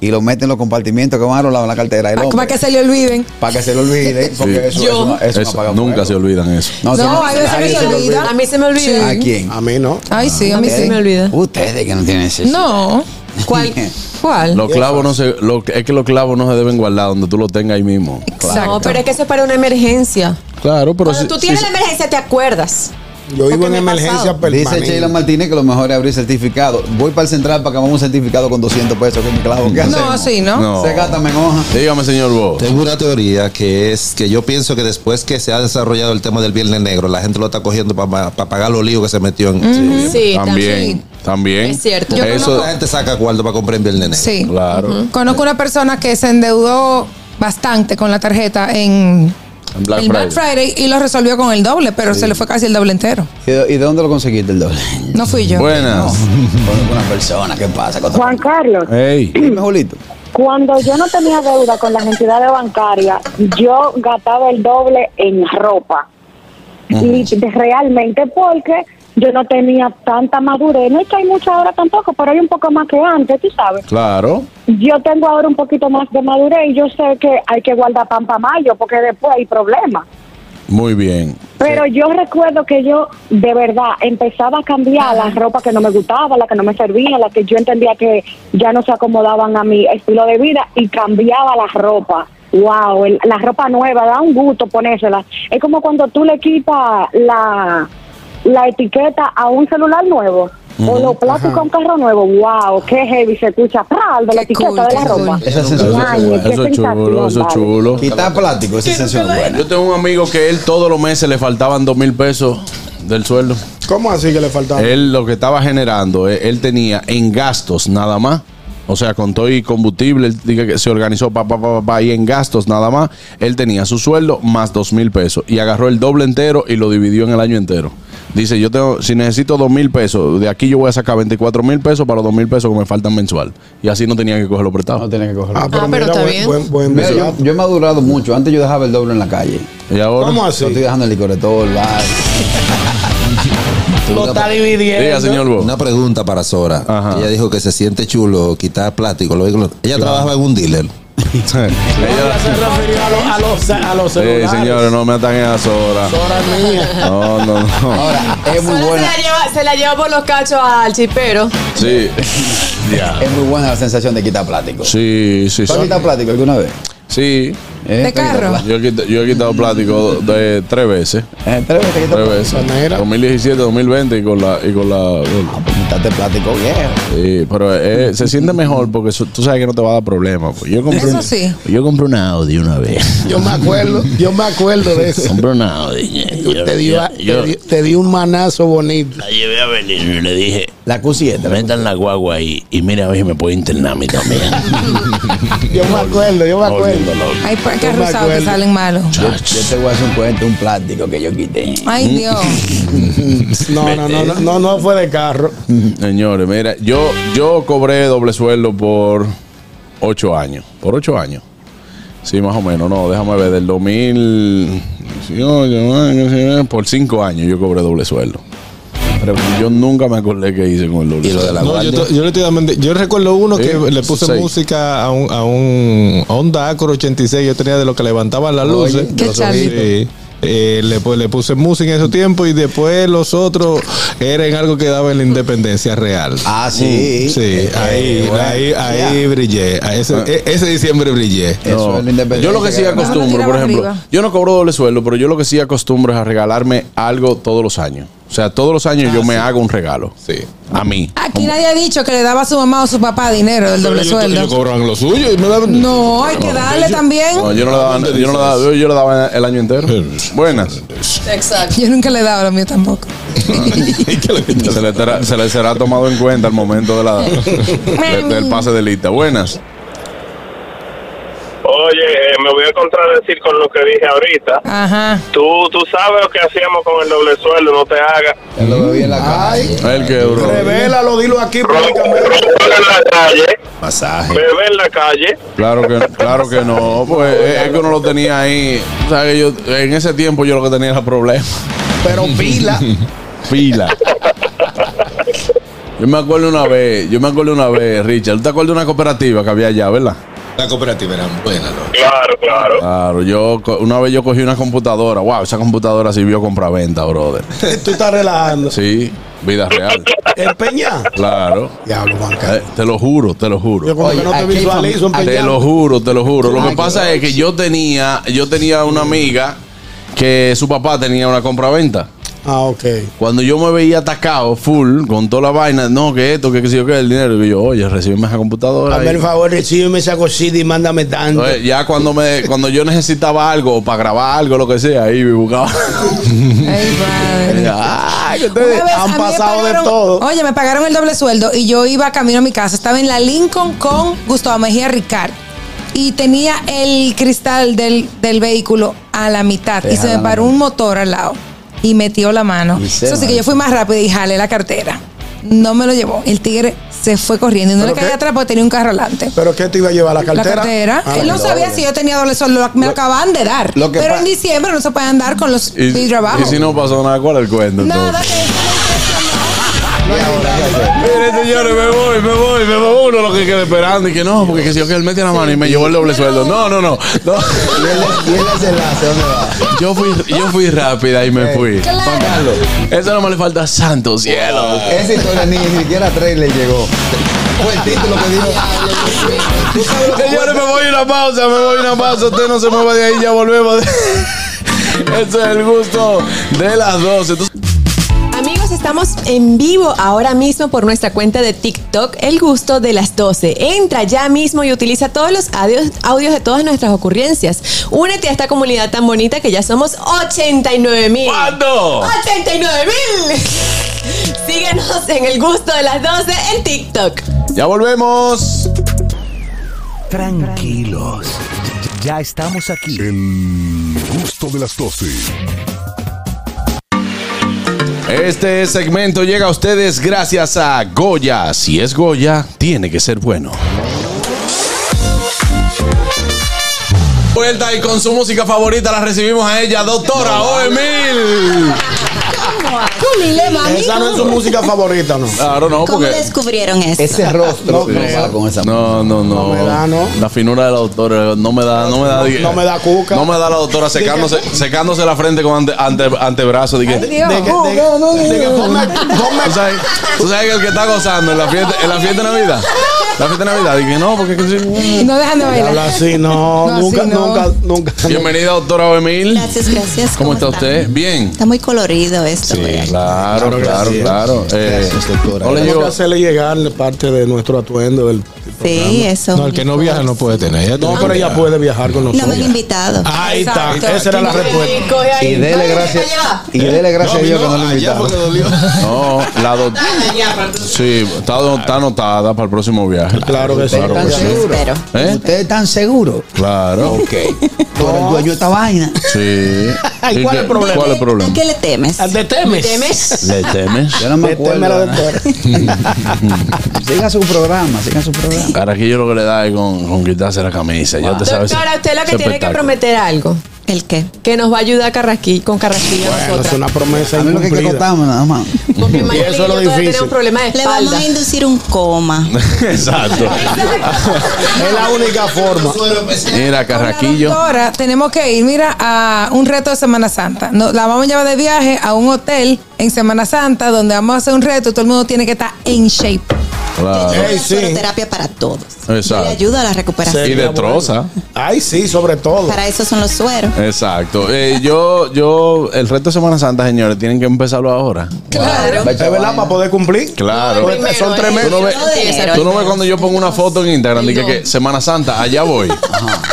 Speaker 6: Y lo mete en los compartimientos que van a los lados de la cartera. El hombre,
Speaker 5: Para que se le olviden.
Speaker 6: para que se lo olvide, porque eso,
Speaker 3: Sí.
Speaker 5: Ah, Yo.
Speaker 6: eso no- eso no
Speaker 3: Eso,
Speaker 6: apaga
Speaker 3: nunca se olvidan eso.
Speaker 6: No,
Speaker 5: No, a veces me se olvida.
Speaker 7: A mí se me olvida.
Speaker 6: ¿A quién?
Speaker 4: A mí no.
Speaker 5: Ay, sí, a mí
Speaker 6: Ustedes-
Speaker 5: sí.
Speaker 6: Ustedes que no tienen ese.
Speaker 5: No. ¿Cuál? ¿Cuál?
Speaker 3: Los clavos no se, lo- es que los clavos no se deben guardar donde tú los tengas ahí mismo.
Speaker 7: No, pero es que eso es para una emergencia.
Speaker 3: Claro, pero
Speaker 7: Cuando
Speaker 3: si-
Speaker 7: tú tienes
Speaker 3: si-
Speaker 7: la emergencia, te acuerdas.
Speaker 4: Yo vivo en emergencia permanente.
Speaker 6: Dice Sheila Martínez que lo mejor es abrir certificado. Voy para el central para que me hagan un certificado con 200 pesos que me clavo. ¿Qué
Speaker 5: No,
Speaker 6: hacemos?
Speaker 5: sí, ¿no?
Speaker 6: Se gasta en hoja.
Speaker 3: Dígame, señor Bo.
Speaker 11: Tengo una teoría que es que yo pienso que después que se ha desarrollado el tema del Viernes Negro, la gente lo está cogiendo para pagar los líos que se metió en.
Speaker 7: Ujú. Sí,
Speaker 3: También, también.
Speaker 7: Es cierto. Yo
Speaker 3: Eso,
Speaker 11: La gente saca cuarto para comprar en Viernes Negro.
Speaker 5: Sí.
Speaker 3: Claro.
Speaker 5: Conozco una persona que se endeudó bastante con la tarjeta en
Speaker 3: En Black
Speaker 5: el Black
Speaker 3: Friday.
Speaker 5: Friday y lo resolvió con el doble, pero se le fue casi el doble entero.
Speaker 6: ¿Y de, y de dónde lo conseguiste el doble?
Speaker 5: No fui yo.
Speaker 3: Buenas.
Speaker 6: Con una persona, ¿qué pasa? Con
Speaker 14: Juan Carlos,
Speaker 3: Ey.
Speaker 6: Dime, Julito.
Speaker 14: cuando yo no tenía deuda con las entidades bancarias, yo gastaba el doble en ropa. Li- Realmente porque yo no tenía tanta madurez. No es que hay mucha ahora tampoco, pero hay un poco más que antes, tú sabes.
Speaker 3: Claro.
Speaker 14: Yo tengo ahora un poquito más de madurez y yo sé que hay que guardar pan para mayo porque después hay problemas.
Speaker 3: Muy bien.
Speaker 14: Pero yo recuerdo que yo de verdad empezaba a cambiar la ropa que no me gustaba, la que no me servía, la que yo entendía que ya no se acomodaban a mi estilo de vida y cambiaba la ropa. Wow, el- la ropa nueva da un gusto ponérsela. Es como cuando tú le quitas la, la etiqueta a un celular nuevo. O lo plásticos a un carro nuevo, wow, qué heavy se escucha, ¡pral! de la etiqueta de la ropa.
Speaker 6: Esa es
Speaker 14: Ay,
Speaker 6: sensación.
Speaker 14: qué
Speaker 3: Eso es chulo,
Speaker 14: sensación,
Speaker 3: eso es
Speaker 14: vale.
Speaker 3: chulo.
Speaker 6: Quitar plástico, esa sensación es buena.
Speaker 3: Yo tengo un amigo que él todos los meses le faltaban dos mil pesos del sueldo.
Speaker 4: ¿Cómo así que le faltaba?
Speaker 3: Él lo que estaba generando, eh, él tenía en gastos nada más. O sea, con todo y combustible, él diga que se organizó pa, pa, pa, pa, pa, y en gastos nada más. Él tenía su sueldo más dos mil pesos y agarró el doble entero y lo dividió en el año entero. Dice, yo tengo, si necesito dos mil pesos, de aquí yo voy a sacar 24 mil pesos para los dos mil pesos que me faltan mensual. Y así no tenía que cogerlo prestado.
Speaker 6: No tenía que cogerlo.
Speaker 4: Ah, pero, mira, buen- buen- buen
Speaker 6: Mira, yo,
Speaker 4: dato.
Speaker 6: yo he madurado mucho. Antes yo dejaba el doble en la calle.
Speaker 3: Y ahora.
Speaker 4: ¿Cómo así?
Speaker 6: Yo estoy dejando el licoretol, el bar.
Speaker 11: Lo está
Speaker 3: dividiendo. Diga, señor Bo.
Speaker 11: Una pregunta para Sora.
Speaker 3: Ajá.
Speaker 11: Ella dijo que se siente chulo quitar plástico. Lo digo, ella trabajaba en un dealer.
Speaker 4: Ella se refirió a, los- a los, a los
Speaker 3: Sí,
Speaker 4: celulares.
Speaker 3: señores, no me ataquen a Sora.
Speaker 4: Sora mía.
Speaker 3: No, no, no.
Speaker 6: Ahora, es muy
Speaker 7: Solo se
Speaker 6: buena.
Speaker 7: la, lleva, se la lleva por los cachos al chipero.
Speaker 3: Sí. Ya.
Speaker 6: Es muy buena la sensación de quitar plástico.
Speaker 3: Sí, sí,
Speaker 6: ¿Tú has
Speaker 3: sí.
Speaker 6: quitado plástico alguna vez?
Speaker 3: Sí.
Speaker 6: ¿Eh?
Speaker 5: ¿De
Speaker 6: ¿Tú has quitado
Speaker 5: carro?
Speaker 6: plástico?
Speaker 3: Yo he quitado, yo he quitado plástico de tres veces.
Speaker 6: Eh, ¿Tres veces te Pues quitas
Speaker 3: Tres
Speaker 6: plástico?
Speaker 3: veces.
Speaker 4: Manera.
Speaker 3: 2017, 2020 y con la. Y con la con-
Speaker 6: Ah, pues Quitaste plástico, viejo.
Speaker 3: sí, pero eh, se siente mejor porque su- tú sabes que no te va a dar problema. pues. Yo compré,
Speaker 5: Eso
Speaker 3: un-
Speaker 5: sí.
Speaker 3: yo compré una Audi una vez.
Speaker 4: Yo me acuerdo, yo me acuerdo de eso.
Speaker 3: Compré una Audi. Yo-
Speaker 4: Te di,
Speaker 10: yo- yo-
Speaker 4: te di- te di un manazo bonito.
Speaker 10: La llevé a Belice y le dije,
Speaker 6: La Q7. ¿no?
Speaker 10: metan la guagua ahí y mira a ver si me puede internar a mí también.
Speaker 4: Yo me acuerdo, yo me acuerdo.
Speaker 5: Hay
Speaker 4: Yo
Speaker 5: carros
Speaker 4: me
Speaker 5: usados que
Speaker 4: acuerdo.
Speaker 5: salen malos.
Speaker 6: Yo, yo te voy a hacer un cuento, un plástico que yo quité.
Speaker 5: Ay,
Speaker 3: Mm.
Speaker 5: Dios.
Speaker 4: No, no, no, no, no, no fue de carro.
Speaker 3: Señores, mira, yo, yo cobré doble sueldo por ocho años. Por ocho años. Sí, más o menos, no, déjame ver, del 2018, por cinco años yo cobré doble sueldo. Pero yo nunca me acordé que hice con el doble
Speaker 11: Y lo de
Speaker 3: sueldo.
Speaker 11: la
Speaker 8: No, yo,
Speaker 11: guardia.
Speaker 8: to- yo le estoy dando- yo recuerdo uno que
Speaker 3: Sí,
Speaker 8: le puse
Speaker 3: seis.
Speaker 8: música a un, a un Honda Accord 86. Yo tenía de lo que levantaban las
Speaker 6: Oye,
Speaker 8: luces.
Speaker 5: qué charlito.
Speaker 8: Sí. Eh, le, pu- le puse música en esos tiempos y después los otros eran algo que daba en la independencia real. Mm,
Speaker 6: Ah, sí.
Speaker 8: Sí,
Speaker 6: Eh,
Speaker 8: ahí,
Speaker 6: bueno,
Speaker 8: ahí,
Speaker 6: ya.
Speaker 8: ahí brillé. A
Speaker 3: Ah.
Speaker 8: Ese, e- ese diciembre brillé.
Speaker 6: Eso es la independencia
Speaker 3: Yo lo que sí
Speaker 6: que
Speaker 5: ganamos. Uno
Speaker 3: acostumbro, por
Speaker 5: tiraba
Speaker 3: ejemplo,
Speaker 5: arriba.
Speaker 3: yo no cobro doble sueldo, pero yo lo que sí acostumbro es a regalarme algo todos los años. O sea, todos los años yo me hago un regalo.
Speaker 8: Sí.
Speaker 3: A mí.
Speaker 5: Aquí nadie ha dicho que le daba a su mamá o su papá dinero del doble
Speaker 8: Yo- Yo,
Speaker 5: sueldo.
Speaker 8: cobraban lo suyo y me daban.
Speaker 5: No, hay que darle también.
Speaker 3: No, yo no le daba, yo no le daba- yo le daba el año entero. Buenas.
Speaker 7: Exacto.
Speaker 5: Yo nunca le he dado lo mío tampoco.
Speaker 3: Se le, terá- se le será tomado en cuenta el momento de la, de- del pase de lista. Buenas.
Speaker 12: Oye, eh, me voy a contradecir con lo que dije ahorita.
Speaker 5: Ajá.
Speaker 12: Tú, tú sabes lo que hacíamos con el doble sueldo, no te hagas.
Speaker 6: Él lo bebí en la calle.
Speaker 3: El que duró.
Speaker 4: Revélalo, dilo aquí públicamente.
Speaker 12: Beber en la calle,
Speaker 11: Pasaje.
Speaker 12: beber en la calle.
Speaker 3: Claro que, claro que no, pues es, es que uno lo tenía ahí. O sea, que yo, en ese tiempo yo lo que tenía era problema.
Speaker 4: Pero pila.
Speaker 3: Pila. Yo me acuerdo una vez, yo me acuerdo una vez, Richard, ¿tú te acuerdas de una cooperativa que había allá, verdad?
Speaker 11: La cooperativa era buena, ¿no?
Speaker 12: Claro, claro.
Speaker 3: Claro, yo co- una vez yo cogí una computadora, wow, esa computadora sirvió compra-venta, brother.
Speaker 4: Tú estás relajando.
Speaker 3: Sí, vida real.
Speaker 4: Empeña.
Speaker 3: Claro.
Speaker 4: Diablo, Juan Carlos.
Speaker 3: Eh, Te lo juro, te lo juro.
Speaker 4: Yo como
Speaker 6: Oye,
Speaker 4: que no te
Speaker 6: aquí hay
Speaker 4: visualizo
Speaker 6: fam-
Speaker 3: Te
Speaker 4: empeñando.
Speaker 3: lo juro, te lo juro. Lo
Speaker 6: Ay,
Speaker 3: que
Speaker 6: qué
Speaker 3: pasa es que yo tenía, yo tenía una amiga que su papá tenía una compraventa. Ah, ok. Cuando yo me veía atacado, full, con toda la vaina, no, que esto, que qué sé yo, que el dinero, y yo, oye, recibeme esa computadora.
Speaker 17: Hazme
Speaker 3: ahí.
Speaker 17: el favor, recíbeme esa cosita y mándame tanto.
Speaker 3: Entonces, ya cuando me cuando yo necesitaba algo, para grabar algo, lo que sea, ahí me buscaba. Ya, ay, que ustedes
Speaker 5: Una vez a
Speaker 3: han
Speaker 5: mí me
Speaker 3: pasado de
Speaker 5: pagaron-
Speaker 3: todo.
Speaker 5: Oye, me pagaron el doble sueldo y yo iba camino a mi casa. Estaba en la Lincoln con Gustavo Mejía Ricard. Y tenía el cristal del, del vehículo a la mitad. y se
Speaker 18: Déjala,
Speaker 5: me paró un motor al lado. Y metió la mano.
Speaker 18: Y se
Speaker 5: Eso sí que
Speaker 18: marchó.
Speaker 5: yo fui más rápido y jalé la cartera. No me lo llevó. El tigre se fue corriendo. Y no le
Speaker 4: ¿Pero
Speaker 5: caí
Speaker 4: qué?
Speaker 5: atrás porque tenía un carro adelante.
Speaker 4: ¿Pero qué te iba a llevar? ¿La cartera?
Speaker 5: La cartera.
Speaker 4: Ah,
Speaker 5: Él no
Speaker 4: bueno.
Speaker 5: sabía si yo tenía doble sueldo. lo- Me lo acababan de dar.
Speaker 3: Lo que
Speaker 5: Pero
Speaker 3: pa-
Speaker 5: en diciembre no se puede andar con los
Speaker 3: Y,
Speaker 5: vidrios abajo.
Speaker 3: y si no pasó nada, ¿cuál es el cuento?
Speaker 5: Nada,
Speaker 3: entonces? Miren, señores, me voy, me voy, me voy uno lo que quede esperando. Y que no, porque que si yo que él mete la mano y me llevó el doble sueldo. No, no, no. no.
Speaker 6: ¿Y él hace enlace? ¿Dónde va?
Speaker 3: Yo fui, yo fui rápida y me fui. Juan Carlos, eso nomás le falta a santo cielo.
Speaker 6: Esa historia ni, ni siquiera a tres le llegó. Fue el título que dijo.
Speaker 3: Señores, me voy a una pausa, me voy a una pausa. Usted no se mueva de ahí, ya volvemos. Eso es el gusto de las 12. Entonces-
Speaker 7: Amigos, estamos en vivo ahora mismo por nuestra cuenta de TikTok, El Gusto de las 12. Entra ya mismo y utiliza todos los adios- audios de todas nuestras ocurrencias. Únete a esta comunidad tan bonita que ya somos 89 mil.
Speaker 3: ¿Cuánto?
Speaker 7: 89 mil. Síguenos en El Gusto de las 12 en TikTok.
Speaker 3: ya volvemos.
Speaker 1: Tranquilos. Ya estamos aquí. El gusto de las 12.
Speaker 3: Este segmento llega a ustedes gracias a Goya. Si es Goya, tiene que ser bueno. Vuelta y con su música favorita la recibimos a ella, doctora Oemil.
Speaker 19: Humilde, mami.
Speaker 4: Esa no es su música favorita, ¿no?
Speaker 3: Claro, no,
Speaker 19: ¿Cómo
Speaker 3: porque.
Speaker 19: descubrieron eso?
Speaker 3: No, no, no, no.
Speaker 4: No me da, ¿no?
Speaker 3: La finura de la doctora no me da, no me da.
Speaker 4: No- no me da cuca.
Speaker 3: No me da la doctora secándose, secándose la frente con ante- ante- antebrazo. de que-
Speaker 4: De que- de- de que ponme- ponme-
Speaker 3: ¿Tú sabes, tú sabes que el que está gozando en la fiesta, en la fiesta de Navidad. La fiesta de Navidad. Dije, no, porque.
Speaker 5: Y no dejan de bailar.
Speaker 4: Habla así, no,
Speaker 5: No, así
Speaker 4: nunca,
Speaker 5: no.
Speaker 4: nunca, nunca.
Speaker 3: Bienvenida, doctora Oemil.
Speaker 19: Gracias, gracias.
Speaker 3: ¿Cómo, está usted? Bien.
Speaker 19: Está muy colorido esto. güey.
Speaker 3: Claro,
Speaker 4: Claro que
Speaker 3: claro,
Speaker 4: sí.
Speaker 3: claro. Eh,
Speaker 4: No le que hacerle llegar parte de nuestro atuendo del
Speaker 19: Sí, eso.
Speaker 8: No, el que no viaja no puede tener.
Speaker 4: No, pero ella puede viajar con
Speaker 19: No
Speaker 4: nosotros.
Speaker 19: me han invitado.
Speaker 4: Ahí está, esa era la respuesta.
Speaker 6: Y dele gracias. Y dele gracias a Dios que no le invitaron.
Speaker 3: No, la doctora. Sí, está, está anotada para el próximo viaje. Claro que
Speaker 18: ¿Están
Speaker 3: sí.
Speaker 18: seguros?
Speaker 3: ¿Eh?
Speaker 18: ¿Ustedes están seguros?
Speaker 3: Claro. Ok.
Speaker 18: Tú eres el dueño de esta vaina.
Speaker 3: Sí.
Speaker 18: Ay,
Speaker 3: ¿Y
Speaker 18: ¿cuál
Speaker 3: qué-
Speaker 18: es el problema?
Speaker 3: ¿Cuál es el problema?
Speaker 19: ¿Qué le temes? ¿Le
Speaker 18: temes?
Speaker 19: temes?
Speaker 3: ¿Le temes?
Speaker 6: Yo no me acuerdo. de nada.
Speaker 18: Siga su programa, siga su programa.
Speaker 3: Ahora que yo lo que le da es con, con quitarse la camisa. Ya te sabes.
Speaker 7: Doctora, usted lo que
Speaker 3: ese
Speaker 7: tiene que
Speaker 3: espectáculo.
Speaker 7: prometer algo.
Speaker 19: ¿El qué?
Speaker 7: Que nos va a ayudar Carrasquilla, con Carrasquilla a
Speaker 4: Bueno, es
Speaker 7: nosotras.
Speaker 4: una promesa
Speaker 18: A mí lo que hay que
Speaker 4: incumplida.
Speaker 18: contarme nada más.
Speaker 7: Maylin
Speaker 4: eso es lo
Speaker 7: y yo todavía
Speaker 4: difícil.
Speaker 7: tenemos un problema de
Speaker 19: Le vamos
Speaker 7: espalda.
Speaker 19: a inducir un coma.
Speaker 3: Exacto.
Speaker 4: Es la única forma.
Speaker 3: Mira, Carraquillo.
Speaker 5: Ahora tenemos que ir, mira, a un reto de Semana Santa. Nos, la vamos a llevar de viaje a un hotel en Semana Santa donde vamos a hacer un reto y todo el mundo tiene que estar en shape.
Speaker 3: Claro.
Speaker 4: Ey, sí.
Speaker 19: Terapia para todos. Le
Speaker 3: Exacto.
Speaker 19: ayuda a la recuperación.
Speaker 3: Y destroza.
Speaker 4: Ay, sí, sobre todo.
Speaker 19: Para eso son los sueros.
Speaker 3: Exacto. Eh, yo, yo, el resto de Semana Santa, señores, tienen que empezarlo ahora.
Speaker 19: Claro.
Speaker 4: Es verdad, para poder cumplir.
Speaker 3: Claro.
Speaker 4: Porque
Speaker 7: ¿eh?
Speaker 4: son tres meses.
Speaker 3: Tú no ves,
Speaker 4: Primero,
Speaker 3: tú no ves cuando yo pongo una foto en Instagram, dije que Semana Santa, allá voy.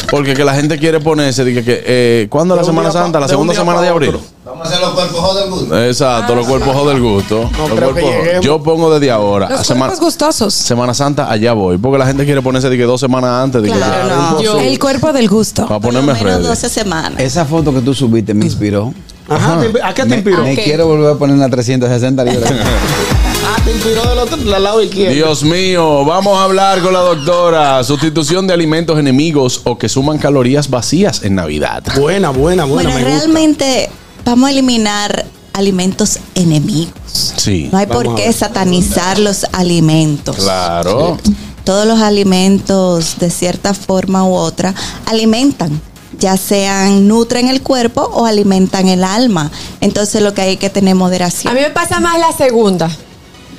Speaker 3: Porque que la gente quiere ponerse, dije que, eh, ¿cuándo la
Speaker 11: De un
Speaker 3: Semana
Speaker 11: día pa-
Speaker 3: Santa? La
Speaker 11: de un
Speaker 3: segunda
Speaker 11: día
Speaker 3: semana
Speaker 11: pa
Speaker 3: de abril.
Speaker 11: otro. Vamos a hacer los cuerpos del mundo.
Speaker 3: Exacto,
Speaker 19: Ah,
Speaker 3: los cuerpos del gusto. Los
Speaker 4: creo que
Speaker 3: cuerpos-
Speaker 4: lleguemos.
Speaker 3: yo pongo desde ahora.
Speaker 5: Los
Speaker 3: a semana,
Speaker 5: cuerpos gustosos.
Speaker 3: Semana Santa, allá voy. Porque la gente quiere ponerse de que dos semanas antes. De que
Speaker 19: Claro,
Speaker 3: ya.
Speaker 19: no. Yo-
Speaker 5: El cuerpo del gusto.
Speaker 3: Para ponerme
Speaker 19: Menos
Speaker 3: ready.
Speaker 19: 12 semanas.
Speaker 6: Esa foto que tú subiste me inspiró.
Speaker 4: Ajá, te- ¿a qué te
Speaker 6: Me-
Speaker 4: inspiró?
Speaker 6: Me
Speaker 4: Ok.
Speaker 6: quiero volver a poner la 360 libras.
Speaker 4: Ah, te inspiró del otro del lado izquierdo.
Speaker 3: Dios mío, vamos a hablar con la doctora. Sustitución de alimentos enemigos o que suman calorías vacías en Navidad.
Speaker 4: Buena, buena,
Speaker 19: Bueno, realmente vamos a eliminar alimentos enemigos.
Speaker 3: Sí.
Speaker 19: No hay por qué satanizar los alimentos.
Speaker 3: Claro.
Speaker 19: Todos los alimentos, de cierta forma u otra, alimentan, ya sean nutren el cuerpo o alimentan el alma. Entonces lo que hay que tener moderación.
Speaker 7: A mí me pasa más la segunda.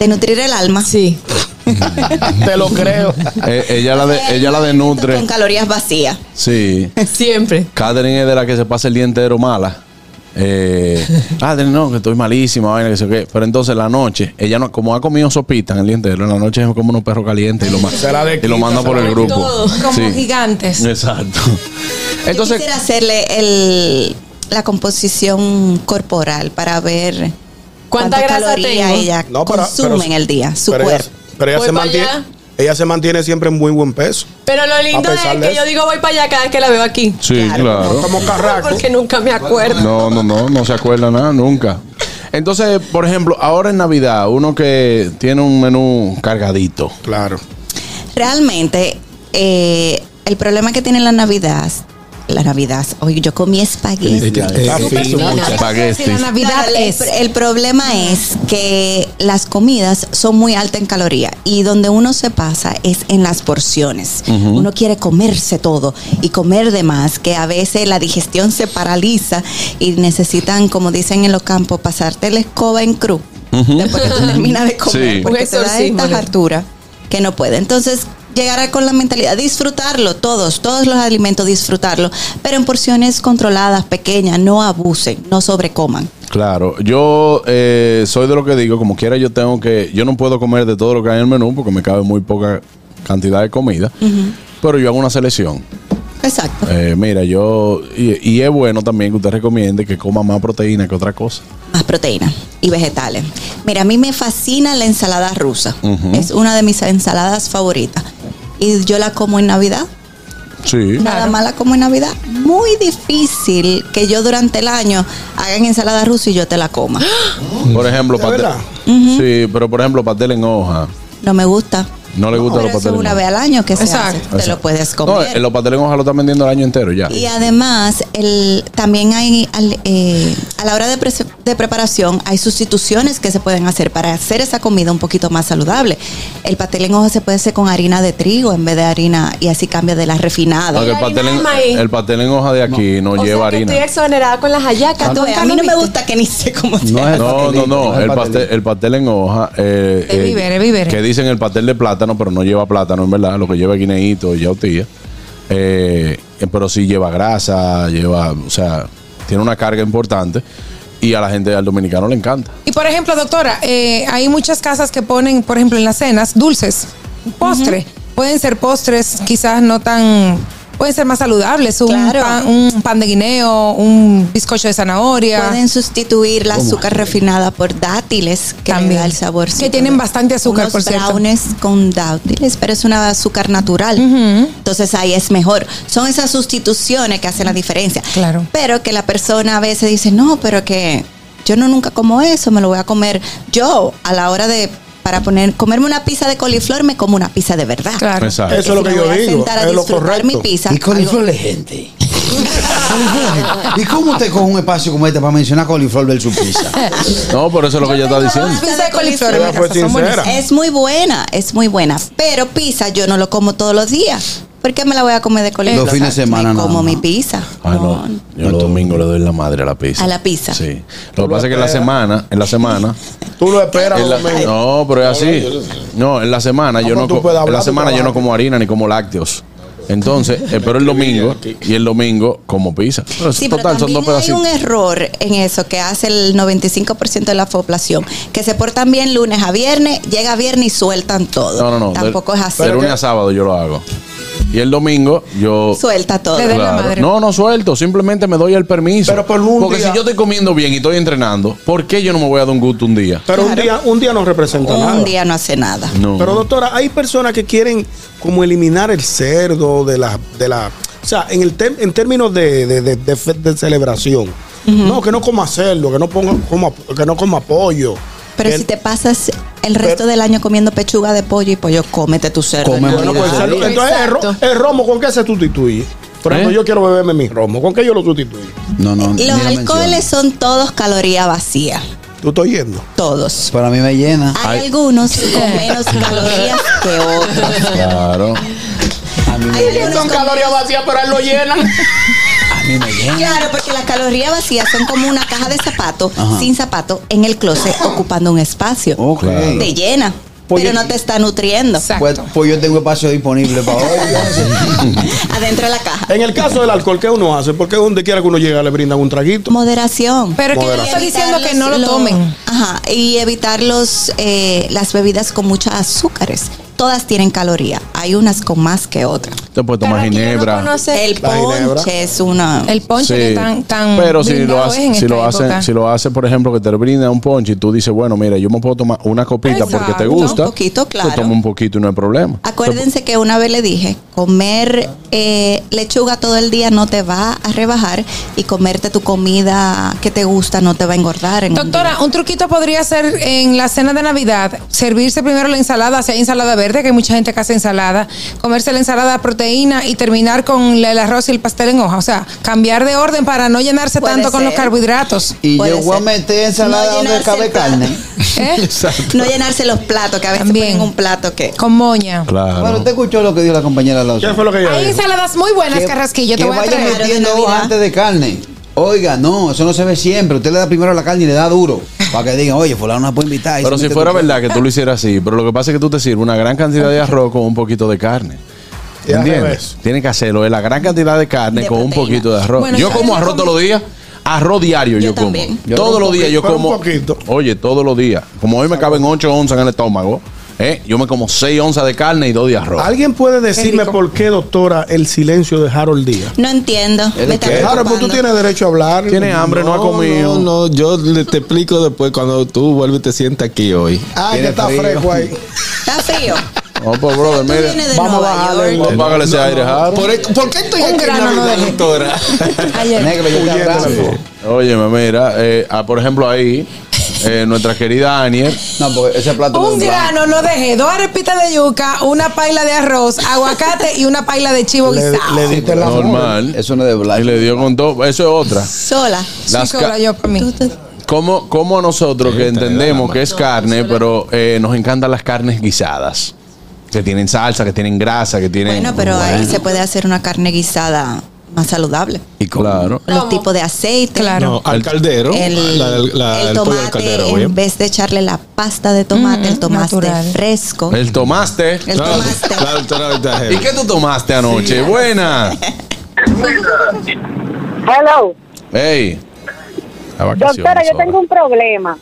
Speaker 19: De nutrir el alma.
Speaker 7: Sí.
Speaker 4: Te lo creo.
Speaker 3: Eh, ella, la de- ella la denutre.
Speaker 19: Con calorías vacías.
Speaker 3: Sí.
Speaker 7: Siempre.
Speaker 3: Catherine es de la que se pasa el día entero mala. Eh, ah, de- no, que estoy malísima, vaina, que sé qué. Pero entonces la noche, ella no, como ha comido sopita en el día entero, en la noche es como un perro caliente y lo, ma-
Speaker 5: Se la
Speaker 3: y lo manda por el grupo.
Speaker 5: Como
Speaker 3: Sí.
Speaker 5: gigantes.
Speaker 3: Exacto.
Speaker 19: Entonces, quisiera hacerle el, la composición corporal para ver
Speaker 7: ¿Cuánta
Speaker 19: cuántas
Speaker 7: grasa
Speaker 19: calorías
Speaker 7: tengo?
Speaker 19: ella
Speaker 4: No, pero-
Speaker 19: consume
Speaker 4: pero-
Speaker 19: en el día, su
Speaker 4: pero ella-
Speaker 19: cuerpo.
Speaker 4: pero ella
Speaker 7: Voy
Speaker 4: se
Speaker 7: pa'
Speaker 4: mantiene,
Speaker 7: allá.
Speaker 4: ella se mantiene siempre en muy buen peso.
Speaker 7: Pero lo lindo
Speaker 4: A
Speaker 7: es
Speaker 4: pesar de
Speaker 7: que
Speaker 4: eso.
Speaker 7: yo digo voy para allá cada vez que la veo aquí.
Speaker 3: Sí, claro. Como
Speaker 7: carraco. Porque nunca me acuerdo.
Speaker 3: No, no, no, no se acuerda nada, nunca. Entonces, por ejemplo, ahora en Navidad, uno que tiene un menú cargadito.
Speaker 4: Claro.
Speaker 19: Realmente, eh, el problema que tiene la Navidad, la Navidad, hoy yo comí espagueti.
Speaker 3: eh, Ah,
Speaker 19: eh,
Speaker 5: La Navidad
Speaker 19: Claro, el-
Speaker 5: es.
Speaker 19: El problema es que las comidas son muy altas en caloría y donde uno se pasa es en las porciones.
Speaker 16: Ujú.
Speaker 19: Uno quiere comerse todo y comer de más, que a veces la digestión se paraliza y necesitan, como dicen en los campos, pasarte la escoba en cruz. Después que tú terminas de comer,
Speaker 16: Sí.
Speaker 19: porque
Speaker 16: Un
Speaker 19: te da
Speaker 16: exorcismo,
Speaker 19: esta hartura que no puede. Entonces, llegar a- con la mentalidad, disfrutarlo, todos, todos los alimentos, disfrutarlo, pero en porciones controladas, pequeñas, no abusen, no sobrecoman.
Speaker 3: Claro, yo eh, soy de lo que digo, como quiera yo tengo que, yo no puedo comer de todo lo que hay en el menú porque me cabe muy poca cantidad de comida, pero yo hago una selección.
Speaker 19: Exacto.
Speaker 3: Eh, mira, yo, y, y es bueno también que usted recomiende que coma más proteína que otra cosa.
Speaker 19: Más proteína y vegetales. Mira, a mí me fascina la ensalada rusa.
Speaker 3: Ujú.
Speaker 19: Es una de mis ensaladas favoritas. Y yo la como en Navidad.
Speaker 3: Sí.
Speaker 19: Nada más la como en Navidad. Muy difícil que yo durante el año hagan ensalada rusa y yo te la coma.
Speaker 3: Por ejemplo,
Speaker 19: ¿De
Speaker 3: pastel.
Speaker 19: verdad?
Speaker 3: Sí, pero por ejemplo, pastel en hoja.
Speaker 19: No me gusta.
Speaker 3: No le gustan
Speaker 19: Pero
Speaker 3: los
Speaker 19: eso es
Speaker 3: pasteles. en
Speaker 19: una
Speaker 3: hoja.
Speaker 19: vez al año que se hace. Te lo
Speaker 3: Exacto.
Speaker 19: puedes
Speaker 3: No,
Speaker 19: comer.
Speaker 3: eh, los pasteles en hoja lo están vendiendo el año entero ya.
Speaker 19: Y además, el, también hay, al- eh, a la hora de, prese- de preparación, hay sustituciones que se pueden hacer para hacer esa comida un poquito más saludable. El pastel en hoja se puede hacer con harina de trigo en vez de harina, y así cambia de la refinada.
Speaker 3: Aunque el, pastel en, el pastel en hoja de aquí no,
Speaker 7: O sea
Speaker 3: lleva
Speaker 7: que
Speaker 3: harina.
Speaker 7: Estoy exonerada con las hallacas.
Speaker 19: Tú ves, a mí Ah, no me gusta que ni sé cómo se
Speaker 3: No,
Speaker 19: hace.
Speaker 3: no, no, el pastel, el pastel en hoja. eh,
Speaker 19: Es
Speaker 3: eh,
Speaker 19: vívere, es vívere.
Speaker 3: Que dicen el pastel de plátano, pero no lleva plátano, en verdad. Lo que lleva es guineíto y yautía. Eh, eh, pero sí lleva grasa, lleva, o sea, tiene una carga importante. Y a la gente, al dominicano le encanta.
Speaker 5: Y por ejemplo, doctora, eh, hay muchas casas que ponen, por ejemplo, en las cenas, dulces, postre. Pueden ser postres quizás no tan... Pueden ser más saludables, un, pan, un pan de guineo, un bizcocho de zanahoria.
Speaker 19: Pueden sustituir la azúcar refinada por dátiles que le da el sabor. Que tienen
Speaker 5: bastante azúcar,
Speaker 19: Unos
Speaker 5: por cierto.
Speaker 19: brownies con dátiles, pero es una azúcar natural. Entonces ahí es mejor. Son esas sustituciones que hacen la diferencia.
Speaker 5: Claro.
Speaker 19: Pero que la persona a veces dice, no, pero que yo no nunca como eso, me lo voy a comer yo a la hora de... Para poner, comerme una pizza de coliflor, me como una pizza de verdad.
Speaker 5: Claro.
Speaker 19: Porque
Speaker 17: Eso es lo
Speaker 19: si
Speaker 17: que
Speaker 19: me
Speaker 17: yo
Speaker 19: voy a
Speaker 17: digo,
Speaker 19: sentar a
Speaker 17: es lo
Speaker 19: disfrutar
Speaker 17: correcto.
Speaker 19: mi pizza,
Speaker 18: Y coliflor
Speaker 19: algo-
Speaker 18: es gente. ¿Y cómo te coge un espacio como este para mencionar coliflor del pizza?
Speaker 3: No, por eso es lo que ella está diciendo.
Speaker 19: Pizza de coliflor,
Speaker 3: Ella
Speaker 19: mira,
Speaker 3: fue
Speaker 19: son
Speaker 3: sincera.
Speaker 19: buenísimas. Es muy buena, es muy buena. Pero pizza yo no lo como todos los días. ¿Por qué me la voy a comer de coliflor?
Speaker 3: Los fines de semana
Speaker 19: Me
Speaker 3: nada
Speaker 19: como
Speaker 3: más.
Speaker 19: mi pizza.
Speaker 3: Ah, no. Yo los domingos le doy la madre a la pizza.
Speaker 19: A la pizza.
Speaker 3: Sí. Lo que pasa es que en la semana, en la semana.
Speaker 4: Tú lo esperas.
Speaker 3: en la-
Speaker 4: los domingos.
Speaker 3: no, pero es así. No, en la semana yo no
Speaker 4: tú
Speaker 3: co-
Speaker 4: puedes
Speaker 3: en
Speaker 4: hablar,
Speaker 3: la
Speaker 4: tú
Speaker 3: semana yo no
Speaker 4: trabajas.
Speaker 3: como harina ni como lácteos. Entonces, espero el domingo y el domingo como pizza. Pero
Speaker 19: Sí,
Speaker 3: total,
Speaker 19: pero
Speaker 3: son dos
Speaker 19: también hay un
Speaker 3: pedacitos.
Speaker 19: error en eso que hace el 95% de la población, que se portan bien lunes a viernes, llega viernes y sueltan todo.
Speaker 3: No, no, no.
Speaker 19: Tampoco
Speaker 3: Del-
Speaker 19: es así.
Speaker 3: De lunes a sábado yo lo hago. Y el domingo yo.
Speaker 19: Suelta todo. Le den la
Speaker 3: Claro.
Speaker 19: madre.
Speaker 3: No, no suelto. Simplemente me doy el permiso. Porque
Speaker 4: día-
Speaker 3: si yo estoy comiendo bien y estoy entrenando, ¿por qué yo no me voy a dar un gusto un día?
Speaker 4: Pero un día, un día no representa nada.
Speaker 19: Un día no hace nada.
Speaker 3: No.
Speaker 4: Pero doctora, hay personas que quieren como eliminar el cerdo de la, de la, o sea, en el tem- en términos de, de- de- de fe- de celebración. No, que no coma cerdo, que no ponga, coma, que no coma pollo.
Speaker 19: Pero si te pasas el resto del año comiendo pechuga de pollo y pollo, cómete tu cerdo. en
Speaker 4: Bueno,
Speaker 19: Navidad.
Speaker 4: pues, cerdo. Entonces, el, ro- el romo, ¿con qué se sustituye? Por ejemplo, yo quiero beberme mi romo, ¿con qué yo lo sustituyo?
Speaker 6: ¿Eh? No, no. ni lo
Speaker 19: Los alcoholes
Speaker 6: menciono.
Speaker 19: son todos caloría vacía.
Speaker 4: ¿Tú estás yendo?
Speaker 19: Todos.
Speaker 6: Para mí me llena.
Speaker 19: Hay algunos con menos calorías que otros.
Speaker 3: Claro.
Speaker 19: son
Speaker 15: calorías vacías, pero él lo llena.
Speaker 19: Claro, porque las calorías vacías son como una caja de zapatos
Speaker 6: Ajá. Oh,
Speaker 19: sin zapato en el closet ocupando un espacio.
Speaker 6: Claro.
Speaker 19: Te llena. pero no te está nutriendo.
Speaker 18: Pues, pues yo tengo espacio disponible para
Speaker 15: Pues,
Speaker 18: hoy.
Speaker 19: Adentro de la caja.
Speaker 4: En el caso del alcohol, ¿qué uno hace? Porque donde quiera que uno llega le brindan un traguito.
Speaker 19: Moderación.
Speaker 5: Pero que yo no
Speaker 4: Moderación.
Speaker 5: estoy diciendo que no lo
Speaker 19: Los-
Speaker 5: tomen.
Speaker 19: Ajá, y evitar los, eh, las bebidas con muchas azúcares. Todas tienen caloría. Hay unas con más que otras.
Speaker 3: Te puedes tomar ginebra.
Speaker 19: El
Speaker 3: La ginebra.
Speaker 19: ponche es una...
Speaker 5: El ponche
Speaker 3: Sí.
Speaker 5: que tan, tan
Speaker 3: pero si lo
Speaker 5: brindado es en
Speaker 3: hace, si
Speaker 5: esta
Speaker 3: lo hace,
Speaker 5: época.
Speaker 3: si lo hace, por ejemplo, que te brinda un ponche y tú dices, bueno, mira, yo me puedo tomar una copita porque te
Speaker 19: Exacto,
Speaker 3: gusta.
Speaker 19: un poquito, claro.
Speaker 3: Te tomo un poquito y no hay problema.
Speaker 19: Acuérdense que una vez le dije, comer eh, lechuga todo el día no te va a rebajar y comerte tu comida que te gusta no te va a engordar. en un
Speaker 5: Doctora, un truquito podría ser en la cena de Navidad, servirse primero la ensalada, sea ensalada verde, que hay mucha gente que hace ensalada, comerse la ensalada proteína y terminar con el arroz y el pastel en hoja. O sea, cambiar de orden para no llenarse
Speaker 19: Puede
Speaker 5: tanto con
Speaker 19: ser.
Speaker 5: los carbohidratos.
Speaker 18: Y yo voy a meter ensalada donde cabe carne.
Speaker 5: ¿eh?
Speaker 18: Exacto.
Speaker 19: No llenarse los platos, que a veces ponen un plato que...
Speaker 5: Con moña.
Speaker 18: Bueno, usted escuchó lo que dijo la compañera Lazo.
Speaker 4: ¿Qué fue lo que
Speaker 5: Hay ensaladas muy buenas,
Speaker 18: Que-
Speaker 5: Carrasquillo, te
Speaker 18: que
Speaker 5: voy a
Speaker 18: vaya
Speaker 5: traer.
Speaker 18: metiendo hojas antes de carne. Oiga, no, eso no se ve siempre. Usted le da primero la carne y le da duro. Para que digan, oye, fulano no puede invitar. Y
Speaker 3: Pero
Speaker 18: se
Speaker 3: si
Speaker 18: mete
Speaker 3: fuera
Speaker 18: duro.
Speaker 3: verdad que tú lo hicieras así, pero lo que pasa es que tú te sirves una gran cantidad de arroz con un poquito de carne.
Speaker 4: Y al
Speaker 3: ¿Entiendes?
Speaker 4: revés.
Speaker 3: Tienes que hacerlo, es la gran cantidad de carne con un poquito de arroz.
Speaker 4: Bueno,
Speaker 3: yo
Speaker 4: yo-
Speaker 3: como
Speaker 4: yo
Speaker 3: arroz
Speaker 4: como-
Speaker 3: todos los días, arroz diario yo, como.
Speaker 4: también. Yo
Speaker 3: todos
Speaker 4: un
Speaker 3: los días
Speaker 4: poquito,
Speaker 3: yo
Speaker 4: pero un
Speaker 3: como. Oye, todos los días. Como hoy me caben 8 onzas en el estómago, ¿eh? yo me como 6 onzas de carne y 2 de arroz.
Speaker 4: ¿Alguien puede decirme por qué, doctora, el silencio de Harold Díaz?
Speaker 19: No entiendo. Me está
Speaker 4: Harold, pues tú
Speaker 19: preocupando.
Speaker 4: tienes derecho a hablar.
Speaker 8: No, no, yo le- te explico después cuando tú vuelves y te sientas aquí hoy. Ah,
Speaker 4: Ay, que está fresco ahí.
Speaker 19: Está frío.
Speaker 3: No, pues, brother, mire.
Speaker 19: vienes de
Speaker 3: Vamos a
Speaker 19: Nueva
Speaker 3: bajarle.
Speaker 19: York.
Speaker 3: Vamos a apagarle ese aire, Harold.
Speaker 8: ¿Por, por qué estoy
Speaker 19: Un
Speaker 8: aquí en
Speaker 19: grano no
Speaker 8: Navidad,
Speaker 19: dejé.
Speaker 8: doctora?
Speaker 18: Negro, yo te abrazo.
Speaker 3: Oye, mira, eh, ah, por ejemplo ahí, eh, nuestra querida Aniel.
Speaker 18: No, porque ese plato
Speaker 5: Un grano no dejé, dos arepitas de yuca, una paila de arroz, aguacate y una paila de chivo guisado.
Speaker 18: diste
Speaker 3: la normal.
Speaker 18: Eso no es de blanco.
Speaker 3: Y le dio con todo. Eso es otra.
Speaker 19: Sola.
Speaker 3: Las
Speaker 5: Sí, sola
Speaker 3: ca-
Speaker 5: yo para mí.
Speaker 3: ¿Cómo, cómo nosotros que entendemos que es carne, pero eh, nos encantan las carnes guisadas? Que tienen salsa, que tienen grasa, que tienen.
Speaker 19: Bueno, pero ahí
Speaker 3: Bueno.
Speaker 19: se puede hacer una carne guisada más saludable.
Speaker 3: Y claro.
Speaker 19: Con Los tipos de aceite.
Speaker 8: No, al caldero.
Speaker 19: El-
Speaker 8: la del- la-
Speaker 19: el
Speaker 8: el pollo al caldero,
Speaker 19: tomate,
Speaker 8: oye.
Speaker 19: en vez de echarle la pasta de tomate, el tomate fresco.
Speaker 3: El tomaste.
Speaker 19: El
Speaker 3: No,
Speaker 19: tomaste.
Speaker 3: la doctora ahorita es heavy. ¿Y qué tú tomaste anoche? Buena.
Speaker 14: Hello,
Speaker 3: Ey. La vacación.
Speaker 14: doctora, yo tengo un problema.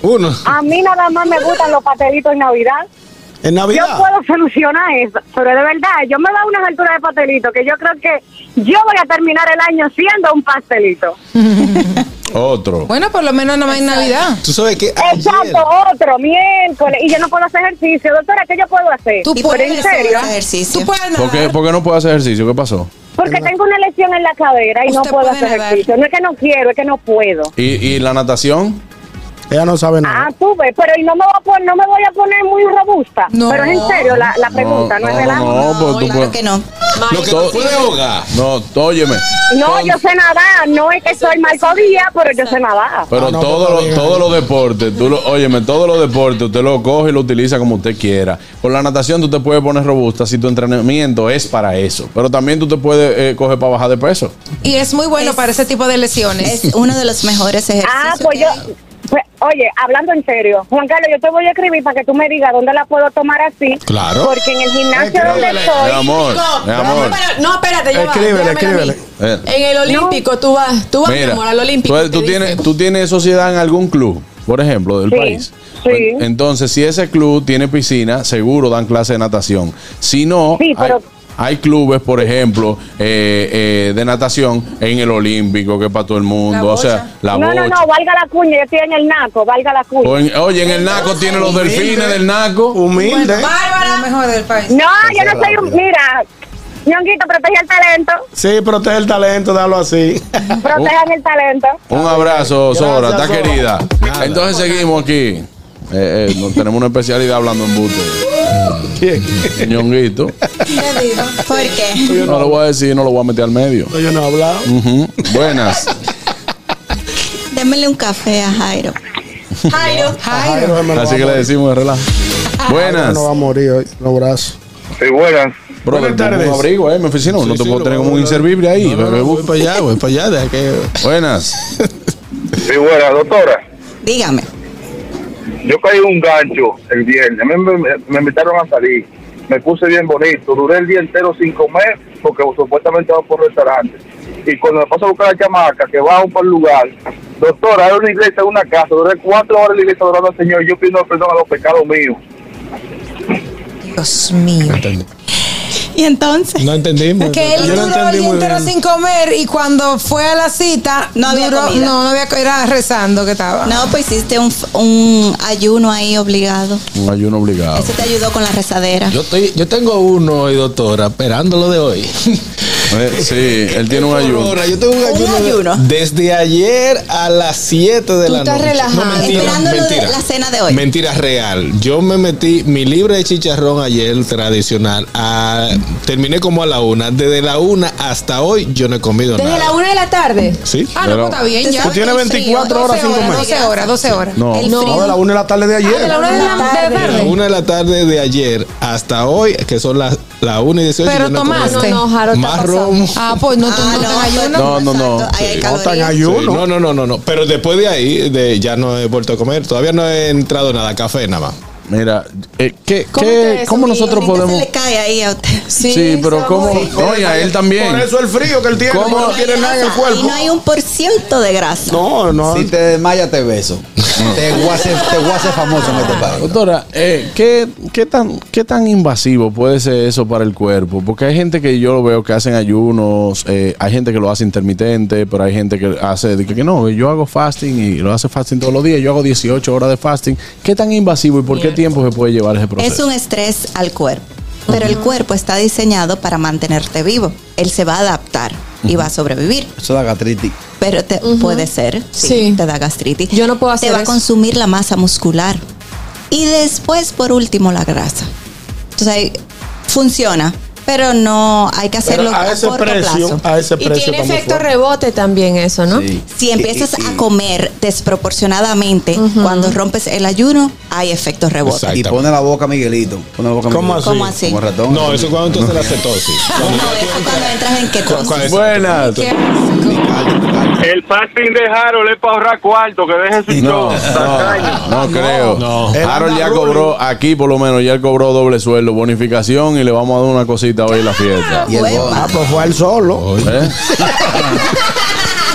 Speaker 4: Uno.
Speaker 14: A mí nada más me gustan los pastelitos en Navidad.
Speaker 4: En
Speaker 14: Yo
Speaker 4: Navidad.
Speaker 14: puedo solucionar eso, pero de verdad, yo me da unas alturas de pastelito que yo creo que yo voy a terminar el año siendo un pastelito.
Speaker 3: Otro.
Speaker 5: Bueno, por lo menos no más en Navidad.
Speaker 8: Tú sabes que
Speaker 14: Exacto, otro miércoles y yo no puedo hacer ejercicio, doctora, ¿qué yo puedo hacer?
Speaker 5: Tú
Speaker 14: Y, pero
Speaker 5: puedes
Speaker 14: en
Speaker 5: hacer
Speaker 14: serio,
Speaker 19: ejercicio.
Speaker 3: ¿Por qué, por qué no puedo hacer ejercicio? ¿Qué pasó?
Speaker 14: porque tengo una lesión en la cadera y no
Speaker 5: Usted
Speaker 14: puedo
Speaker 5: puede
Speaker 14: hacer
Speaker 5: nadar.
Speaker 14: ejercicio. No es que no quiero, es que no puedo.
Speaker 3: ¿Y, y la natación?
Speaker 4: Ella no sabe
Speaker 14: Ah, tú ves, pero y no me voy a poner, no me voy a poner muy robusta. Pero es en serio la, la pregunta, no, es de la
Speaker 3: No, pero tú puedes-
Speaker 19: no.
Speaker 3: Lo que no puede ahogar. No, tú óyeme.
Speaker 14: No, yo sé nadar, no es que soy Marco Díaz, pero yo sé nadar.
Speaker 3: Pero todos los todos los deportes, tú lo, óyeme, todos los deportes, usted lo coge y lo utiliza como usted quiera. Con la natación tú te puedes poner robusta si tu entrenamiento es para eso. Pero también tú te puedes eh, coger para bajar de peso.
Speaker 5: Y es muy bueno para ese tipo de lesiones.
Speaker 19: Es uno de los mejores ejercicios.
Speaker 14: Ah, pues yo, pues, oye, hablando en serio, Juan Carlos, yo te voy a escribir para que tú me digas dónde la puedo tomar así.
Speaker 3: Claro.
Speaker 14: Porque en el gimnasio donde estoy.
Speaker 3: Mi amor, mi amor.
Speaker 7: Pero, no, espérate, yo
Speaker 3: Escríbele, escríbele.
Speaker 7: En el Olímpico, tú vas, tú vas, mi
Speaker 3: Mira,
Speaker 7: amor, al Olímpico.
Speaker 3: tú, tú tienes, tú tienes sociedad en algún club, por ejemplo, del
Speaker 7: Sí,
Speaker 3: país.
Speaker 14: Uh.
Speaker 3: Entonces, si ese club tiene piscina, seguro dan clase de natación. Si no, hay, hay clubes, por ejemplo, eh, eh, de natación en el Olímpico, que es para todo el mundo. O sea, la
Speaker 14: no, no,
Speaker 3: bocha.
Speaker 14: no, valga la cuña, yo estoy en el naco, valga la cuña.
Speaker 3: O en- oye, en el Naco tiene los delfines del Naco.
Speaker 4: Humilde.
Speaker 5: Bárbara. Lo mejor del país.
Speaker 14: No, yo no soy un, mira, ñonguito, protege el talento,
Speaker 4: Sí, protege el talento, dalo así.
Speaker 14: protejan el talento.
Speaker 3: Un abrazo, Sora, está
Speaker 4: Sora.
Speaker 3: querida. Entonces seguimos aquí. Eh, eh, nos tenemos una especialidad hablando en bute. Ñonguito.
Speaker 19: ¿Por qué?
Speaker 3: No lo voy a decir, no lo voy a meter al medio.
Speaker 4: Yo no he hablado.
Speaker 3: Ujú. Buenas.
Speaker 19: Démele un café a Jairo.
Speaker 5: Jairo.
Speaker 4: Jairo, hermano,
Speaker 3: Así que le
Speaker 4: vamos.
Speaker 3: decimos de relajo. Buenas.
Speaker 4: No va a morir hoy. Un abrazo.
Speaker 3: Sí, buenas. Bro,
Speaker 4: Buenas
Speaker 3: tengo
Speaker 4: tardes.
Speaker 3: un abrigo, eh, me oficina. No te puedo tener como un inservible ahí. voy para allá, voy para allá. Buenas.
Speaker 9: Sí, buena, doctora.
Speaker 19: Dígame.
Speaker 9: Yo caí en un gancho el viernes. A mí me, me- me invitaron a salir. Me puse bien bonito. Duré el día entero sin comer porque supuestamente iba por restaurante. Y cuando me paso a buscar a la chamaca, que bajo por el lugar, doctora, era una iglesia, una casa. Duré cuatro horas en la iglesia adorando al Señor. Yo pido perdón a los pecados míos.
Speaker 5: Dios mío.
Speaker 19: Y entonces.
Speaker 8: No entendimos.
Speaker 5: Que él
Speaker 8: Yo no
Speaker 5: duró el
Speaker 8: entendí
Speaker 5: día
Speaker 8: muy
Speaker 5: entero
Speaker 8: bien.
Speaker 5: sin comer y cuando fue a la cita,
Speaker 19: No había
Speaker 5: duró-
Speaker 19: comida.
Speaker 5: no, no había co- era rezando que estaba.
Speaker 19: No, pues hiciste un, un ayuno ahí obligado.
Speaker 3: Un ayuno obligado.
Speaker 19: Eso te ayudó con la rezadera.
Speaker 8: Yo, estoy, yo tengo uno hoy, doctora, esperándolo de hoy.
Speaker 3: Eh, sí, él tiene un ayuno.
Speaker 8: Ahora, yo tengo un ayuno, de- desde ayer a las 7 de
Speaker 19: Tú
Speaker 8: la
Speaker 19: estás
Speaker 8: noche.
Speaker 19: relajado. Esperando lo de la cena de hoy.
Speaker 8: Mentira real. Yo me metí mi libre de chicharrón ayer tradicional. a- terminé como a la una. Desde la una hasta hoy yo eh, no he comido
Speaker 7: Desde
Speaker 8: nada.
Speaker 7: la una de la tarde.
Speaker 8: Sí.
Speaker 7: Ah, no,
Speaker 8: Pero-
Speaker 7: pues está bien, ya.
Speaker 4: Tú tienes 24 horas sin comer.
Speaker 5: 12 horas, 12 horas.
Speaker 4: No,
Speaker 5: El
Speaker 4: no,
Speaker 5: frío.
Speaker 4: de la 1 de la tarde de ayer.
Speaker 5: de la una de la- de
Speaker 8: De la
Speaker 5: tarde.
Speaker 8: una de la tarde de ayer hasta hoy, que son las la una y 18.
Speaker 5: Pero
Speaker 8: yo no he
Speaker 5: tomaste.
Speaker 8: comido. Más romo.
Speaker 5: Ah, pues no, tú no, te ayuno.
Speaker 8: No, no, no.
Speaker 4: No tan calorías. ayuno.
Speaker 8: Sí, no, no, no, no, no. Pero después de ahí de, ya no he vuelto a comer. Todavía no he entrado nada, café nada más.
Speaker 3: Mira, eh, ¿qué,
Speaker 19: ¿Cómo ustedes
Speaker 3: ¿cómo
Speaker 19: son
Speaker 3: nosotros
Speaker 19: vivos?
Speaker 3: podemos...?
Speaker 19: Se le cae ahí a usted.
Speaker 3: Sí, pero ¿cómo...? No, y a él también.
Speaker 4: Por eso el frío que él tiene,
Speaker 3: ¿Cómo?
Speaker 4: porque no tiene nada en el
Speaker 19: Y
Speaker 4: cuerpo.
Speaker 19: no hay un por ciento de grasa.
Speaker 4: No, no.
Speaker 18: Si te desmayas, te beso. te voy a hacer te voy a hacer famoso en este país.
Speaker 3: Doctora, eh, ¿qué, qué tan, ¿qué tan invasivo puede ser eso para el cuerpo? Porque hay gente que yo lo veo que hacen ayunos, eh, hay gente que lo hace intermitente, pero hay gente que hace de que, que no, yo hago fasting y lo hace fasting todos los días, yo hago 18 horas de fasting. ¿Qué tan invasivo y por qué tiempo se puede llevar ese proceso?
Speaker 19: Es un estrés al cuerpo. Pero el cuerpo está diseñado para mantenerte vivo. Él se va a adaptar y va a sobrevivir.
Speaker 18: Eso da gastritis.
Speaker 19: Pero te
Speaker 7: Ujú.
Speaker 19: puede ser, sí,
Speaker 7: Sí.
Speaker 19: te da gastritis. Yo no puedo
Speaker 7: hacer
Speaker 19: Te va
Speaker 7: eso.
Speaker 19: a consumir la masa muscular. Y después, por último, la grasa. Entonces, ahí funciona, pero no hay que
Speaker 4: Pero
Speaker 19: hacerlo
Speaker 4: a
Speaker 19: a
Speaker 4: ese
Speaker 19: corto
Speaker 4: precio,
Speaker 19: plazo.
Speaker 4: a ese
Speaker 7: Y
Speaker 4: precio
Speaker 7: tiene
Speaker 4: está muy
Speaker 7: efecto
Speaker 4: fuerte.
Speaker 7: rebote también eso, ¿no?
Speaker 19: Si empiezas a comer desproporcionadamente, cuando rompes el ayuno, hay efectos rebote.
Speaker 18: Y pone la boca a Miguelito. Pone la boca a
Speaker 19: ¿Cómo
Speaker 18: Miguelito.
Speaker 19: así? ¿Cómo así?
Speaker 18: Como ratón.
Speaker 8: No, eso cuando tú haces la cetosis.
Speaker 19: Cuando entras en keto.
Speaker 3: Buenas.
Speaker 12: El fasting de Harold es para ahorrar cuarto, que deje su
Speaker 3: No,
Speaker 12: show.
Speaker 3: no, no creo.
Speaker 8: Él
Speaker 3: Harold ya cobró, aquí por lo menos, ya él cobró doble sueldo, bonificación y le vamos a dar una cosita hoy en la fiesta.
Speaker 18: Y el
Speaker 19: Bueno.
Speaker 18: bono.
Speaker 4: Ah, pues fue él solo.
Speaker 3: ¿Eh?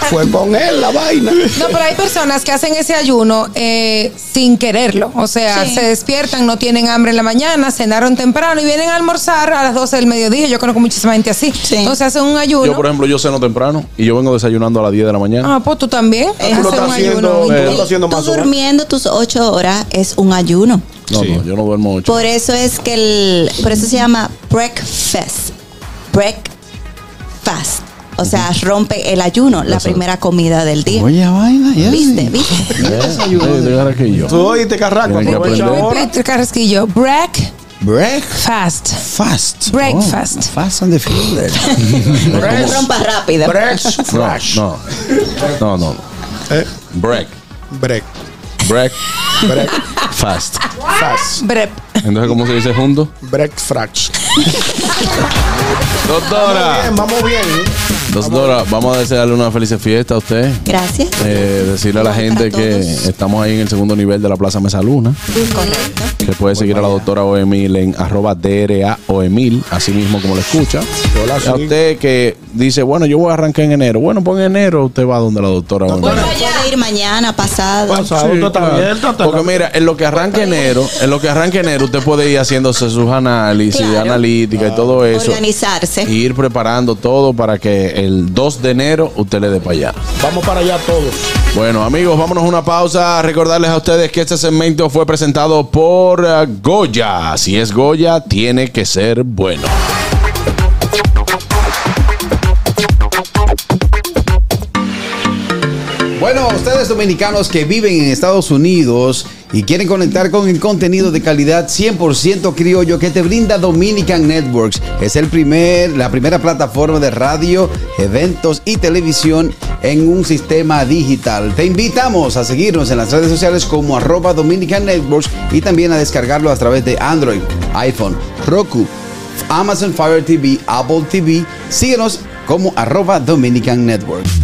Speaker 4: Fue con él la vaina.
Speaker 5: No, pero hay personas que hacen ese ayuno eh, sin quererlo. O sea, se despiertan, no tienen hambre en la mañana, cenaron temprano y vienen a almorzar a las 12 del mediodía. Yo conozco muchísima gente así. Entonces hacen un ayuno.
Speaker 3: Yo, por ejemplo, yo ceno temprano y yo vengo desayunando a las 10 de la mañana.
Speaker 5: ah, pues tú también.
Speaker 19: Tú
Speaker 5: haces un ayuno.
Speaker 3: eh,
Speaker 19: Tú durmiendo tus ocho horas es un ayuno.
Speaker 3: No, no, yo no duermo mucho.
Speaker 19: Por eso es que el, por eso se llama breakfast. Breakfast. O sea, rompe el ayuno, la primera comida del día.
Speaker 18: Oye, vaina, ya.
Speaker 19: ¿Viste? ¿Viste?
Speaker 3: ¿Eh?
Speaker 4: Tú oíste, Carraco.
Speaker 3: Tienen que
Speaker 4: Aprovecha
Speaker 3: aprender.
Speaker 4: ahora.
Speaker 5: Peter Carrasquillo, breakfast.
Speaker 18: Breakfast. Fast.
Speaker 5: Breakfast.
Speaker 18: Oh, fast and the fielder.
Speaker 19: Rompa rápida.
Speaker 3: No, no. No, no.
Speaker 4: ¿Eh?
Speaker 3: Break.
Speaker 4: Break.
Speaker 3: Break.
Speaker 4: Break.
Speaker 3: Fast.
Speaker 4: Fast.
Speaker 5: Brep.
Speaker 3: Entonces, ¿cómo se dice junto?
Speaker 4: Break frax.
Speaker 3: Doctora.
Speaker 4: Vamos bien.
Speaker 3: Doctora, vamos a desearle una feliz fiesta a usted.
Speaker 19: Gracias.
Speaker 3: Eh, decirle a la gente que estamos ahí en el segundo nivel de la Plaza Mesa Luna.
Speaker 19: Correcto.
Speaker 3: Que puede seguir a la doctora Oemil en arroba DRA Oemil, así mismo como lo escucha.
Speaker 4: Hola,
Speaker 3: a
Speaker 4: sí.
Speaker 3: usted que dice, bueno, yo voy a arrancar en enero. Bueno, pues en enero usted va donde la doctora Oemil.
Speaker 19: Puede ir mañana, pasado.
Speaker 4: Pasado,
Speaker 3: Sí,
Speaker 4: tú estás
Speaker 3: claro.
Speaker 4: abierto, te
Speaker 3: Ah, Porque
Speaker 4: la-
Speaker 3: mira, en lo que arranca enero, en lo que arranca enero, usted puede ir haciéndose sus análisis,
Speaker 19: Claro.
Speaker 3: analítica y todo eso.
Speaker 19: Organizarse.
Speaker 3: Y ir preparando todo para que el 2 de enero usted le dé para allá.
Speaker 4: Vamos para allá todos.
Speaker 3: Bueno, amigos, vámonos a una pausa. Recordarles a ustedes que este segmento fue presentado por eh, Goya. Si es Goya, tiene que ser bueno.
Speaker 18: Bueno, ustedes dominicanos que viven en Estados Unidos y quieren conectar con el contenido de calidad 100% criollo que te brinda Dominican Networks. Es el primer, la primera plataforma de radio, eventos y televisión en un sistema digital. Te invitamos a seguirnos en las redes sociales como arroba Dominican Networks y también a descargarlo a través de Android, iPhone, Roku, Amazon Fire TV, Apple TV. Síguenos como arroba Dominican Networks.
Speaker 5: Si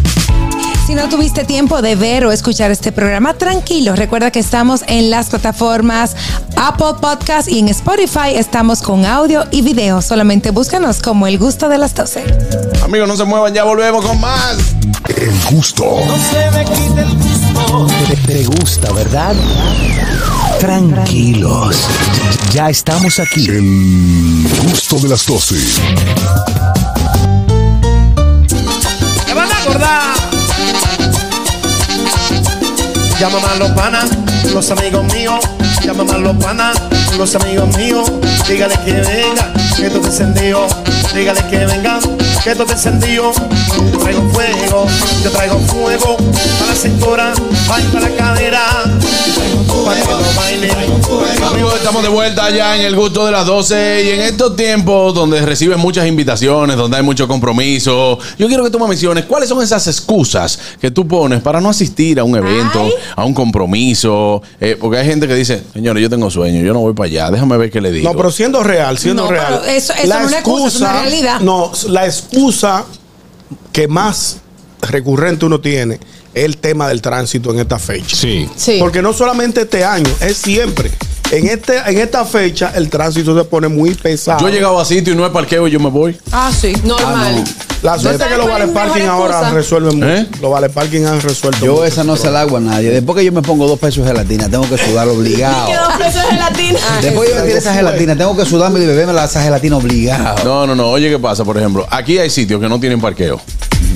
Speaker 5: si no tuviste tiempo de ver o escuchar este programa, tranquilo. Recuerda que estamos en las plataformas Apple Podcast y en Spotify. Estamos con audio y video. Solamente búscanos como El Gusto de las 12.
Speaker 3: Amigos, no se muevan, ya volvemos con más.
Speaker 1: El gusto. Te, te gusta, ¿verdad? Tranquilos. Ya estamos aquí.
Speaker 16: El gusto de las 12.
Speaker 2: Te van a acordar. Llámame a los panas, los amigos míos. Llámame a los panas, los amigos míos. Dígale que venga, que esto te encendió. Dígale que venga, que esto te encendió. Yo traigo fuego, yo traigo fuego. Para la cintura, ay, para la cadera. Yo traigo Para que lo bailen.
Speaker 3: Amigos, estamos de vuelta ya en el gusto de las 12 y en estos tiempos donde recibes muchas invitaciones, donde hay mucho compromiso, yo quiero que tú me menciones cuáles son esas excusas que tú pones para no asistir a un evento, a un compromiso, Eh, porque hay gente que dice, señores, yo tengo sueño, yo no voy para allá, déjame ver qué le digo.
Speaker 4: No, pero siendo real, siendo
Speaker 5: No, pero
Speaker 4: real.
Speaker 5: eso- eso no es una excusa, es una realidad.
Speaker 4: No, la excusa que más recurrente uno tiene es el tema del tránsito en esta fecha. Sí.
Speaker 5: Sí.
Speaker 4: Porque no solamente este año, es siempre. En, este, en esta fecha el tránsito se pone muy pesado.
Speaker 3: Yo he llegado a sitio y no hay parqueo y yo me voy.
Speaker 5: Ah, sí.
Speaker 4: Ah, no. La suerte es que los vale parking ahora resuelven mucho. Los vale parking han resuelto
Speaker 6: ¿Eh? Yo
Speaker 4: mucho.
Speaker 6: esa no se la hago a nadie. Después que yo me pongo dos pesos de gelatina, tengo que sudar obligado.
Speaker 7: de gelatina.
Speaker 6: Después yo me tiro esa gelatina, tengo que sudarme y beberme la- esa gelatina
Speaker 4: Ah.
Speaker 6: obligado.
Speaker 3: No, no, no. Oye, ¿qué pasa? Por ejemplo, aquí hay sitios que no tienen parqueo.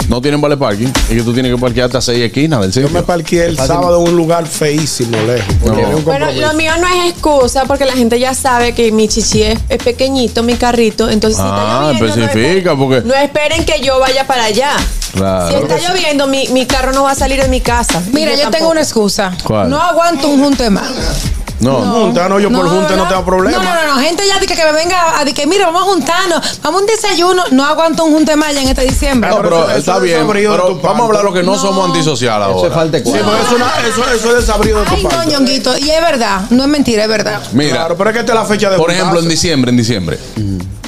Speaker 3: No tienen vale parking. Y que tú tienes que parquear hasta seis esquinas del sitio. Yo me
Speaker 4: parqueé el sábado en un lugar feísimo, lejos. porque había un
Speaker 7: Bueno,
Speaker 4: compromiso.
Speaker 7: lo mío no es excusa porque la gente ya sabe que mi chichi es, es pequeñito, mi carrito. Entonces, si está
Speaker 3: Ah, especifica, porque.
Speaker 7: lloviendo, no esperen que yo vaya para allá. Si
Speaker 3: Claro.
Speaker 7: está lloviendo, mi, mi carro no va a salir de mi casa.
Speaker 5: Mira, yo tengo una excusa.
Speaker 3: ¿Cuál?
Speaker 5: No aguanto un junte más.
Speaker 3: No.
Speaker 4: Junta, no, yo por junta no, tengo problema.
Speaker 5: No, no, no, no, gente ya de que, que me venga a de que mira, vamos a juntarnos, vamos a un desayuno, no aguanto un junte más ya en este diciembre.
Speaker 3: No, pero está bien.
Speaker 4: desabrido de
Speaker 3: Pero
Speaker 4: tu
Speaker 3: vamos a hablar lo que no, somos antisociales ahora.
Speaker 6: falta
Speaker 4: Sí, pero eso, na- eso, eso es desabrido de tu
Speaker 5: Ay, no,
Speaker 4: parte.
Speaker 5: ñonguito, y es verdad, no es mentira, es verdad.
Speaker 3: Mira.
Speaker 4: Claro, pero es que esta es la fecha de
Speaker 3: Por ejemplo, en
Speaker 4: juntarse.
Speaker 3: diciembre, en diciembre.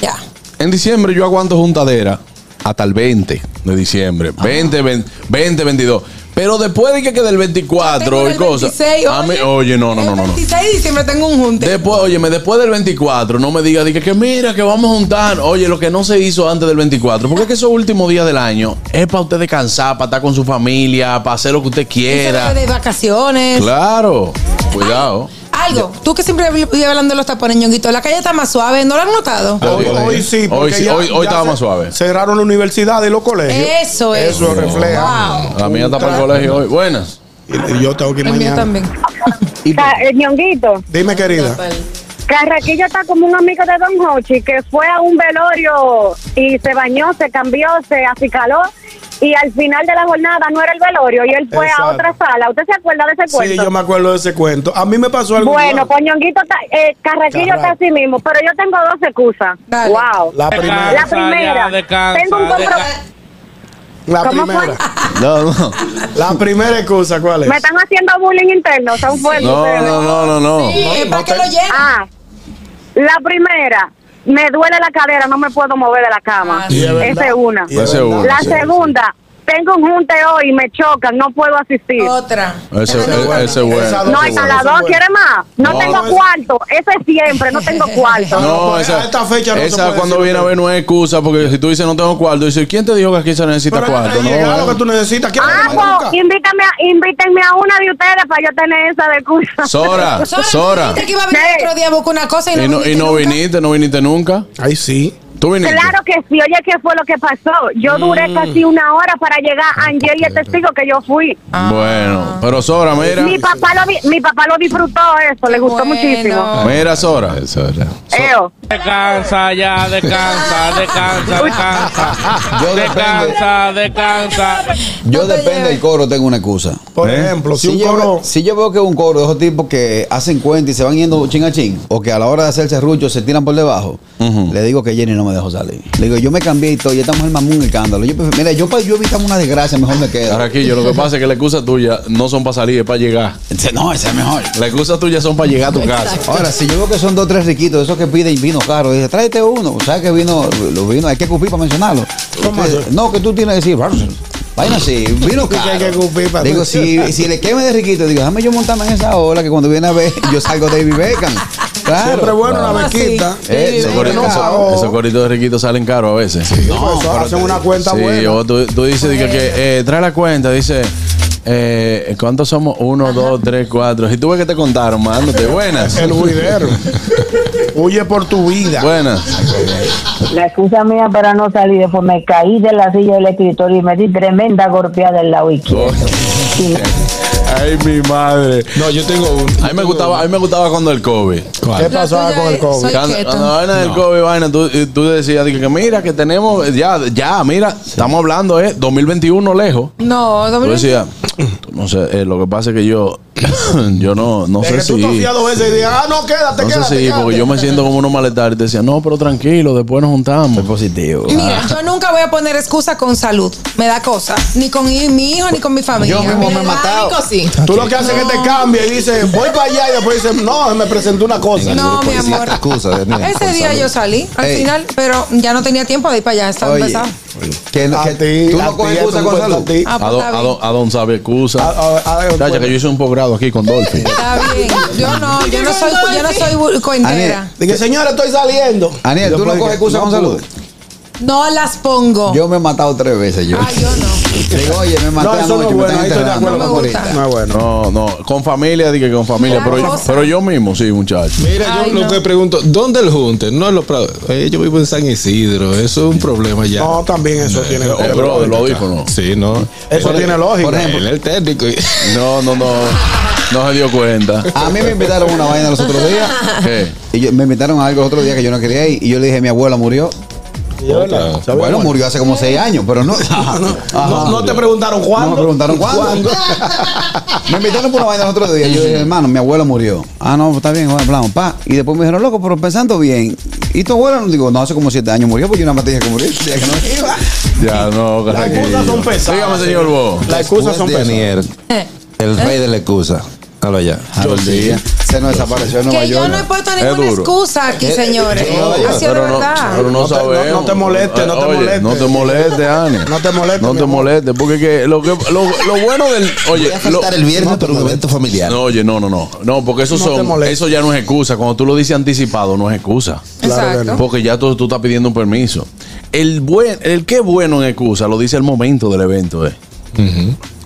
Speaker 5: Ya.
Speaker 3: En diciembre yo aguanto juntadera hasta el 20 de diciembre. 20, 20, 20, 22. Pero después de que quede el 24 y
Speaker 5: el
Speaker 3: cosas.
Speaker 5: 26,
Speaker 3: a mí-
Speaker 5: oye,
Speaker 3: oye, no, no, no, no. no.
Speaker 5: 26 de diciembre tengo un junte.
Speaker 3: Después, óyeme, después del 24, no me diga dije, que mira, que vamos a juntar. Oye, lo que no se hizo antes del 24, porque es que esos últimos días del año es para usted descansar, para estar con su familia, para hacer lo que usted quiera.
Speaker 5: De vacaciones.
Speaker 3: Claro, cuidado.
Speaker 5: Algo, tú que siempre vives hablando de los tapones, ñonguito, la calle está más suave, ¿no lo han notado?
Speaker 4: Hoy, hoy sí, porque
Speaker 3: Hoy sí,
Speaker 4: ya-
Speaker 3: hoy- hoy
Speaker 4: ya
Speaker 3: estaba
Speaker 4: se-
Speaker 3: más suave.
Speaker 4: Cerraron la universidad y los colegios.
Speaker 5: Eso es.
Speaker 4: Eso refleja.
Speaker 3: La mía está para el colegio hoy. Buenas.
Speaker 4: Y yo tengo que ir
Speaker 5: El mío
Speaker 4: mañana.
Speaker 5: también.
Speaker 14: Ca- eh, ñonguito,
Speaker 4: Dime, querida.
Speaker 14: Carraquillo está como un amigo de Don Hochi que fue a un velorio y se bañó, se cambió, se acicaló y al final de la jornada no era el velorio y él fue
Speaker 4: Exacto.
Speaker 14: a otra sala. ¿Usted se acuerda de ese
Speaker 4: Sí,
Speaker 14: cuento?
Speaker 4: yo me acuerdo de ese cuento. A mí me pasó algo.
Speaker 14: Bueno,
Speaker 4: igual.
Speaker 14: pues Ñonguito está, eh, Carraquillo
Speaker 4: Carraco.
Speaker 14: está así mismo, pero yo tengo dos excusas. Wow.
Speaker 4: La primera.
Speaker 14: La
Speaker 4: Descansa, ya,
Speaker 14: primera.
Speaker 4: descansa,
Speaker 14: tengo un compromiso.
Speaker 4: la
Speaker 14: ¿cómo fue?
Speaker 4: primera. La primera excusa, ¿cuál es?
Speaker 14: Me están haciendo bullying interno, son fuertes. ustedes.
Speaker 3: no, no, no.
Speaker 14: ¿Para qué lo Ah, la primera, me duele la cadera, no me puedo mover de la cama.
Speaker 3: sí. Y es verdad.
Speaker 14: Esa es una.
Speaker 3: Y es Esa es verdad. una,
Speaker 14: La
Speaker 3: sí.
Speaker 14: segunda, tengo un junte hoy y me chocan, no puedo asistir. Otra.
Speaker 3: Ese ese- ese es bueno.
Speaker 14: No,
Speaker 3: ese es
Speaker 14: está
Speaker 3: bueno.
Speaker 14: la dos, ¿quiere más? No,
Speaker 3: No,
Speaker 14: tengo
Speaker 3: no,
Speaker 14: cuarto, eso es siempre, no tengo cuarto.
Speaker 3: No, pues, esa, esa cuando viene a ver no es excusa, porque si tú dices no tengo cuarto, dice, ¿quién te dijo que aquí se necesita cuarto? No,
Speaker 4: Llega lo que tú necesitas. ¿Quieres
Speaker 14: Ah,
Speaker 4: que te
Speaker 14: pues,
Speaker 4: busca?
Speaker 14: invítame a, invítenme a una de ustedes para yo tener esa de curso.
Speaker 3: Sora, Sora, Sora. dijiste que iba
Speaker 5: a venir otro día a buscar una cosa
Speaker 3: y no, y no viniste, no viniste nunca.
Speaker 4: Ay, sí.
Speaker 3: ¿Tú viniste?
Speaker 14: Claro que sí, oye, ¿qué fue lo que pasó? Yo duré
Speaker 3: Mm. Ah,
Speaker 14: casi una hora para llegar a Angel y el testigo que yo fui.
Speaker 3: Bueno, pero Sora, mira.
Speaker 14: Mi papá, lo, vi- mi papá lo disfrutó eso, le gustó muchísimo.
Speaker 3: Mira, Sora.
Speaker 14: Eo.
Speaker 15: Descansa ya, descansa, descansa, descansa.
Speaker 6: Yo
Speaker 15: descansa, descansa.
Speaker 6: Yo depende del coro, tengo una excusa. ¿Eh?
Speaker 4: Por ejemplo, si
Speaker 6: si,
Speaker 4: un
Speaker 6: yo,
Speaker 4: coro-
Speaker 6: ve- si yo veo que un coro de esos tipos que hacen cuenta y se van yendo chin a chin, o que a la hora de hacer serrucho se tiran por debajo, le digo que Jenny no me dejó salir. Le digo, yo me cambié y todo, y estamos en mamón un escándalo. Yo, prefiero- mira, yo para yo evitamos una desgracia, mejor me quedo.
Speaker 3: Ahora aquí, yo lo que pasa es que la excusa tuya no son para salir, es para llegar.
Speaker 6: No, esa es mejor.
Speaker 3: La excusa tuya son para llegar a tu casa.
Speaker 6: Ahora, si yo veo que son dos o tres riquitos, esos que piden vino caro, dije, tráete uno. ¿Sabes que vino? Los vinos hay que cupir para mencionarlo. Ustedes- no, que tú tienes que decir, Vaina así, vino
Speaker 17: Que hay que
Speaker 6: caro.
Speaker 17: cumplir para-
Speaker 6: Digo, si, si le queme de riquito, digo, déjame yo montarme en esa ola que cuando viene a ver, yo salgo David Beckham. Claro.
Speaker 4: Siempre bueno la
Speaker 6: Claro.
Speaker 4: mezquita.
Speaker 6: Eh,
Speaker 3: esos, coritos,
Speaker 4: claro.
Speaker 3: esos- esos coritos de riquitos salen caros a veces.
Speaker 4: pues, eso hacen una cuenta
Speaker 3: Sí,
Speaker 4: buena.
Speaker 3: o tú, tú dices dije, que eh, trae la cuenta, dice. Eh, ¿Cuántos somos? Uno, dos, tres, cuatro. Si tú ves que te contaron, mandándote. Buenas.
Speaker 4: El huidero. Huye por tu vida.
Speaker 3: Buenas.
Speaker 20: La excusa mía para no salir fue me caí de la silla del escritorio y me di tremenda golpeada en lado
Speaker 3: Oh,
Speaker 20: izquierdo.
Speaker 3: Ay, mi madre. No, yo tengo un. A mí me gustaba, a mí me gustaba cuando el COVID.
Speaker 4: ¿Qué pasaba con el COVID?
Speaker 3: Cuando, cuando la vaina del COVID, vaina, tú, y tú decías dije, que mira, que tenemos, eh, ya, ya, mira, estamos hablando, eh, 2021 lejos.
Speaker 5: No,
Speaker 3: Tú
Speaker 5: doble-
Speaker 3: decías, no sé, eh, lo que pasa es que yo, yo no, no sé
Speaker 4: que tú
Speaker 3: si.
Speaker 4: tosías dos veces y dices, ah, no, quédate,
Speaker 3: No sé
Speaker 4: quédate.
Speaker 3: si, porque yo me siento como uno malestar. Y te decía, no, pero tranquilo, después nos juntamos. Ah. Es positivo.
Speaker 5: Mira, yo nunca voy a poner excusa con salud. Me da cosa. Ni con i- mi hijo, ni con mi familia.
Speaker 4: Yo mismo me he
Speaker 5: da
Speaker 4: matado.
Speaker 5: algo, sí.
Speaker 4: Tú lo que haces es que te cambia y dices, voy para allá y después dices, no, me presentó una cosa.
Speaker 5: No, mi amor. Ese día yo salí al
Speaker 4: Ey.
Speaker 5: final, pero ya no tenía tiempo de ir para allá. Estaba
Speaker 4: Oye.
Speaker 5: empezado.
Speaker 6: Que,
Speaker 4: que ti,
Speaker 3: tú
Speaker 4: a
Speaker 3: no coges
Speaker 4: ti,
Speaker 3: excusa
Speaker 4: tú
Speaker 3: con
Speaker 4: puedes
Speaker 3: salud.
Speaker 4: a ti.
Speaker 3: A
Speaker 5: Ah, pues,
Speaker 3: don,
Speaker 5: está
Speaker 3: a don, a don sabe excusa. Chacha, que yo hice un posgrado aquí con Dolphy.
Speaker 5: Está bien. Yo no, yo no soy, yo no soy bu- coentera.
Speaker 4: Dije, señora, estoy saliendo.
Speaker 6: Aniel, ¿tú no coges excusa con salud?
Speaker 5: No las pongo.
Speaker 6: Yo me he matado tres veces yo. Digo, oye, me maté
Speaker 3: No, eso no
Speaker 6: anoche,
Speaker 3: es
Speaker 6: me
Speaker 3: bueno,
Speaker 6: están
Speaker 3: ahí estoy de
Speaker 6: enterrando,
Speaker 3: acuerdo
Speaker 6: no
Speaker 3: con
Speaker 6: me
Speaker 3: Corita.
Speaker 6: morí.
Speaker 3: No, no, con familia, dije que con familia,
Speaker 8: Claro.
Speaker 3: pero, yo- pero yo mismo, sí, muchacho.
Speaker 8: Mira, yo lo que pregunto, ¿dónde el junte? No en los prados. Eh, yo vivo en San Isidro, eso es un problema ya.
Speaker 4: No, también eso tiene
Speaker 8: Eh,
Speaker 4: lógica.
Speaker 8: brother, lo dijo, ¿no? Sí, no.
Speaker 4: Eso tiene lógica.
Speaker 8: Por ejemplo, el técnico.
Speaker 3: No, no, no. No se dio cuenta.
Speaker 6: A mí me invitaron a una vaina los otros días. Y yo- me invitaron a algo los otros días que yo no quería ir. Y yo le dije, mi abuela murió. Bueno, murió hace como seis años, pero no. Ajá.
Speaker 4: No, no te preguntaron cuándo.
Speaker 6: No me preguntaron cuándo. Me invitaron por una vaina los otros días. Yo dije, hermano, mi abuela murió. Ah, no, está bien, bueno, hablamos, pa. Y después me dijeron, loco, pero pensando bien. ¿Y tu abuela? Digo, no, hace como siete años murió, porque yo nada más te dije que murió. Dije que no iba.
Speaker 3: Ya, no,
Speaker 6: Las excusas son pesadas.
Speaker 3: Dígame, señor Bo.
Speaker 6: Las excusas son
Speaker 11: Después de
Speaker 6: pesadas.
Speaker 5: Eh.
Speaker 11: El rey de la excusa. Halo ya.
Speaker 6: Yo sí. Se nos desapareció en Nueva
Speaker 5: Que yo
Speaker 6: York.
Speaker 5: no he puesto
Speaker 11: Es
Speaker 5: ninguna
Speaker 11: duro.
Speaker 5: excusa aquí, señores. Ha sido de
Speaker 3: pero no,
Speaker 5: verdad.
Speaker 3: pero no, sabemos.
Speaker 4: no te molestes, no te
Speaker 3: Oye,
Speaker 4: molestes.
Speaker 3: No te molestes, Ani. No te molestes. No te molestes, porque que lo, que, lo, lo bueno del. Oye,
Speaker 11: Voy a faltar
Speaker 3: lo-
Speaker 11: el viernes por un evento familiar.
Speaker 3: No, oye, no, no, no. No, porque eso
Speaker 11: No te
Speaker 3: son,
Speaker 11: molestes.
Speaker 3: eso ya no es excusa. Cuando tú lo dices anticipado, no es excusa.
Speaker 11: Claro que no.
Speaker 3: Porque ya tú, tú estás pidiendo un permiso. El buen, el que es bueno en excusa lo dice el momento del evento, eh.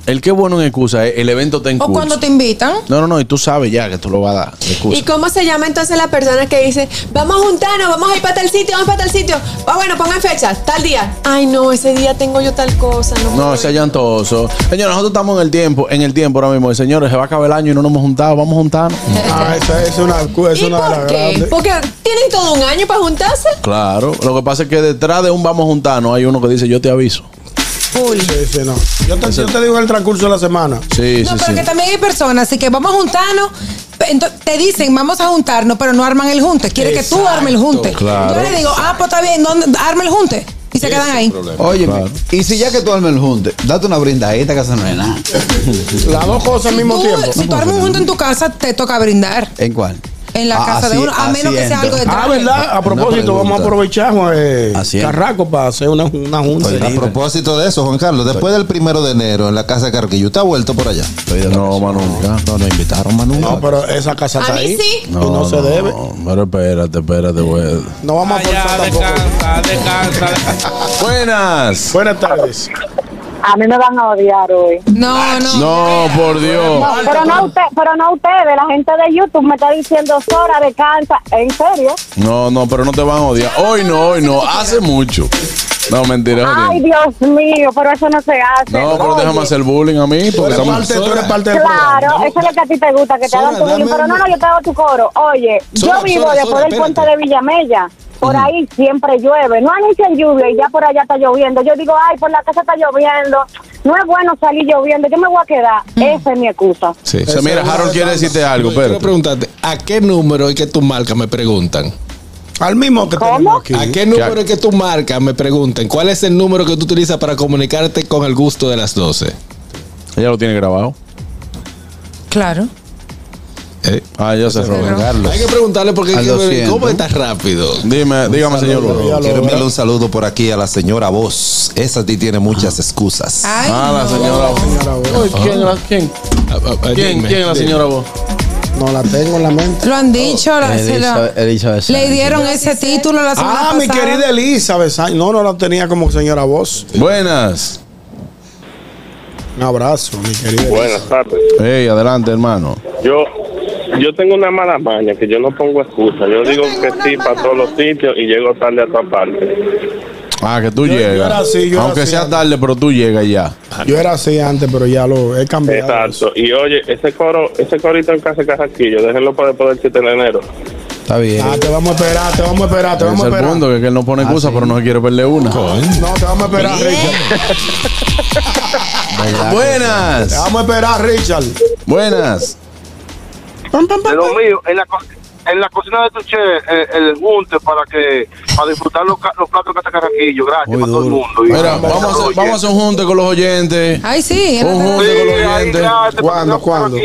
Speaker 3: El que es bueno en excusa, eh, el evento te
Speaker 7: O
Speaker 3: excusa.
Speaker 7: cuando
Speaker 5: te invitan.
Speaker 3: No, no, no, y tú sabes ya que tú lo vas a dar. de Excusa.
Speaker 7: ¿Y cómo se llama entonces la persona que dice, vamos a juntarnos, vamos a ir para tal sitio, vamos para tal sitio? Ah, bueno, pongan fecha, tal día. Ay, no, ese día tengo yo tal cosa, no.
Speaker 3: No, ese es llantoso. Señores, nosotros estamos en el tiempo, en el tiempo ahora mismo. Señores, se va a acabar el año y no nos hemos juntado, vamos a juntarnos.
Speaker 4: Ah, esa es una excusa. Es una de las
Speaker 7: ¿Qué?
Speaker 4: grandes.
Speaker 7: Porque tienen todo un año para juntarse.
Speaker 3: Claro, lo que pasa es que detrás de un vamos a juntarnos hay uno que dice yo te aviso.
Speaker 4: Sí, sí, no. Yo te, yo te digo en el transcurso de la semana.
Speaker 3: Sí,
Speaker 5: No, pero que también hay personas, así que vamos a juntarnos. Ento- te dicen, vamos a juntarnos, pero no arman el junte. Quiere que tú armes el junte.
Speaker 6: claro.
Speaker 5: Yo le digo, ah, pues está bien, ¿dónde- arma el junte. Y se quedan ahí.
Speaker 6: Oye, y si ya que tú armes el junte, date una brindadita que eso no es nada.
Speaker 4: Las dos cosas al
Speaker 5: Tú, si tú armas un junte en tu casa, te toca brindar.
Speaker 6: ¿En cuál?
Speaker 5: En la
Speaker 4: Ah,
Speaker 5: casa de
Speaker 4: así-
Speaker 5: uno, a
Speaker 4: así
Speaker 5: menos que sea
Speaker 4: entra.
Speaker 5: algo de
Speaker 4: Ah,
Speaker 5: traje.
Speaker 4: ¿verdad? A propósito, vamos a aprovechar, Juan eh, Carraco, para hacer una, una junta.
Speaker 11: Oye, a propósito de eso, Juan Carlos, después del primero de enero en la casa de Carquillo, ¿te ha vuelto por allá?
Speaker 3: No, Manu, nunca.
Speaker 11: No, nos invitaron, Manu.
Speaker 4: No, pero esa casa está ahí. Y No, se debe.
Speaker 3: Pero espérate, espérate, güey.
Speaker 4: No vamos a forzar tampoco.
Speaker 3: Buenas.
Speaker 4: Buenas tardes.
Speaker 14: A mí me van a odiar hoy.
Speaker 5: No, no.
Speaker 3: No, por Dios.
Speaker 14: No, pero no usted, pero no ustedes, la gente de YouTube me está diciendo Sora descansa, en serio.
Speaker 3: No, no, pero no te van a odiar. Hoy no, hoy no. Hace mucho. No, mentira. es
Speaker 14: Ay,
Speaker 3: jodiendo.
Speaker 14: Dios mío, pero eso no se hace.
Speaker 3: No, pero déjame hacer bullying a mí. Porque estamos-
Speaker 14: Claro, eso es lo que a ti te gusta, que te hagan tu bullying, pero no, no, yo te hago tu coro. Oye,
Speaker 15: Sora,
Speaker 14: yo vivo
Speaker 15: Sora,
Speaker 14: después
Speaker 15: Sora,
Speaker 14: del puente de Villamella, por ahí siempre llueve, no anuncian lluvia y ya por allá está lloviendo. Yo digo, ay, por la casa está lloviendo, no es bueno salir lloviendo, yo me voy a quedar, esa es mi excusa.
Speaker 3: O sea, mira, Harold quiere decirte algo,
Speaker 8: pero. Quiero preguntarte, ¿a qué número es que tu marca me preguntan?
Speaker 4: Al mismo que tenemos aquí.
Speaker 8: ¿A qué número es que tu marca me preguntan? ¿Cuál es el número que tú utilizas para comunicarte con el gusto de las 12?
Speaker 3: Ella lo tiene grabado.
Speaker 5: Claro.
Speaker 8: Eh,
Speaker 3: Ah, yo se
Speaker 21: Hay que preguntarle porque
Speaker 11: Al
Speaker 21: hay que ver
Speaker 11: 200.
Speaker 21: cómo está rápido.
Speaker 3: Dime, dígame, señor Hugo.
Speaker 11: Quiero enviarle un saludo por aquí a la señora Voz. Esa sí tiene muchas excusas.
Speaker 3: Ay, Ah, la no. señora Ah, Voz. Ay, ¿quién, la- quién? ¿Quién,
Speaker 11: dime,
Speaker 3: quién es la
Speaker 11: dime.
Speaker 3: señora vos?
Speaker 4: No la tengo en la mente.
Speaker 3: Oh,
Speaker 5: Lo han dicho,
Speaker 3: eh,
Speaker 5: la- se lo- le dieron ese título la semana
Speaker 4: Ah,
Speaker 5: pasada.
Speaker 4: mi querida Elizabeth Sánchez. No, no la tenía como señora voz.
Speaker 3: Buenas.
Speaker 4: Un abrazo, mi querida.
Speaker 22: Buenas tardes.
Speaker 3: Ey, adelante, hermano.
Speaker 22: Yo, yo tengo una mala maña que yo no pongo excusa. Yo digo que sí para todos los sitios y llego tarde a todas partes.
Speaker 3: Ah, que tú
Speaker 4: Yo- yo
Speaker 3: llegas.
Speaker 4: era así, yo era
Speaker 3: Aunque
Speaker 4: así
Speaker 3: sea tarde, pero tú llegas ya.
Speaker 4: Yo era así antes, pero ya lo he cambiado.
Speaker 22: Exacto. Y oye, ese coro, ese corito en casa de Carraquillo, déjenlo para después del 7 de enero.
Speaker 3: Está bien. Ah,
Speaker 4: Ah, te vamos a esperar, te vamos a esperar, te
Speaker 3: Ese
Speaker 4: vamos a
Speaker 3: es el
Speaker 4: esperar.
Speaker 3: punto, que, que él no pone excusa, pero no se quiere perder una.
Speaker 4: No, te vamos a esperar, Richard.
Speaker 3: Buenas.
Speaker 4: Te vamos a esperar, Richard.
Speaker 3: Buenas.
Speaker 12: De lo mío, en la, co- en la cocina de tu chef, eh, el junte para que para disfrutar los, ca- los platos que está carraquillo. Gracias para todo el mundo. Y-
Speaker 3: Mira, vamos a hacer, vamos a hacer un junte con los oyentes.
Speaker 5: Ay, sí.
Speaker 3: Un junte con los
Speaker 5: Sí, ahí,
Speaker 3: oyentes. ¿Cuándo, cuándo?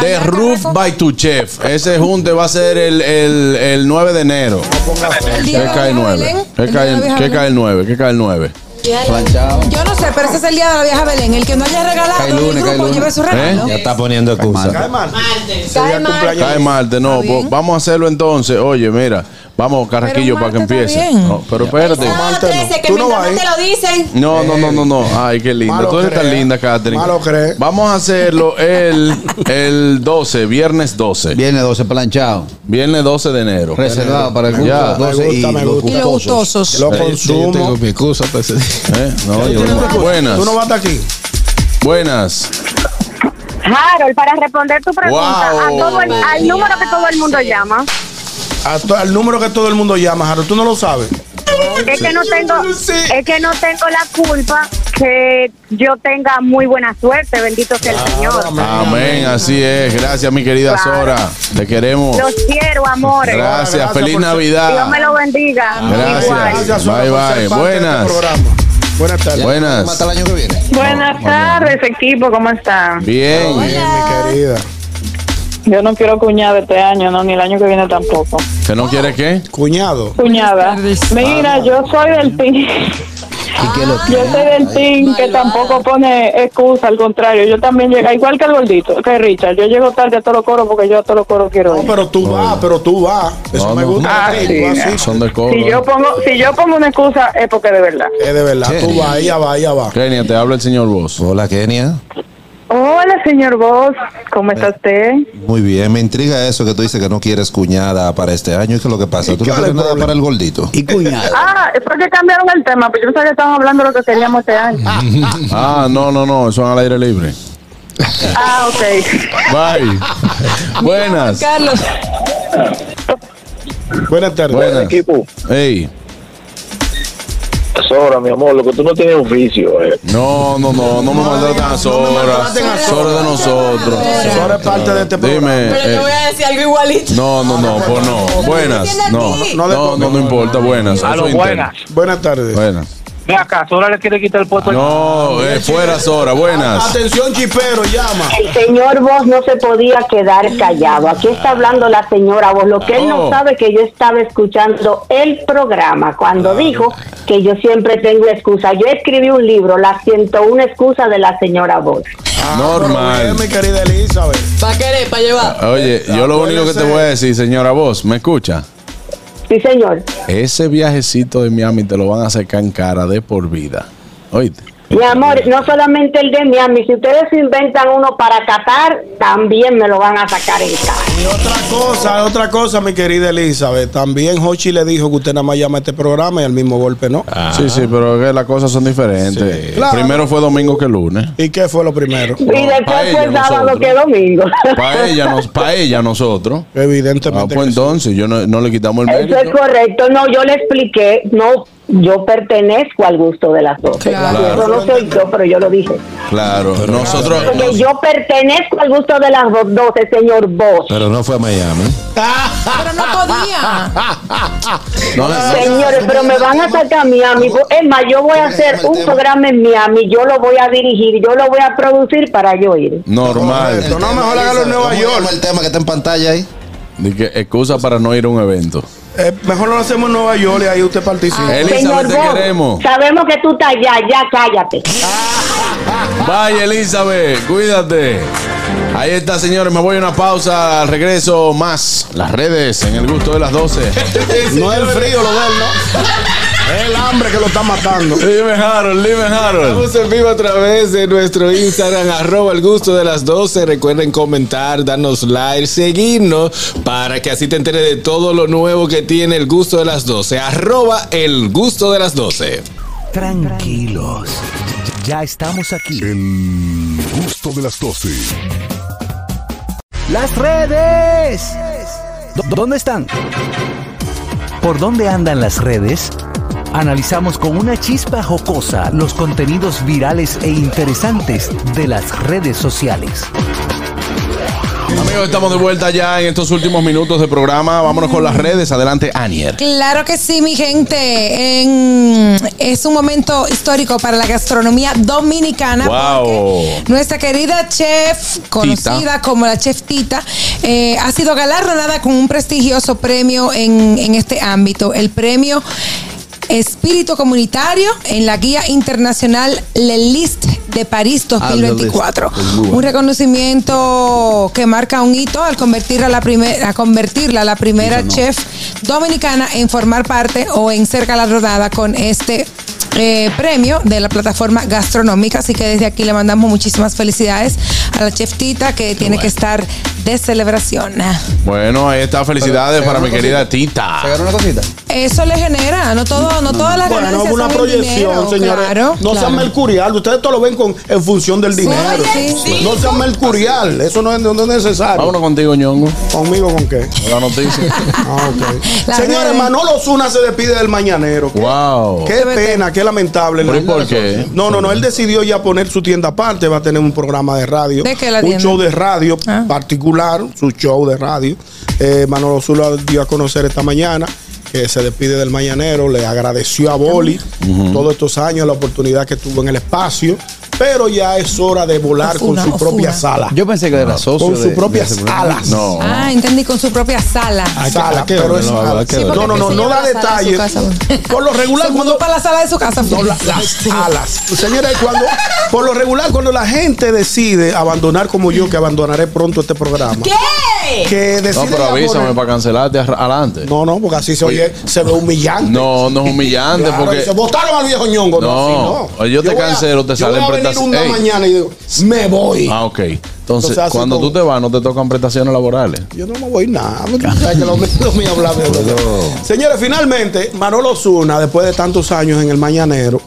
Speaker 3: The Roof by Tu Chef. Ese junte va a ser el, el, el 9 de enero.
Speaker 5: El
Speaker 3: ¿Qué
Speaker 5: día de la
Speaker 3: cae el
Speaker 5: vieja
Speaker 3: 9?
Speaker 5: Belén.
Speaker 3: ¿Qué
Speaker 5: El día
Speaker 3: cae
Speaker 5: de
Speaker 3: el-
Speaker 5: la
Speaker 3: qué
Speaker 5: vieja
Speaker 3: cae el 9? ¿Qué cae el 9?
Speaker 5: Yo no sé, pero ese es el día de la vieja Belén. El que no haya regalado en el grupo lleve su regalo.
Speaker 3: Ya está poniendo excusa. ¿Eh? Cae
Speaker 5: Cae
Speaker 3: martes.
Speaker 5: mal.
Speaker 3: no. po- Vamos a hacerlo entonces. Oye, mira, vamos, Carraquillo, para que
Speaker 7: martes está
Speaker 3: empiece.
Speaker 7: bien.
Speaker 3: No, pero espérate.
Speaker 7: Trece, que
Speaker 3: Tú no
Speaker 7: mientras
Speaker 3: vas a
Speaker 7: no te lo dicen.
Speaker 3: No, no, no, no, no. Ay, qué linda.
Speaker 7: Malo
Speaker 3: Tú eres tan
Speaker 7: cree.
Speaker 3: linda, Catherine.
Speaker 7: Malo
Speaker 3: cree. Vamos a hacerlo el, el 12, viernes 12.
Speaker 8: Viernes 12, planchado.
Speaker 3: Viernes 12 de enero.
Speaker 8: Reservado para el
Speaker 3: Ya.
Speaker 8: grupo, 12 y los gustosos.
Speaker 3: Sí, yo tengo mi excusa
Speaker 8: pues.
Speaker 3: para ese día. Eh, no, yo- Buenas.
Speaker 4: Tú no vas a estar aquí.
Speaker 3: Buenas.
Speaker 14: Harold, para responder tu pregunta,
Speaker 4: Wow.
Speaker 14: a todo el- al número que todo el mundo llama,
Speaker 4: A to- al número que todo el mundo llama, Harold, tú no lo sabes.
Speaker 14: es que no tengo, es que no tengo la culpa que yo tenga muy buena suerte, bendito sea el Señor.
Speaker 3: Amén, así es. Gracias, mi querida Sora. Te queremos.
Speaker 14: Los quiero, amores.
Speaker 3: Gracias, Gracias feliz por ser- Navidad.
Speaker 14: Dios me lo bendiga.
Speaker 3: Gracias. bye, bye. Buenas.
Speaker 4: Buenas tardes.
Speaker 3: Buenas.
Speaker 4: Mata el año que viene.
Speaker 9: Buenas tardes, equipo, ¿cómo están?
Speaker 3: Bien.
Speaker 4: mi querida.
Speaker 9: Yo no quiero cuñada este año, no, ni el año que viene tampoco.
Speaker 3: ¿Que no quiere qué?
Speaker 4: Cuñado.
Speaker 9: Cuñada. Mira, yo soy del team.
Speaker 17: Ah.
Speaker 9: Yo soy del team que tampoco pone excusa, al contrario, yo también llego, igual que el gordito, que Richard, yo llego tarde a todos los coros porque yo a todos los coros quiero ir.
Speaker 4: Pero tú vas, Ah, pero tú vas. Eso me gusta.
Speaker 3: Ah,
Speaker 4: de ti, tú así.
Speaker 3: Son de cobro.
Speaker 9: Si yo pongo, si yo pongo una excusa es porque de verdad.
Speaker 4: Es de verdad. Tú vas, ella va, ella va.
Speaker 3: Kenia, te habla el señor Vos.
Speaker 11: Hola, Kenia.
Speaker 9: Hola, señor Vos, ¿cómo está
Speaker 4: Eh.
Speaker 9: usted?
Speaker 11: Muy bien, me intriga eso que tú dices que no quieres cuñada para este año. ¿Y qué es lo que pasa? ¿Tú no quieres nada para el gordito?
Speaker 8: ¿Y cuñada?
Speaker 9: Ah, es porque cambiaron el tema, pero yo pensaba que estaban hablando de lo que queríamos este año.
Speaker 3: Ah, no, no, no. Son al aire libre.
Speaker 9: Ah, ok.
Speaker 3: Bye. Buenas.
Speaker 9: Carlos.
Speaker 4: Buenas tardes.
Speaker 3: Buenas.
Speaker 17: Equipo.
Speaker 3: Ey.
Speaker 17: Sora, mi amor, lo que tú no tienes es un vicio. eh.
Speaker 3: No, no, no, no me maltraten a Sora. Sora es de nosotros. Sora es parte de este Dime.
Speaker 7: Pero
Speaker 3: eh,
Speaker 7: te voy a decir algo igualito.
Speaker 3: no, no, no, pues no. Buenas. No,
Speaker 4: Eh,
Speaker 3: no, no, no, importa. Buenas.
Speaker 4: A lo
Speaker 3: Eso intento.
Speaker 4: Buenas tardes.
Speaker 3: Buenas.
Speaker 4: Ve acá, Sora le quiere quitar el puesto
Speaker 3: No, eh, fuera Sora. Buenas.
Speaker 4: Ah, Atención, chipero, llama.
Speaker 14: El señor Vos no se podía quedar callado. Aquí está hablando la señora Vos. Lo que él
Speaker 3: Oh.
Speaker 14: no sabe que yo estaba escuchando el programa cuando dijo que yo siempre tengo excusa. Yo escribí un libro, La 101 excusa de la señora Vos.
Speaker 3: Normal.
Speaker 4: eh, Mi querida Elizabeth.
Speaker 7: Para querer, para llevar.
Speaker 3: Oye, yo lo único que te voy a decir, señora Vos, ¿me escucha?
Speaker 14: Sí, señor.
Speaker 3: Ese viajecito de Miami te lo van a sacar en cara de por vida. Oíste.
Speaker 14: Mi amor, no solamente el de Miami, si ustedes inventan uno para Qatar, también me lo van a sacar en cara.
Speaker 4: Otra cosa, otra cosa, mi querida Elizabeth. También Hochi le dijo que usted nada más llama a este programa y al mismo golpe no.
Speaker 11: Ah.
Speaker 3: Sí, sí, pero es que las cosas son diferentes.
Speaker 4: Claro.
Speaker 3: Primero fue domingo que lunes.
Speaker 4: ¿Y qué fue lo primero?
Speaker 14: Y después fue sábado que domingo.
Speaker 3: Para ella, nos, pa' ella nosotros.
Speaker 4: Evidentemente.
Speaker 3: Ah, pues entonces, yo no, no le quitamos el
Speaker 14: Eso
Speaker 3: mérito.
Speaker 14: es correcto. No, yo le expliqué. No, yo pertenezco al gusto de las dos.
Speaker 3: Claro.
Speaker 14: Eso no soy yo, pero yo lo dije.
Speaker 3: Claro, nosotros.
Speaker 14: Porque yo pertenezco al gusto de las dos, doce, señor Vos.
Speaker 11: Pero no fue a
Speaker 4: Este
Speaker 11: Miami.
Speaker 5: Pero no podía.
Speaker 11: No, no, no.
Speaker 14: Señores, pero me van a sacar a Miami. Es más, yo voy a hacer un programa en Miami. Yo lo voy a dirigir, yo lo voy a producir para yo ir.
Speaker 3: Normal.
Speaker 11: No, mejor hágalo en Nueva York. El tema que está en pantalla ahí.
Speaker 3: Di que excusa para no ir a un evento.
Speaker 4: Eh, mejor lo hacemos en Nueva York y ahí usted participa.
Speaker 3: Elizabeth, te
Speaker 14: Vos,
Speaker 3: queremos.
Speaker 14: sabemos que tú estás allá, ya cállate.
Speaker 3: Bye, Elizabeth. Cuídate. Ahí está, señores. Me voy a una pausa. Al regreso, más las redes en el gusto de las 12.
Speaker 4: No es el frío lo de él, ¿no? Es el hambre que lo está matando.
Speaker 3: Dime, Harold, dime, Harold.
Speaker 8: Estamos en vivo a través de nuestro Instagram, arroba el gusto de las 12. Recuerden comentar, darnos like, seguirnos para que así te enteres de todo lo nuevo que tiene el gusto de las 12. Arroba el gusto de las 12.
Speaker 1: Tranquilos. Ya estamos aquí.
Speaker 16: El gusto de las 12.
Speaker 1: Las redes. ¿Dó- ¿Dónde están? ¿Por dónde andan las redes? Analizamos con una chispa jocosa los contenidos virales e interesantes de las redes sociales.
Speaker 3: Amigos, estamos de vuelta ya en estos últimos minutos de programa. Vámonos con las redes. Adelante, Anier.
Speaker 5: Claro que sí, mi gente. En- es un momento histórico para la gastronomía dominicana.
Speaker 3: Wow.
Speaker 5: Nuestra querida chef, conocida como la chef Tita, eh, ha sido galardonada con un prestigioso premio en, en este ámbito, el premio Espíritu Comunitario en la Guía Internacional Le List de París 2024.
Speaker 6: Ah, Le List, es muy bueno.
Speaker 5: Un reconocimiento que marca un hito al convertirla a la primera, convertirla a la primera chef dominicana en formar parte o en ser galardonada con este eh, premio de la plataforma gastronómica. Así que desde aquí le mandamos muchísimas felicidades a la chef Tita que tiene que estar de celebración.
Speaker 3: Bueno, ahí está. Felicidades
Speaker 6: Pero,
Speaker 3: para mi
Speaker 6: ¿se ganó
Speaker 3: querida
Speaker 6: una
Speaker 3: Tita.
Speaker 6: ¿Se ganó una cosita?
Speaker 5: Eso le genera, no todo, no todas las
Speaker 4: Bueno,
Speaker 5: ganancias
Speaker 4: una
Speaker 5: son en
Speaker 4: proyección,
Speaker 5: dinero,
Speaker 4: señores.
Speaker 5: claro,
Speaker 4: no
Speaker 5: claro.
Speaker 4: sean mercurial. Ustedes todo lo ven con, en función del dinero.
Speaker 5: sí, sí.
Speaker 4: No sean mercurial. Eso no es, no es necesario.
Speaker 3: Vámonos contigo, ñongo.
Speaker 4: ¿Conmigo con qué?
Speaker 3: La noticia.
Speaker 4: Ah, ok.
Speaker 5: La
Speaker 4: Señores,
Speaker 5: red.
Speaker 4: Manolo Zuna se despide del mañanero. Qué,
Speaker 3: wow.
Speaker 4: qué pena, qué lamentable.
Speaker 3: ¿Pero y por qué?
Speaker 4: No, no, no. Él decidió ya poner su tienda aparte. Va a tener un programa de radio.
Speaker 5: ¿De qué la
Speaker 4: un
Speaker 5: tienda?
Speaker 4: show de radio
Speaker 5: Ah.
Speaker 4: particular, su show de radio. Eh, Manolo Zula dio a conocer esta mañana que se despide del mañanero. Le agradeció a Boli todos estos años la oportunidad que tuvo en el espacio. Pero ya es hora de volar
Speaker 5: Osuna,
Speaker 4: con su
Speaker 5: Osuna.
Speaker 4: propia sala.
Speaker 6: Yo pensé que era socio.
Speaker 4: Con
Speaker 6: de-
Speaker 4: sus
Speaker 6: de
Speaker 4: propias
Speaker 6: ese programa.
Speaker 4: alas.
Speaker 3: No.
Speaker 5: Ah, entendí, con su propia sala.
Speaker 4: Sala,
Speaker 11: ¿a qué
Speaker 4: pero
Speaker 11: hora?
Speaker 4: es
Speaker 11: No, ¿a
Speaker 4: sala.
Speaker 11: qué hora?
Speaker 4: No, no, no,
Speaker 5: Se
Speaker 4: no
Speaker 5: lleva
Speaker 4: da
Speaker 5: la sala de su
Speaker 4: detalles.
Speaker 5: casa.
Speaker 4: Por lo regular,
Speaker 5: Se
Speaker 4: cuando
Speaker 5: mudó para la sala de su casa.
Speaker 4: No, la- las alas. Señora, y cuando, por lo regular, cuando la gente decide abandonar como yo, que abandonaré pronto este programa.
Speaker 5: ¿Qué?
Speaker 4: Que
Speaker 3: No,
Speaker 4: decide
Speaker 3: pero avísame
Speaker 4: abandonar-
Speaker 3: para cancelarte ar- adelante.
Speaker 4: No, no, porque así se oye, se ve humillante.
Speaker 3: No, no es humillante
Speaker 4: Claro,
Speaker 3: porque.
Speaker 4: dice, votaron al viejo ñongo.
Speaker 3: No,
Speaker 4: No, así no.
Speaker 3: yo te
Speaker 4: voy a-
Speaker 3: cancelo, te
Speaker 4: yo
Speaker 3: salen
Speaker 4: voy a venir
Speaker 3: prestaciones.
Speaker 4: una
Speaker 3: Ey.
Speaker 4: mañana y digo, me voy.
Speaker 3: Ah, ok. Entonces,
Speaker 4: Entonces, así
Speaker 3: cuando
Speaker 4: como-
Speaker 3: tú te vas, no te tocan prestaciones laborales.
Speaker 4: Yo no me voy nada. tú sabes que lo mío- lo mío hablar de- Señores, finalmente, Manolo Zuna, después de tantos años en el Mañanero,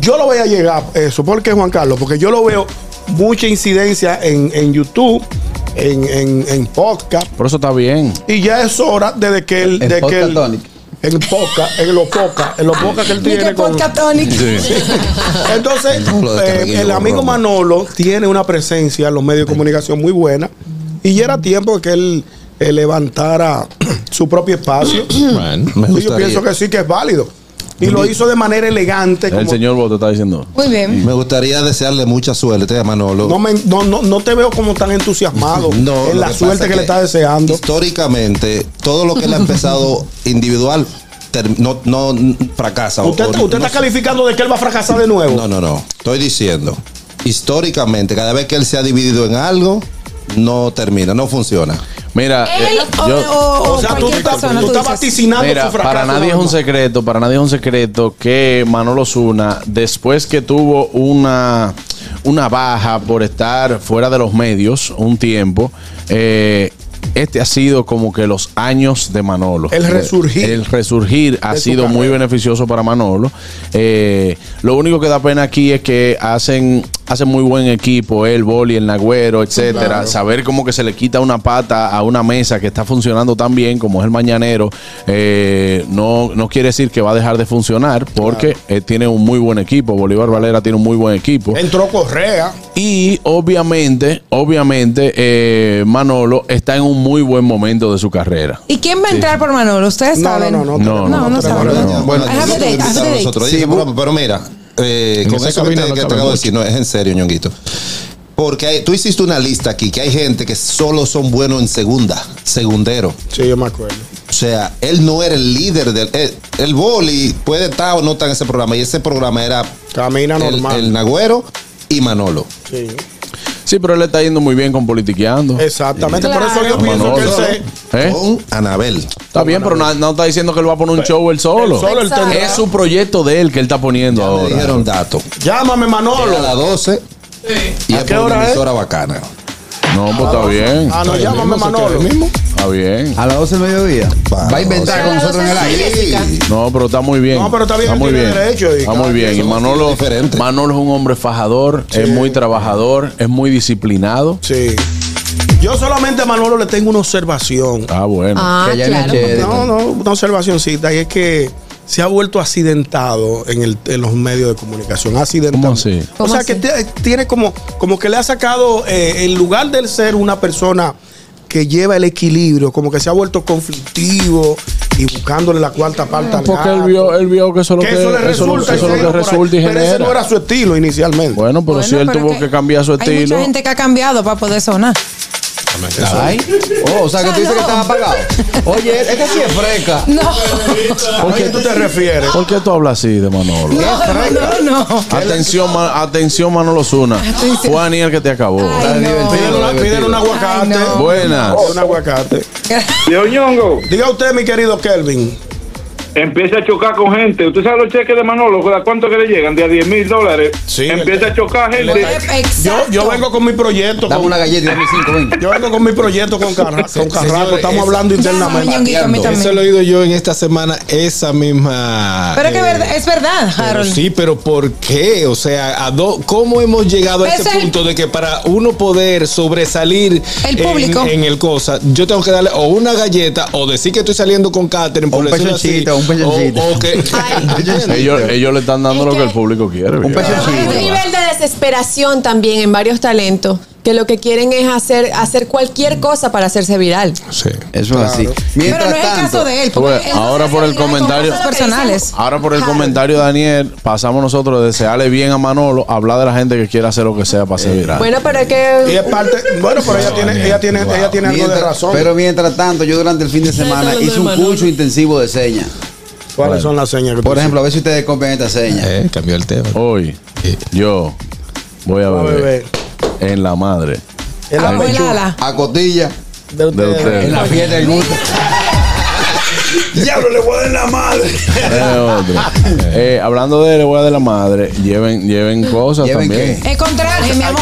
Speaker 4: yo lo voy a llegar eso. ¿Por qué, Juan Carlos? Porque yo lo veo mucha incidencia en, en YouTube, en, en- en podcast.
Speaker 3: Por eso está bien.
Speaker 4: Y ya es hora desde que él.
Speaker 6: En
Speaker 4: de que
Speaker 6: podcast,
Speaker 4: él-
Speaker 6: Tonic.
Speaker 4: en podcast, en los podcast, en los podcast que él
Speaker 5: Ni que
Speaker 4: tiene con,
Speaker 5: podcast, Tony.
Speaker 4: entonces,
Speaker 11: Manolo de
Speaker 4: eh,
Speaker 11: Carraquillo,
Speaker 4: el amigo
Speaker 11: broma.
Speaker 4: Manolo tiene una presencia en los medios de comunicación muy buena y ya era tiempo que él eh, levantara su propio espacio.
Speaker 11: Bueno, me
Speaker 4: y yo
Speaker 11: gustaría,
Speaker 4: pienso que sí que es válido. Y lo hizo de manera elegante.
Speaker 3: El
Speaker 4: como-
Speaker 3: señor vos te está diciendo.
Speaker 5: Muy bien.
Speaker 11: me gustaría desearle mucha suerte a Manolo.
Speaker 4: no, me- no, no, no te veo como tan entusiasmado
Speaker 11: No,
Speaker 4: en
Speaker 11: lo
Speaker 4: la
Speaker 11: que
Speaker 4: suerte
Speaker 11: pasa
Speaker 4: que,
Speaker 11: es
Speaker 4: le está deseando.
Speaker 11: Históricamente, todo lo que él ha empezado individual ter- no, no fracasa.
Speaker 4: Usted,
Speaker 11: O-
Speaker 4: usted
Speaker 11: no
Speaker 4: está
Speaker 11: sé.
Speaker 4: calificando de que él va a fracasar de nuevo.
Speaker 11: No, no, no. Estoy diciendo, históricamente, cada vez que él se ha dividido en algo, no termina, no funciona.
Speaker 3: Mira,
Speaker 5: Él
Speaker 3: eh,
Speaker 5: o,
Speaker 3: yo-
Speaker 5: o- o
Speaker 4: o sea, tú,
Speaker 5: cualquier
Speaker 4: estás,
Speaker 5: persona,
Speaker 4: tú
Speaker 5: tú
Speaker 4: estás
Speaker 5: dices.
Speaker 4: vaticinando
Speaker 3: Mira,
Speaker 4: su fracaso.
Speaker 3: para nadie es un
Speaker 4: Alma.
Speaker 3: secreto, para nadie es un secreto que Manolo Zuna, después que tuvo una, una baja por estar fuera de los medios un tiempo, eh, este ha sido como que los años de Manolo.
Speaker 4: El resurgir.
Speaker 3: El resurgir ha
Speaker 4: De su
Speaker 3: sido muy
Speaker 4: carrera.
Speaker 3: beneficioso para Manolo. Eh, lo único que da pena aquí es que hacen hace muy buen equipo, el boli, el nagüero, etcétera. Saber cómo que se le quita una pata a una mesa que está funcionando tan bien como es el mañanero, eh, no, no quiere decir que va a dejar de funcionar porque eh, tiene un muy buen equipo. Bolívar Valera tiene un muy buen equipo.
Speaker 4: Entró Correa.
Speaker 3: Y obviamente, obviamente, eh, Manolo está en un muy buen momento de su carrera.
Speaker 5: ¿Y quién va a entrar por Manolo? Ustedes saben.
Speaker 3: no, no, no, no,
Speaker 5: saben.
Speaker 11: Bueno,
Speaker 5: I have a date, I have a date.
Speaker 11: nosotros. Dice, bueno, pero mira, eh,
Speaker 3: En
Speaker 11: con
Speaker 3: esa
Speaker 11: eso que
Speaker 3: cabina
Speaker 11: te,
Speaker 3: no
Speaker 11: que te
Speaker 3: cabe
Speaker 11: acabo de
Speaker 3: mucho.
Speaker 11: decir, no, es en serio, ñonguito. Porque hay- tú hiciste una lista aquí que hay gente que solo son buenos en segunda, segundero.
Speaker 4: Sí, yo me acuerdo.
Speaker 11: O sea, él no era el líder del. El, el boli puede estar o no estar en ese programa. Y ese programa era.
Speaker 4: Camina
Speaker 11: normal. El, Nagüero y Manolo.
Speaker 4: Sí.
Speaker 3: Sí, pero él le está yendo muy bien con politiqueando.
Speaker 4: Exactamente, por eso yo
Speaker 3: Con
Speaker 4: pienso que él
Speaker 3: Manolo.
Speaker 4: se.
Speaker 3: ¿Eh?
Speaker 11: Con Anabel.
Speaker 3: Está bien, pero na- no, está diciendo que él va a poner un
Speaker 4: Pe-
Speaker 3: show él solo.
Speaker 4: él solo, él Exacto. tendrá-
Speaker 3: es su proyecto de él que él está poniendo ahora.
Speaker 11: dijeron dato.
Speaker 4: Llámame Manolo.
Speaker 11: A las 12. Y
Speaker 4: ¿A
Speaker 11: es
Speaker 4: qué
Speaker 11: por una
Speaker 4: hora es?
Speaker 11: emisora bacana.
Speaker 3: No, pues está bien.
Speaker 4: Ah, no, llámame Manolo.
Speaker 3: Está bien.
Speaker 6: A las 12 del mediodía. Va a
Speaker 11: Ah,
Speaker 6: inventar con nosotros en el aire.
Speaker 3: No, pero está muy bien.
Speaker 4: No, pero está bien, él
Speaker 3: muy
Speaker 4: tiene
Speaker 3: bien.
Speaker 4: derecho, y
Speaker 3: está
Speaker 4: cada
Speaker 3: muy bien.
Speaker 4: quien
Speaker 3: Y
Speaker 4: somos
Speaker 3: Manolo, Manolo es un hombre fajador, es muy trabajador, es muy disciplinado.
Speaker 4: Sí. Yo solamente a Manolo le tengo una observación.
Speaker 3: Ah, bueno.
Speaker 4: Ah,
Speaker 3: Que ya claro. viene Chedi.
Speaker 4: No, no, una observacioncita. Y es que se ha vuelto accidentado en, el, en los medios de comunicación. Accidentado. O sea, que te- tiene como, como que le ha sacado, eh, en lugar del ser una persona que lleva el equilibrio, como que se ha vuelto conflictivo y buscándole la cuarta parte al
Speaker 3: Porque él
Speaker 4: gato.
Speaker 3: vio, él vio que eso es lo
Speaker 4: Que
Speaker 3: que,
Speaker 4: eso le
Speaker 3: eso lo-
Speaker 4: resulta y
Speaker 3: eso es lo
Speaker 4: se
Speaker 3: que
Speaker 4: iba por ahí.
Speaker 3: resulta y
Speaker 4: Pero ese
Speaker 3: genera.
Speaker 4: no era su estilo inicialmente.
Speaker 3: Bueno, pero si él
Speaker 5: pero
Speaker 3: tuvo
Speaker 5: que
Speaker 3: que, cambiar su
Speaker 5: Hay
Speaker 3: estilo.
Speaker 5: mucha gente que ha cambiado para poder sonar.
Speaker 6: Ay. Oh, o sea, que tú dices que estás apagado. Oye, esta sí es fresca.
Speaker 5: Ah, No.
Speaker 3: ¿Por qué tú te refieres? ¿Por qué tú hablas así de Manolo?
Speaker 5: No, no, no.
Speaker 3: Atención, Ma- atención Manolo Zuna.
Speaker 5: Atención.
Speaker 3: Fue Aniel que te acabó.
Speaker 4: Piden un aguacate.
Speaker 3: Buenas.
Speaker 4: Un aguacate. Diga usted, mi querido Kelvin.
Speaker 12: Empieza a chocar con gente. Usted sabe los cheques de Manolo, ¿a cuánto que le llegan? De a 10 mil dólares. Empieza a chocar gente.
Speaker 4: eh, Yo, yo vengo con mi proyecto.
Speaker 12: Dame
Speaker 4: con,
Speaker 12: una galleta, dame cinco,
Speaker 4: Yo vengo con mi proyecto con, Carra- con Carrasco. Estamos hablando internamente.
Speaker 8: Eso lo he oído yo en esta semana, esa misma.
Speaker 5: Pero que
Speaker 8: eh,
Speaker 5: verdad- es verdad,
Speaker 8: Pero
Speaker 5: Harold.
Speaker 8: sí, pero ¿por qué? O sea, ¿a dó- ¿cómo hemos llegado a
Speaker 5: Ese
Speaker 8: este
Speaker 5: es Pues el-
Speaker 8: punto de que para uno poder sobresalir
Speaker 5: El
Speaker 8: en-
Speaker 5: público.
Speaker 8: En, el cosa, yo tengo que darle o una galleta o decir que estoy saliendo con Catherine, por
Speaker 6: un
Speaker 8: decirlo así,
Speaker 6: pechoncito, un pechoncito.
Speaker 8: O, o que,
Speaker 3: Ellos, ellos le están dando lo que el público quiere. viejo.
Speaker 7: un nivel de desesperación también en varios talentos que lo que quieren es hacer hacer cualquier cosa para hacerse viral.
Speaker 6: Eso es así.
Speaker 7: Pero no es el caso de él, porque
Speaker 3: Bueno,
Speaker 7: él no
Speaker 3: ahora
Speaker 7: se
Speaker 3: por el
Speaker 7: hace viral con
Speaker 3: comentario.
Speaker 7: cosas personales.
Speaker 3: Ahora por el
Speaker 7: Claro.
Speaker 3: comentario de Daniel, pasamos nosotros de desearle bien a Manolo, a hablar de la gente que quiere hacer lo que sea para ser viral.
Speaker 7: Bueno, pero es que
Speaker 4: Ah. Y es parte. Bueno, pero ella tiene, ella tiene, ella tiene algo de
Speaker 6: Mientras-
Speaker 4: razón.
Speaker 6: Pero mientras tanto, yo durante el fin de
Speaker 4: está
Speaker 6: semana
Speaker 4: hablando
Speaker 6: hice
Speaker 4: de
Speaker 6: un
Speaker 4: Manolo.
Speaker 6: curso intensivo de señas.
Speaker 4: ¿Cuáles son las señas que Eh,
Speaker 6: Por ejemplo, a ver si ustedes copian esta seña.
Speaker 8: Eh, cambió el tema.
Speaker 3: Hoy yo voy a
Speaker 6: a
Speaker 3: beber,
Speaker 6: beber.
Speaker 3: en la madre.
Speaker 6: En la pechuga. A cotilla.
Speaker 4: De
Speaker 3: ustedes.
Speaker 6: En la fiesta del gusto.
Speaker 4: Diablo, le voy a dar la madre.
Speaker 3: Es otro. Eh, hablando de le voy a de la madre, lleven, lleven cosas también.
Speaker 5: Es con traje, mi amor.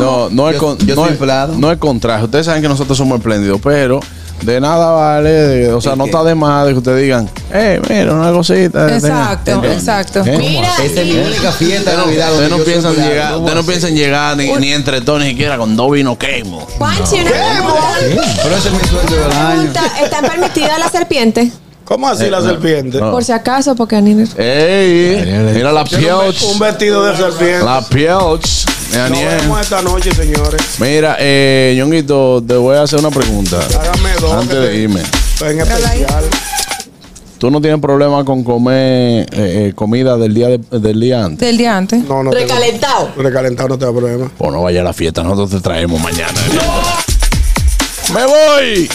Speaker 3: No, no es, con, no, es, no es con traje. Ustedes saben que nosotros somos espléndidos, pero de nada vale. de- o sea, no está de más de que ustedes digan, eh, mira, una cosita. de-
Speaker 5: Exacto,
Speaker 3: ¿Entienden?
Speaker 5: exacto.
Speaker 3: ¿Eh?
Speaker 5: Mira,
Speaker 6: Esa es mi única fiesta de
Speaker 3: Ustedes no-
Speaker 6: Navidad.
Speaker 3: ustedes no
Speaker 6: donde yo
Speaker 3: piensan
Speaker 6: soy
Speaker 3: llegar,
Speaker 6: cuidado.
Speaker 3: ustedes no piensan llegar ni, ni entre todos ni siquiera con dos vinos quemo.
Speaker 7: Juanchi, una pregunta.
Speaker 6: Pero ese es mi sueldo del año.
Speaker 7: Pregunta, ¿Están permitidas las serpientes?
Speaker 4: ¿Cómo así
Speaker 3: Eh,
Speaker 4: la
Speaker 3: no,
Speaker 4: serpiente?
Speaker 3: no.
Speaker 7: Por si acaso, porque Anil.
Speaker 3: ¡Ey! Mira la
Speaker 4: Tiene un ve-
Speaker 3: pioch.
Speaker 4: Un vestido de serpiente.
Speaker 3: La pioch. de
Speaker 4: Nos
Speaker 3: Aniel.
Speaker 4: vemos este esta noche, señores.
Speaker 3: Mira, eh, Ñonguito, te voy a hacer una pregunta.
Speaker 4: Hágame dos.
Speaker 3: Antes de irme.
Speaker 4: En especial.
Speaker 3: ¿Tú no tienes problema con comer eh, eh, comida del día, de- del día antes?
Speaker 5: Del día antes.
Speaker 4: No, no tengo- Recalentado no tengo problema.
Speaker 3: Pues no vaya a la fiesta, nosotros te traemos mañana. ¡Me voy!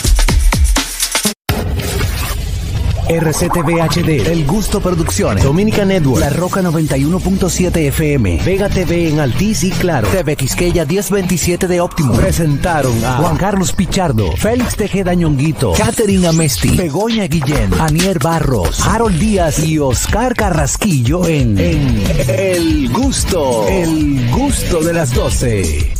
Speaker 1: RCTV HD, El Gusto Producciones, Dominica Network, La Roca 91.7 FM, Vega TV en Altiz y Claro, TV Quisqueya 1027 de Optimo. Presentaron a Juan Carlos Pichardo, Félix Tejeda Ñonguito, Katherine Amesti, Begoña Guillén, Anier Barros, Harold Díaz y Oscar Carrasquillo en, en El Gusto, El Gusto de las 12.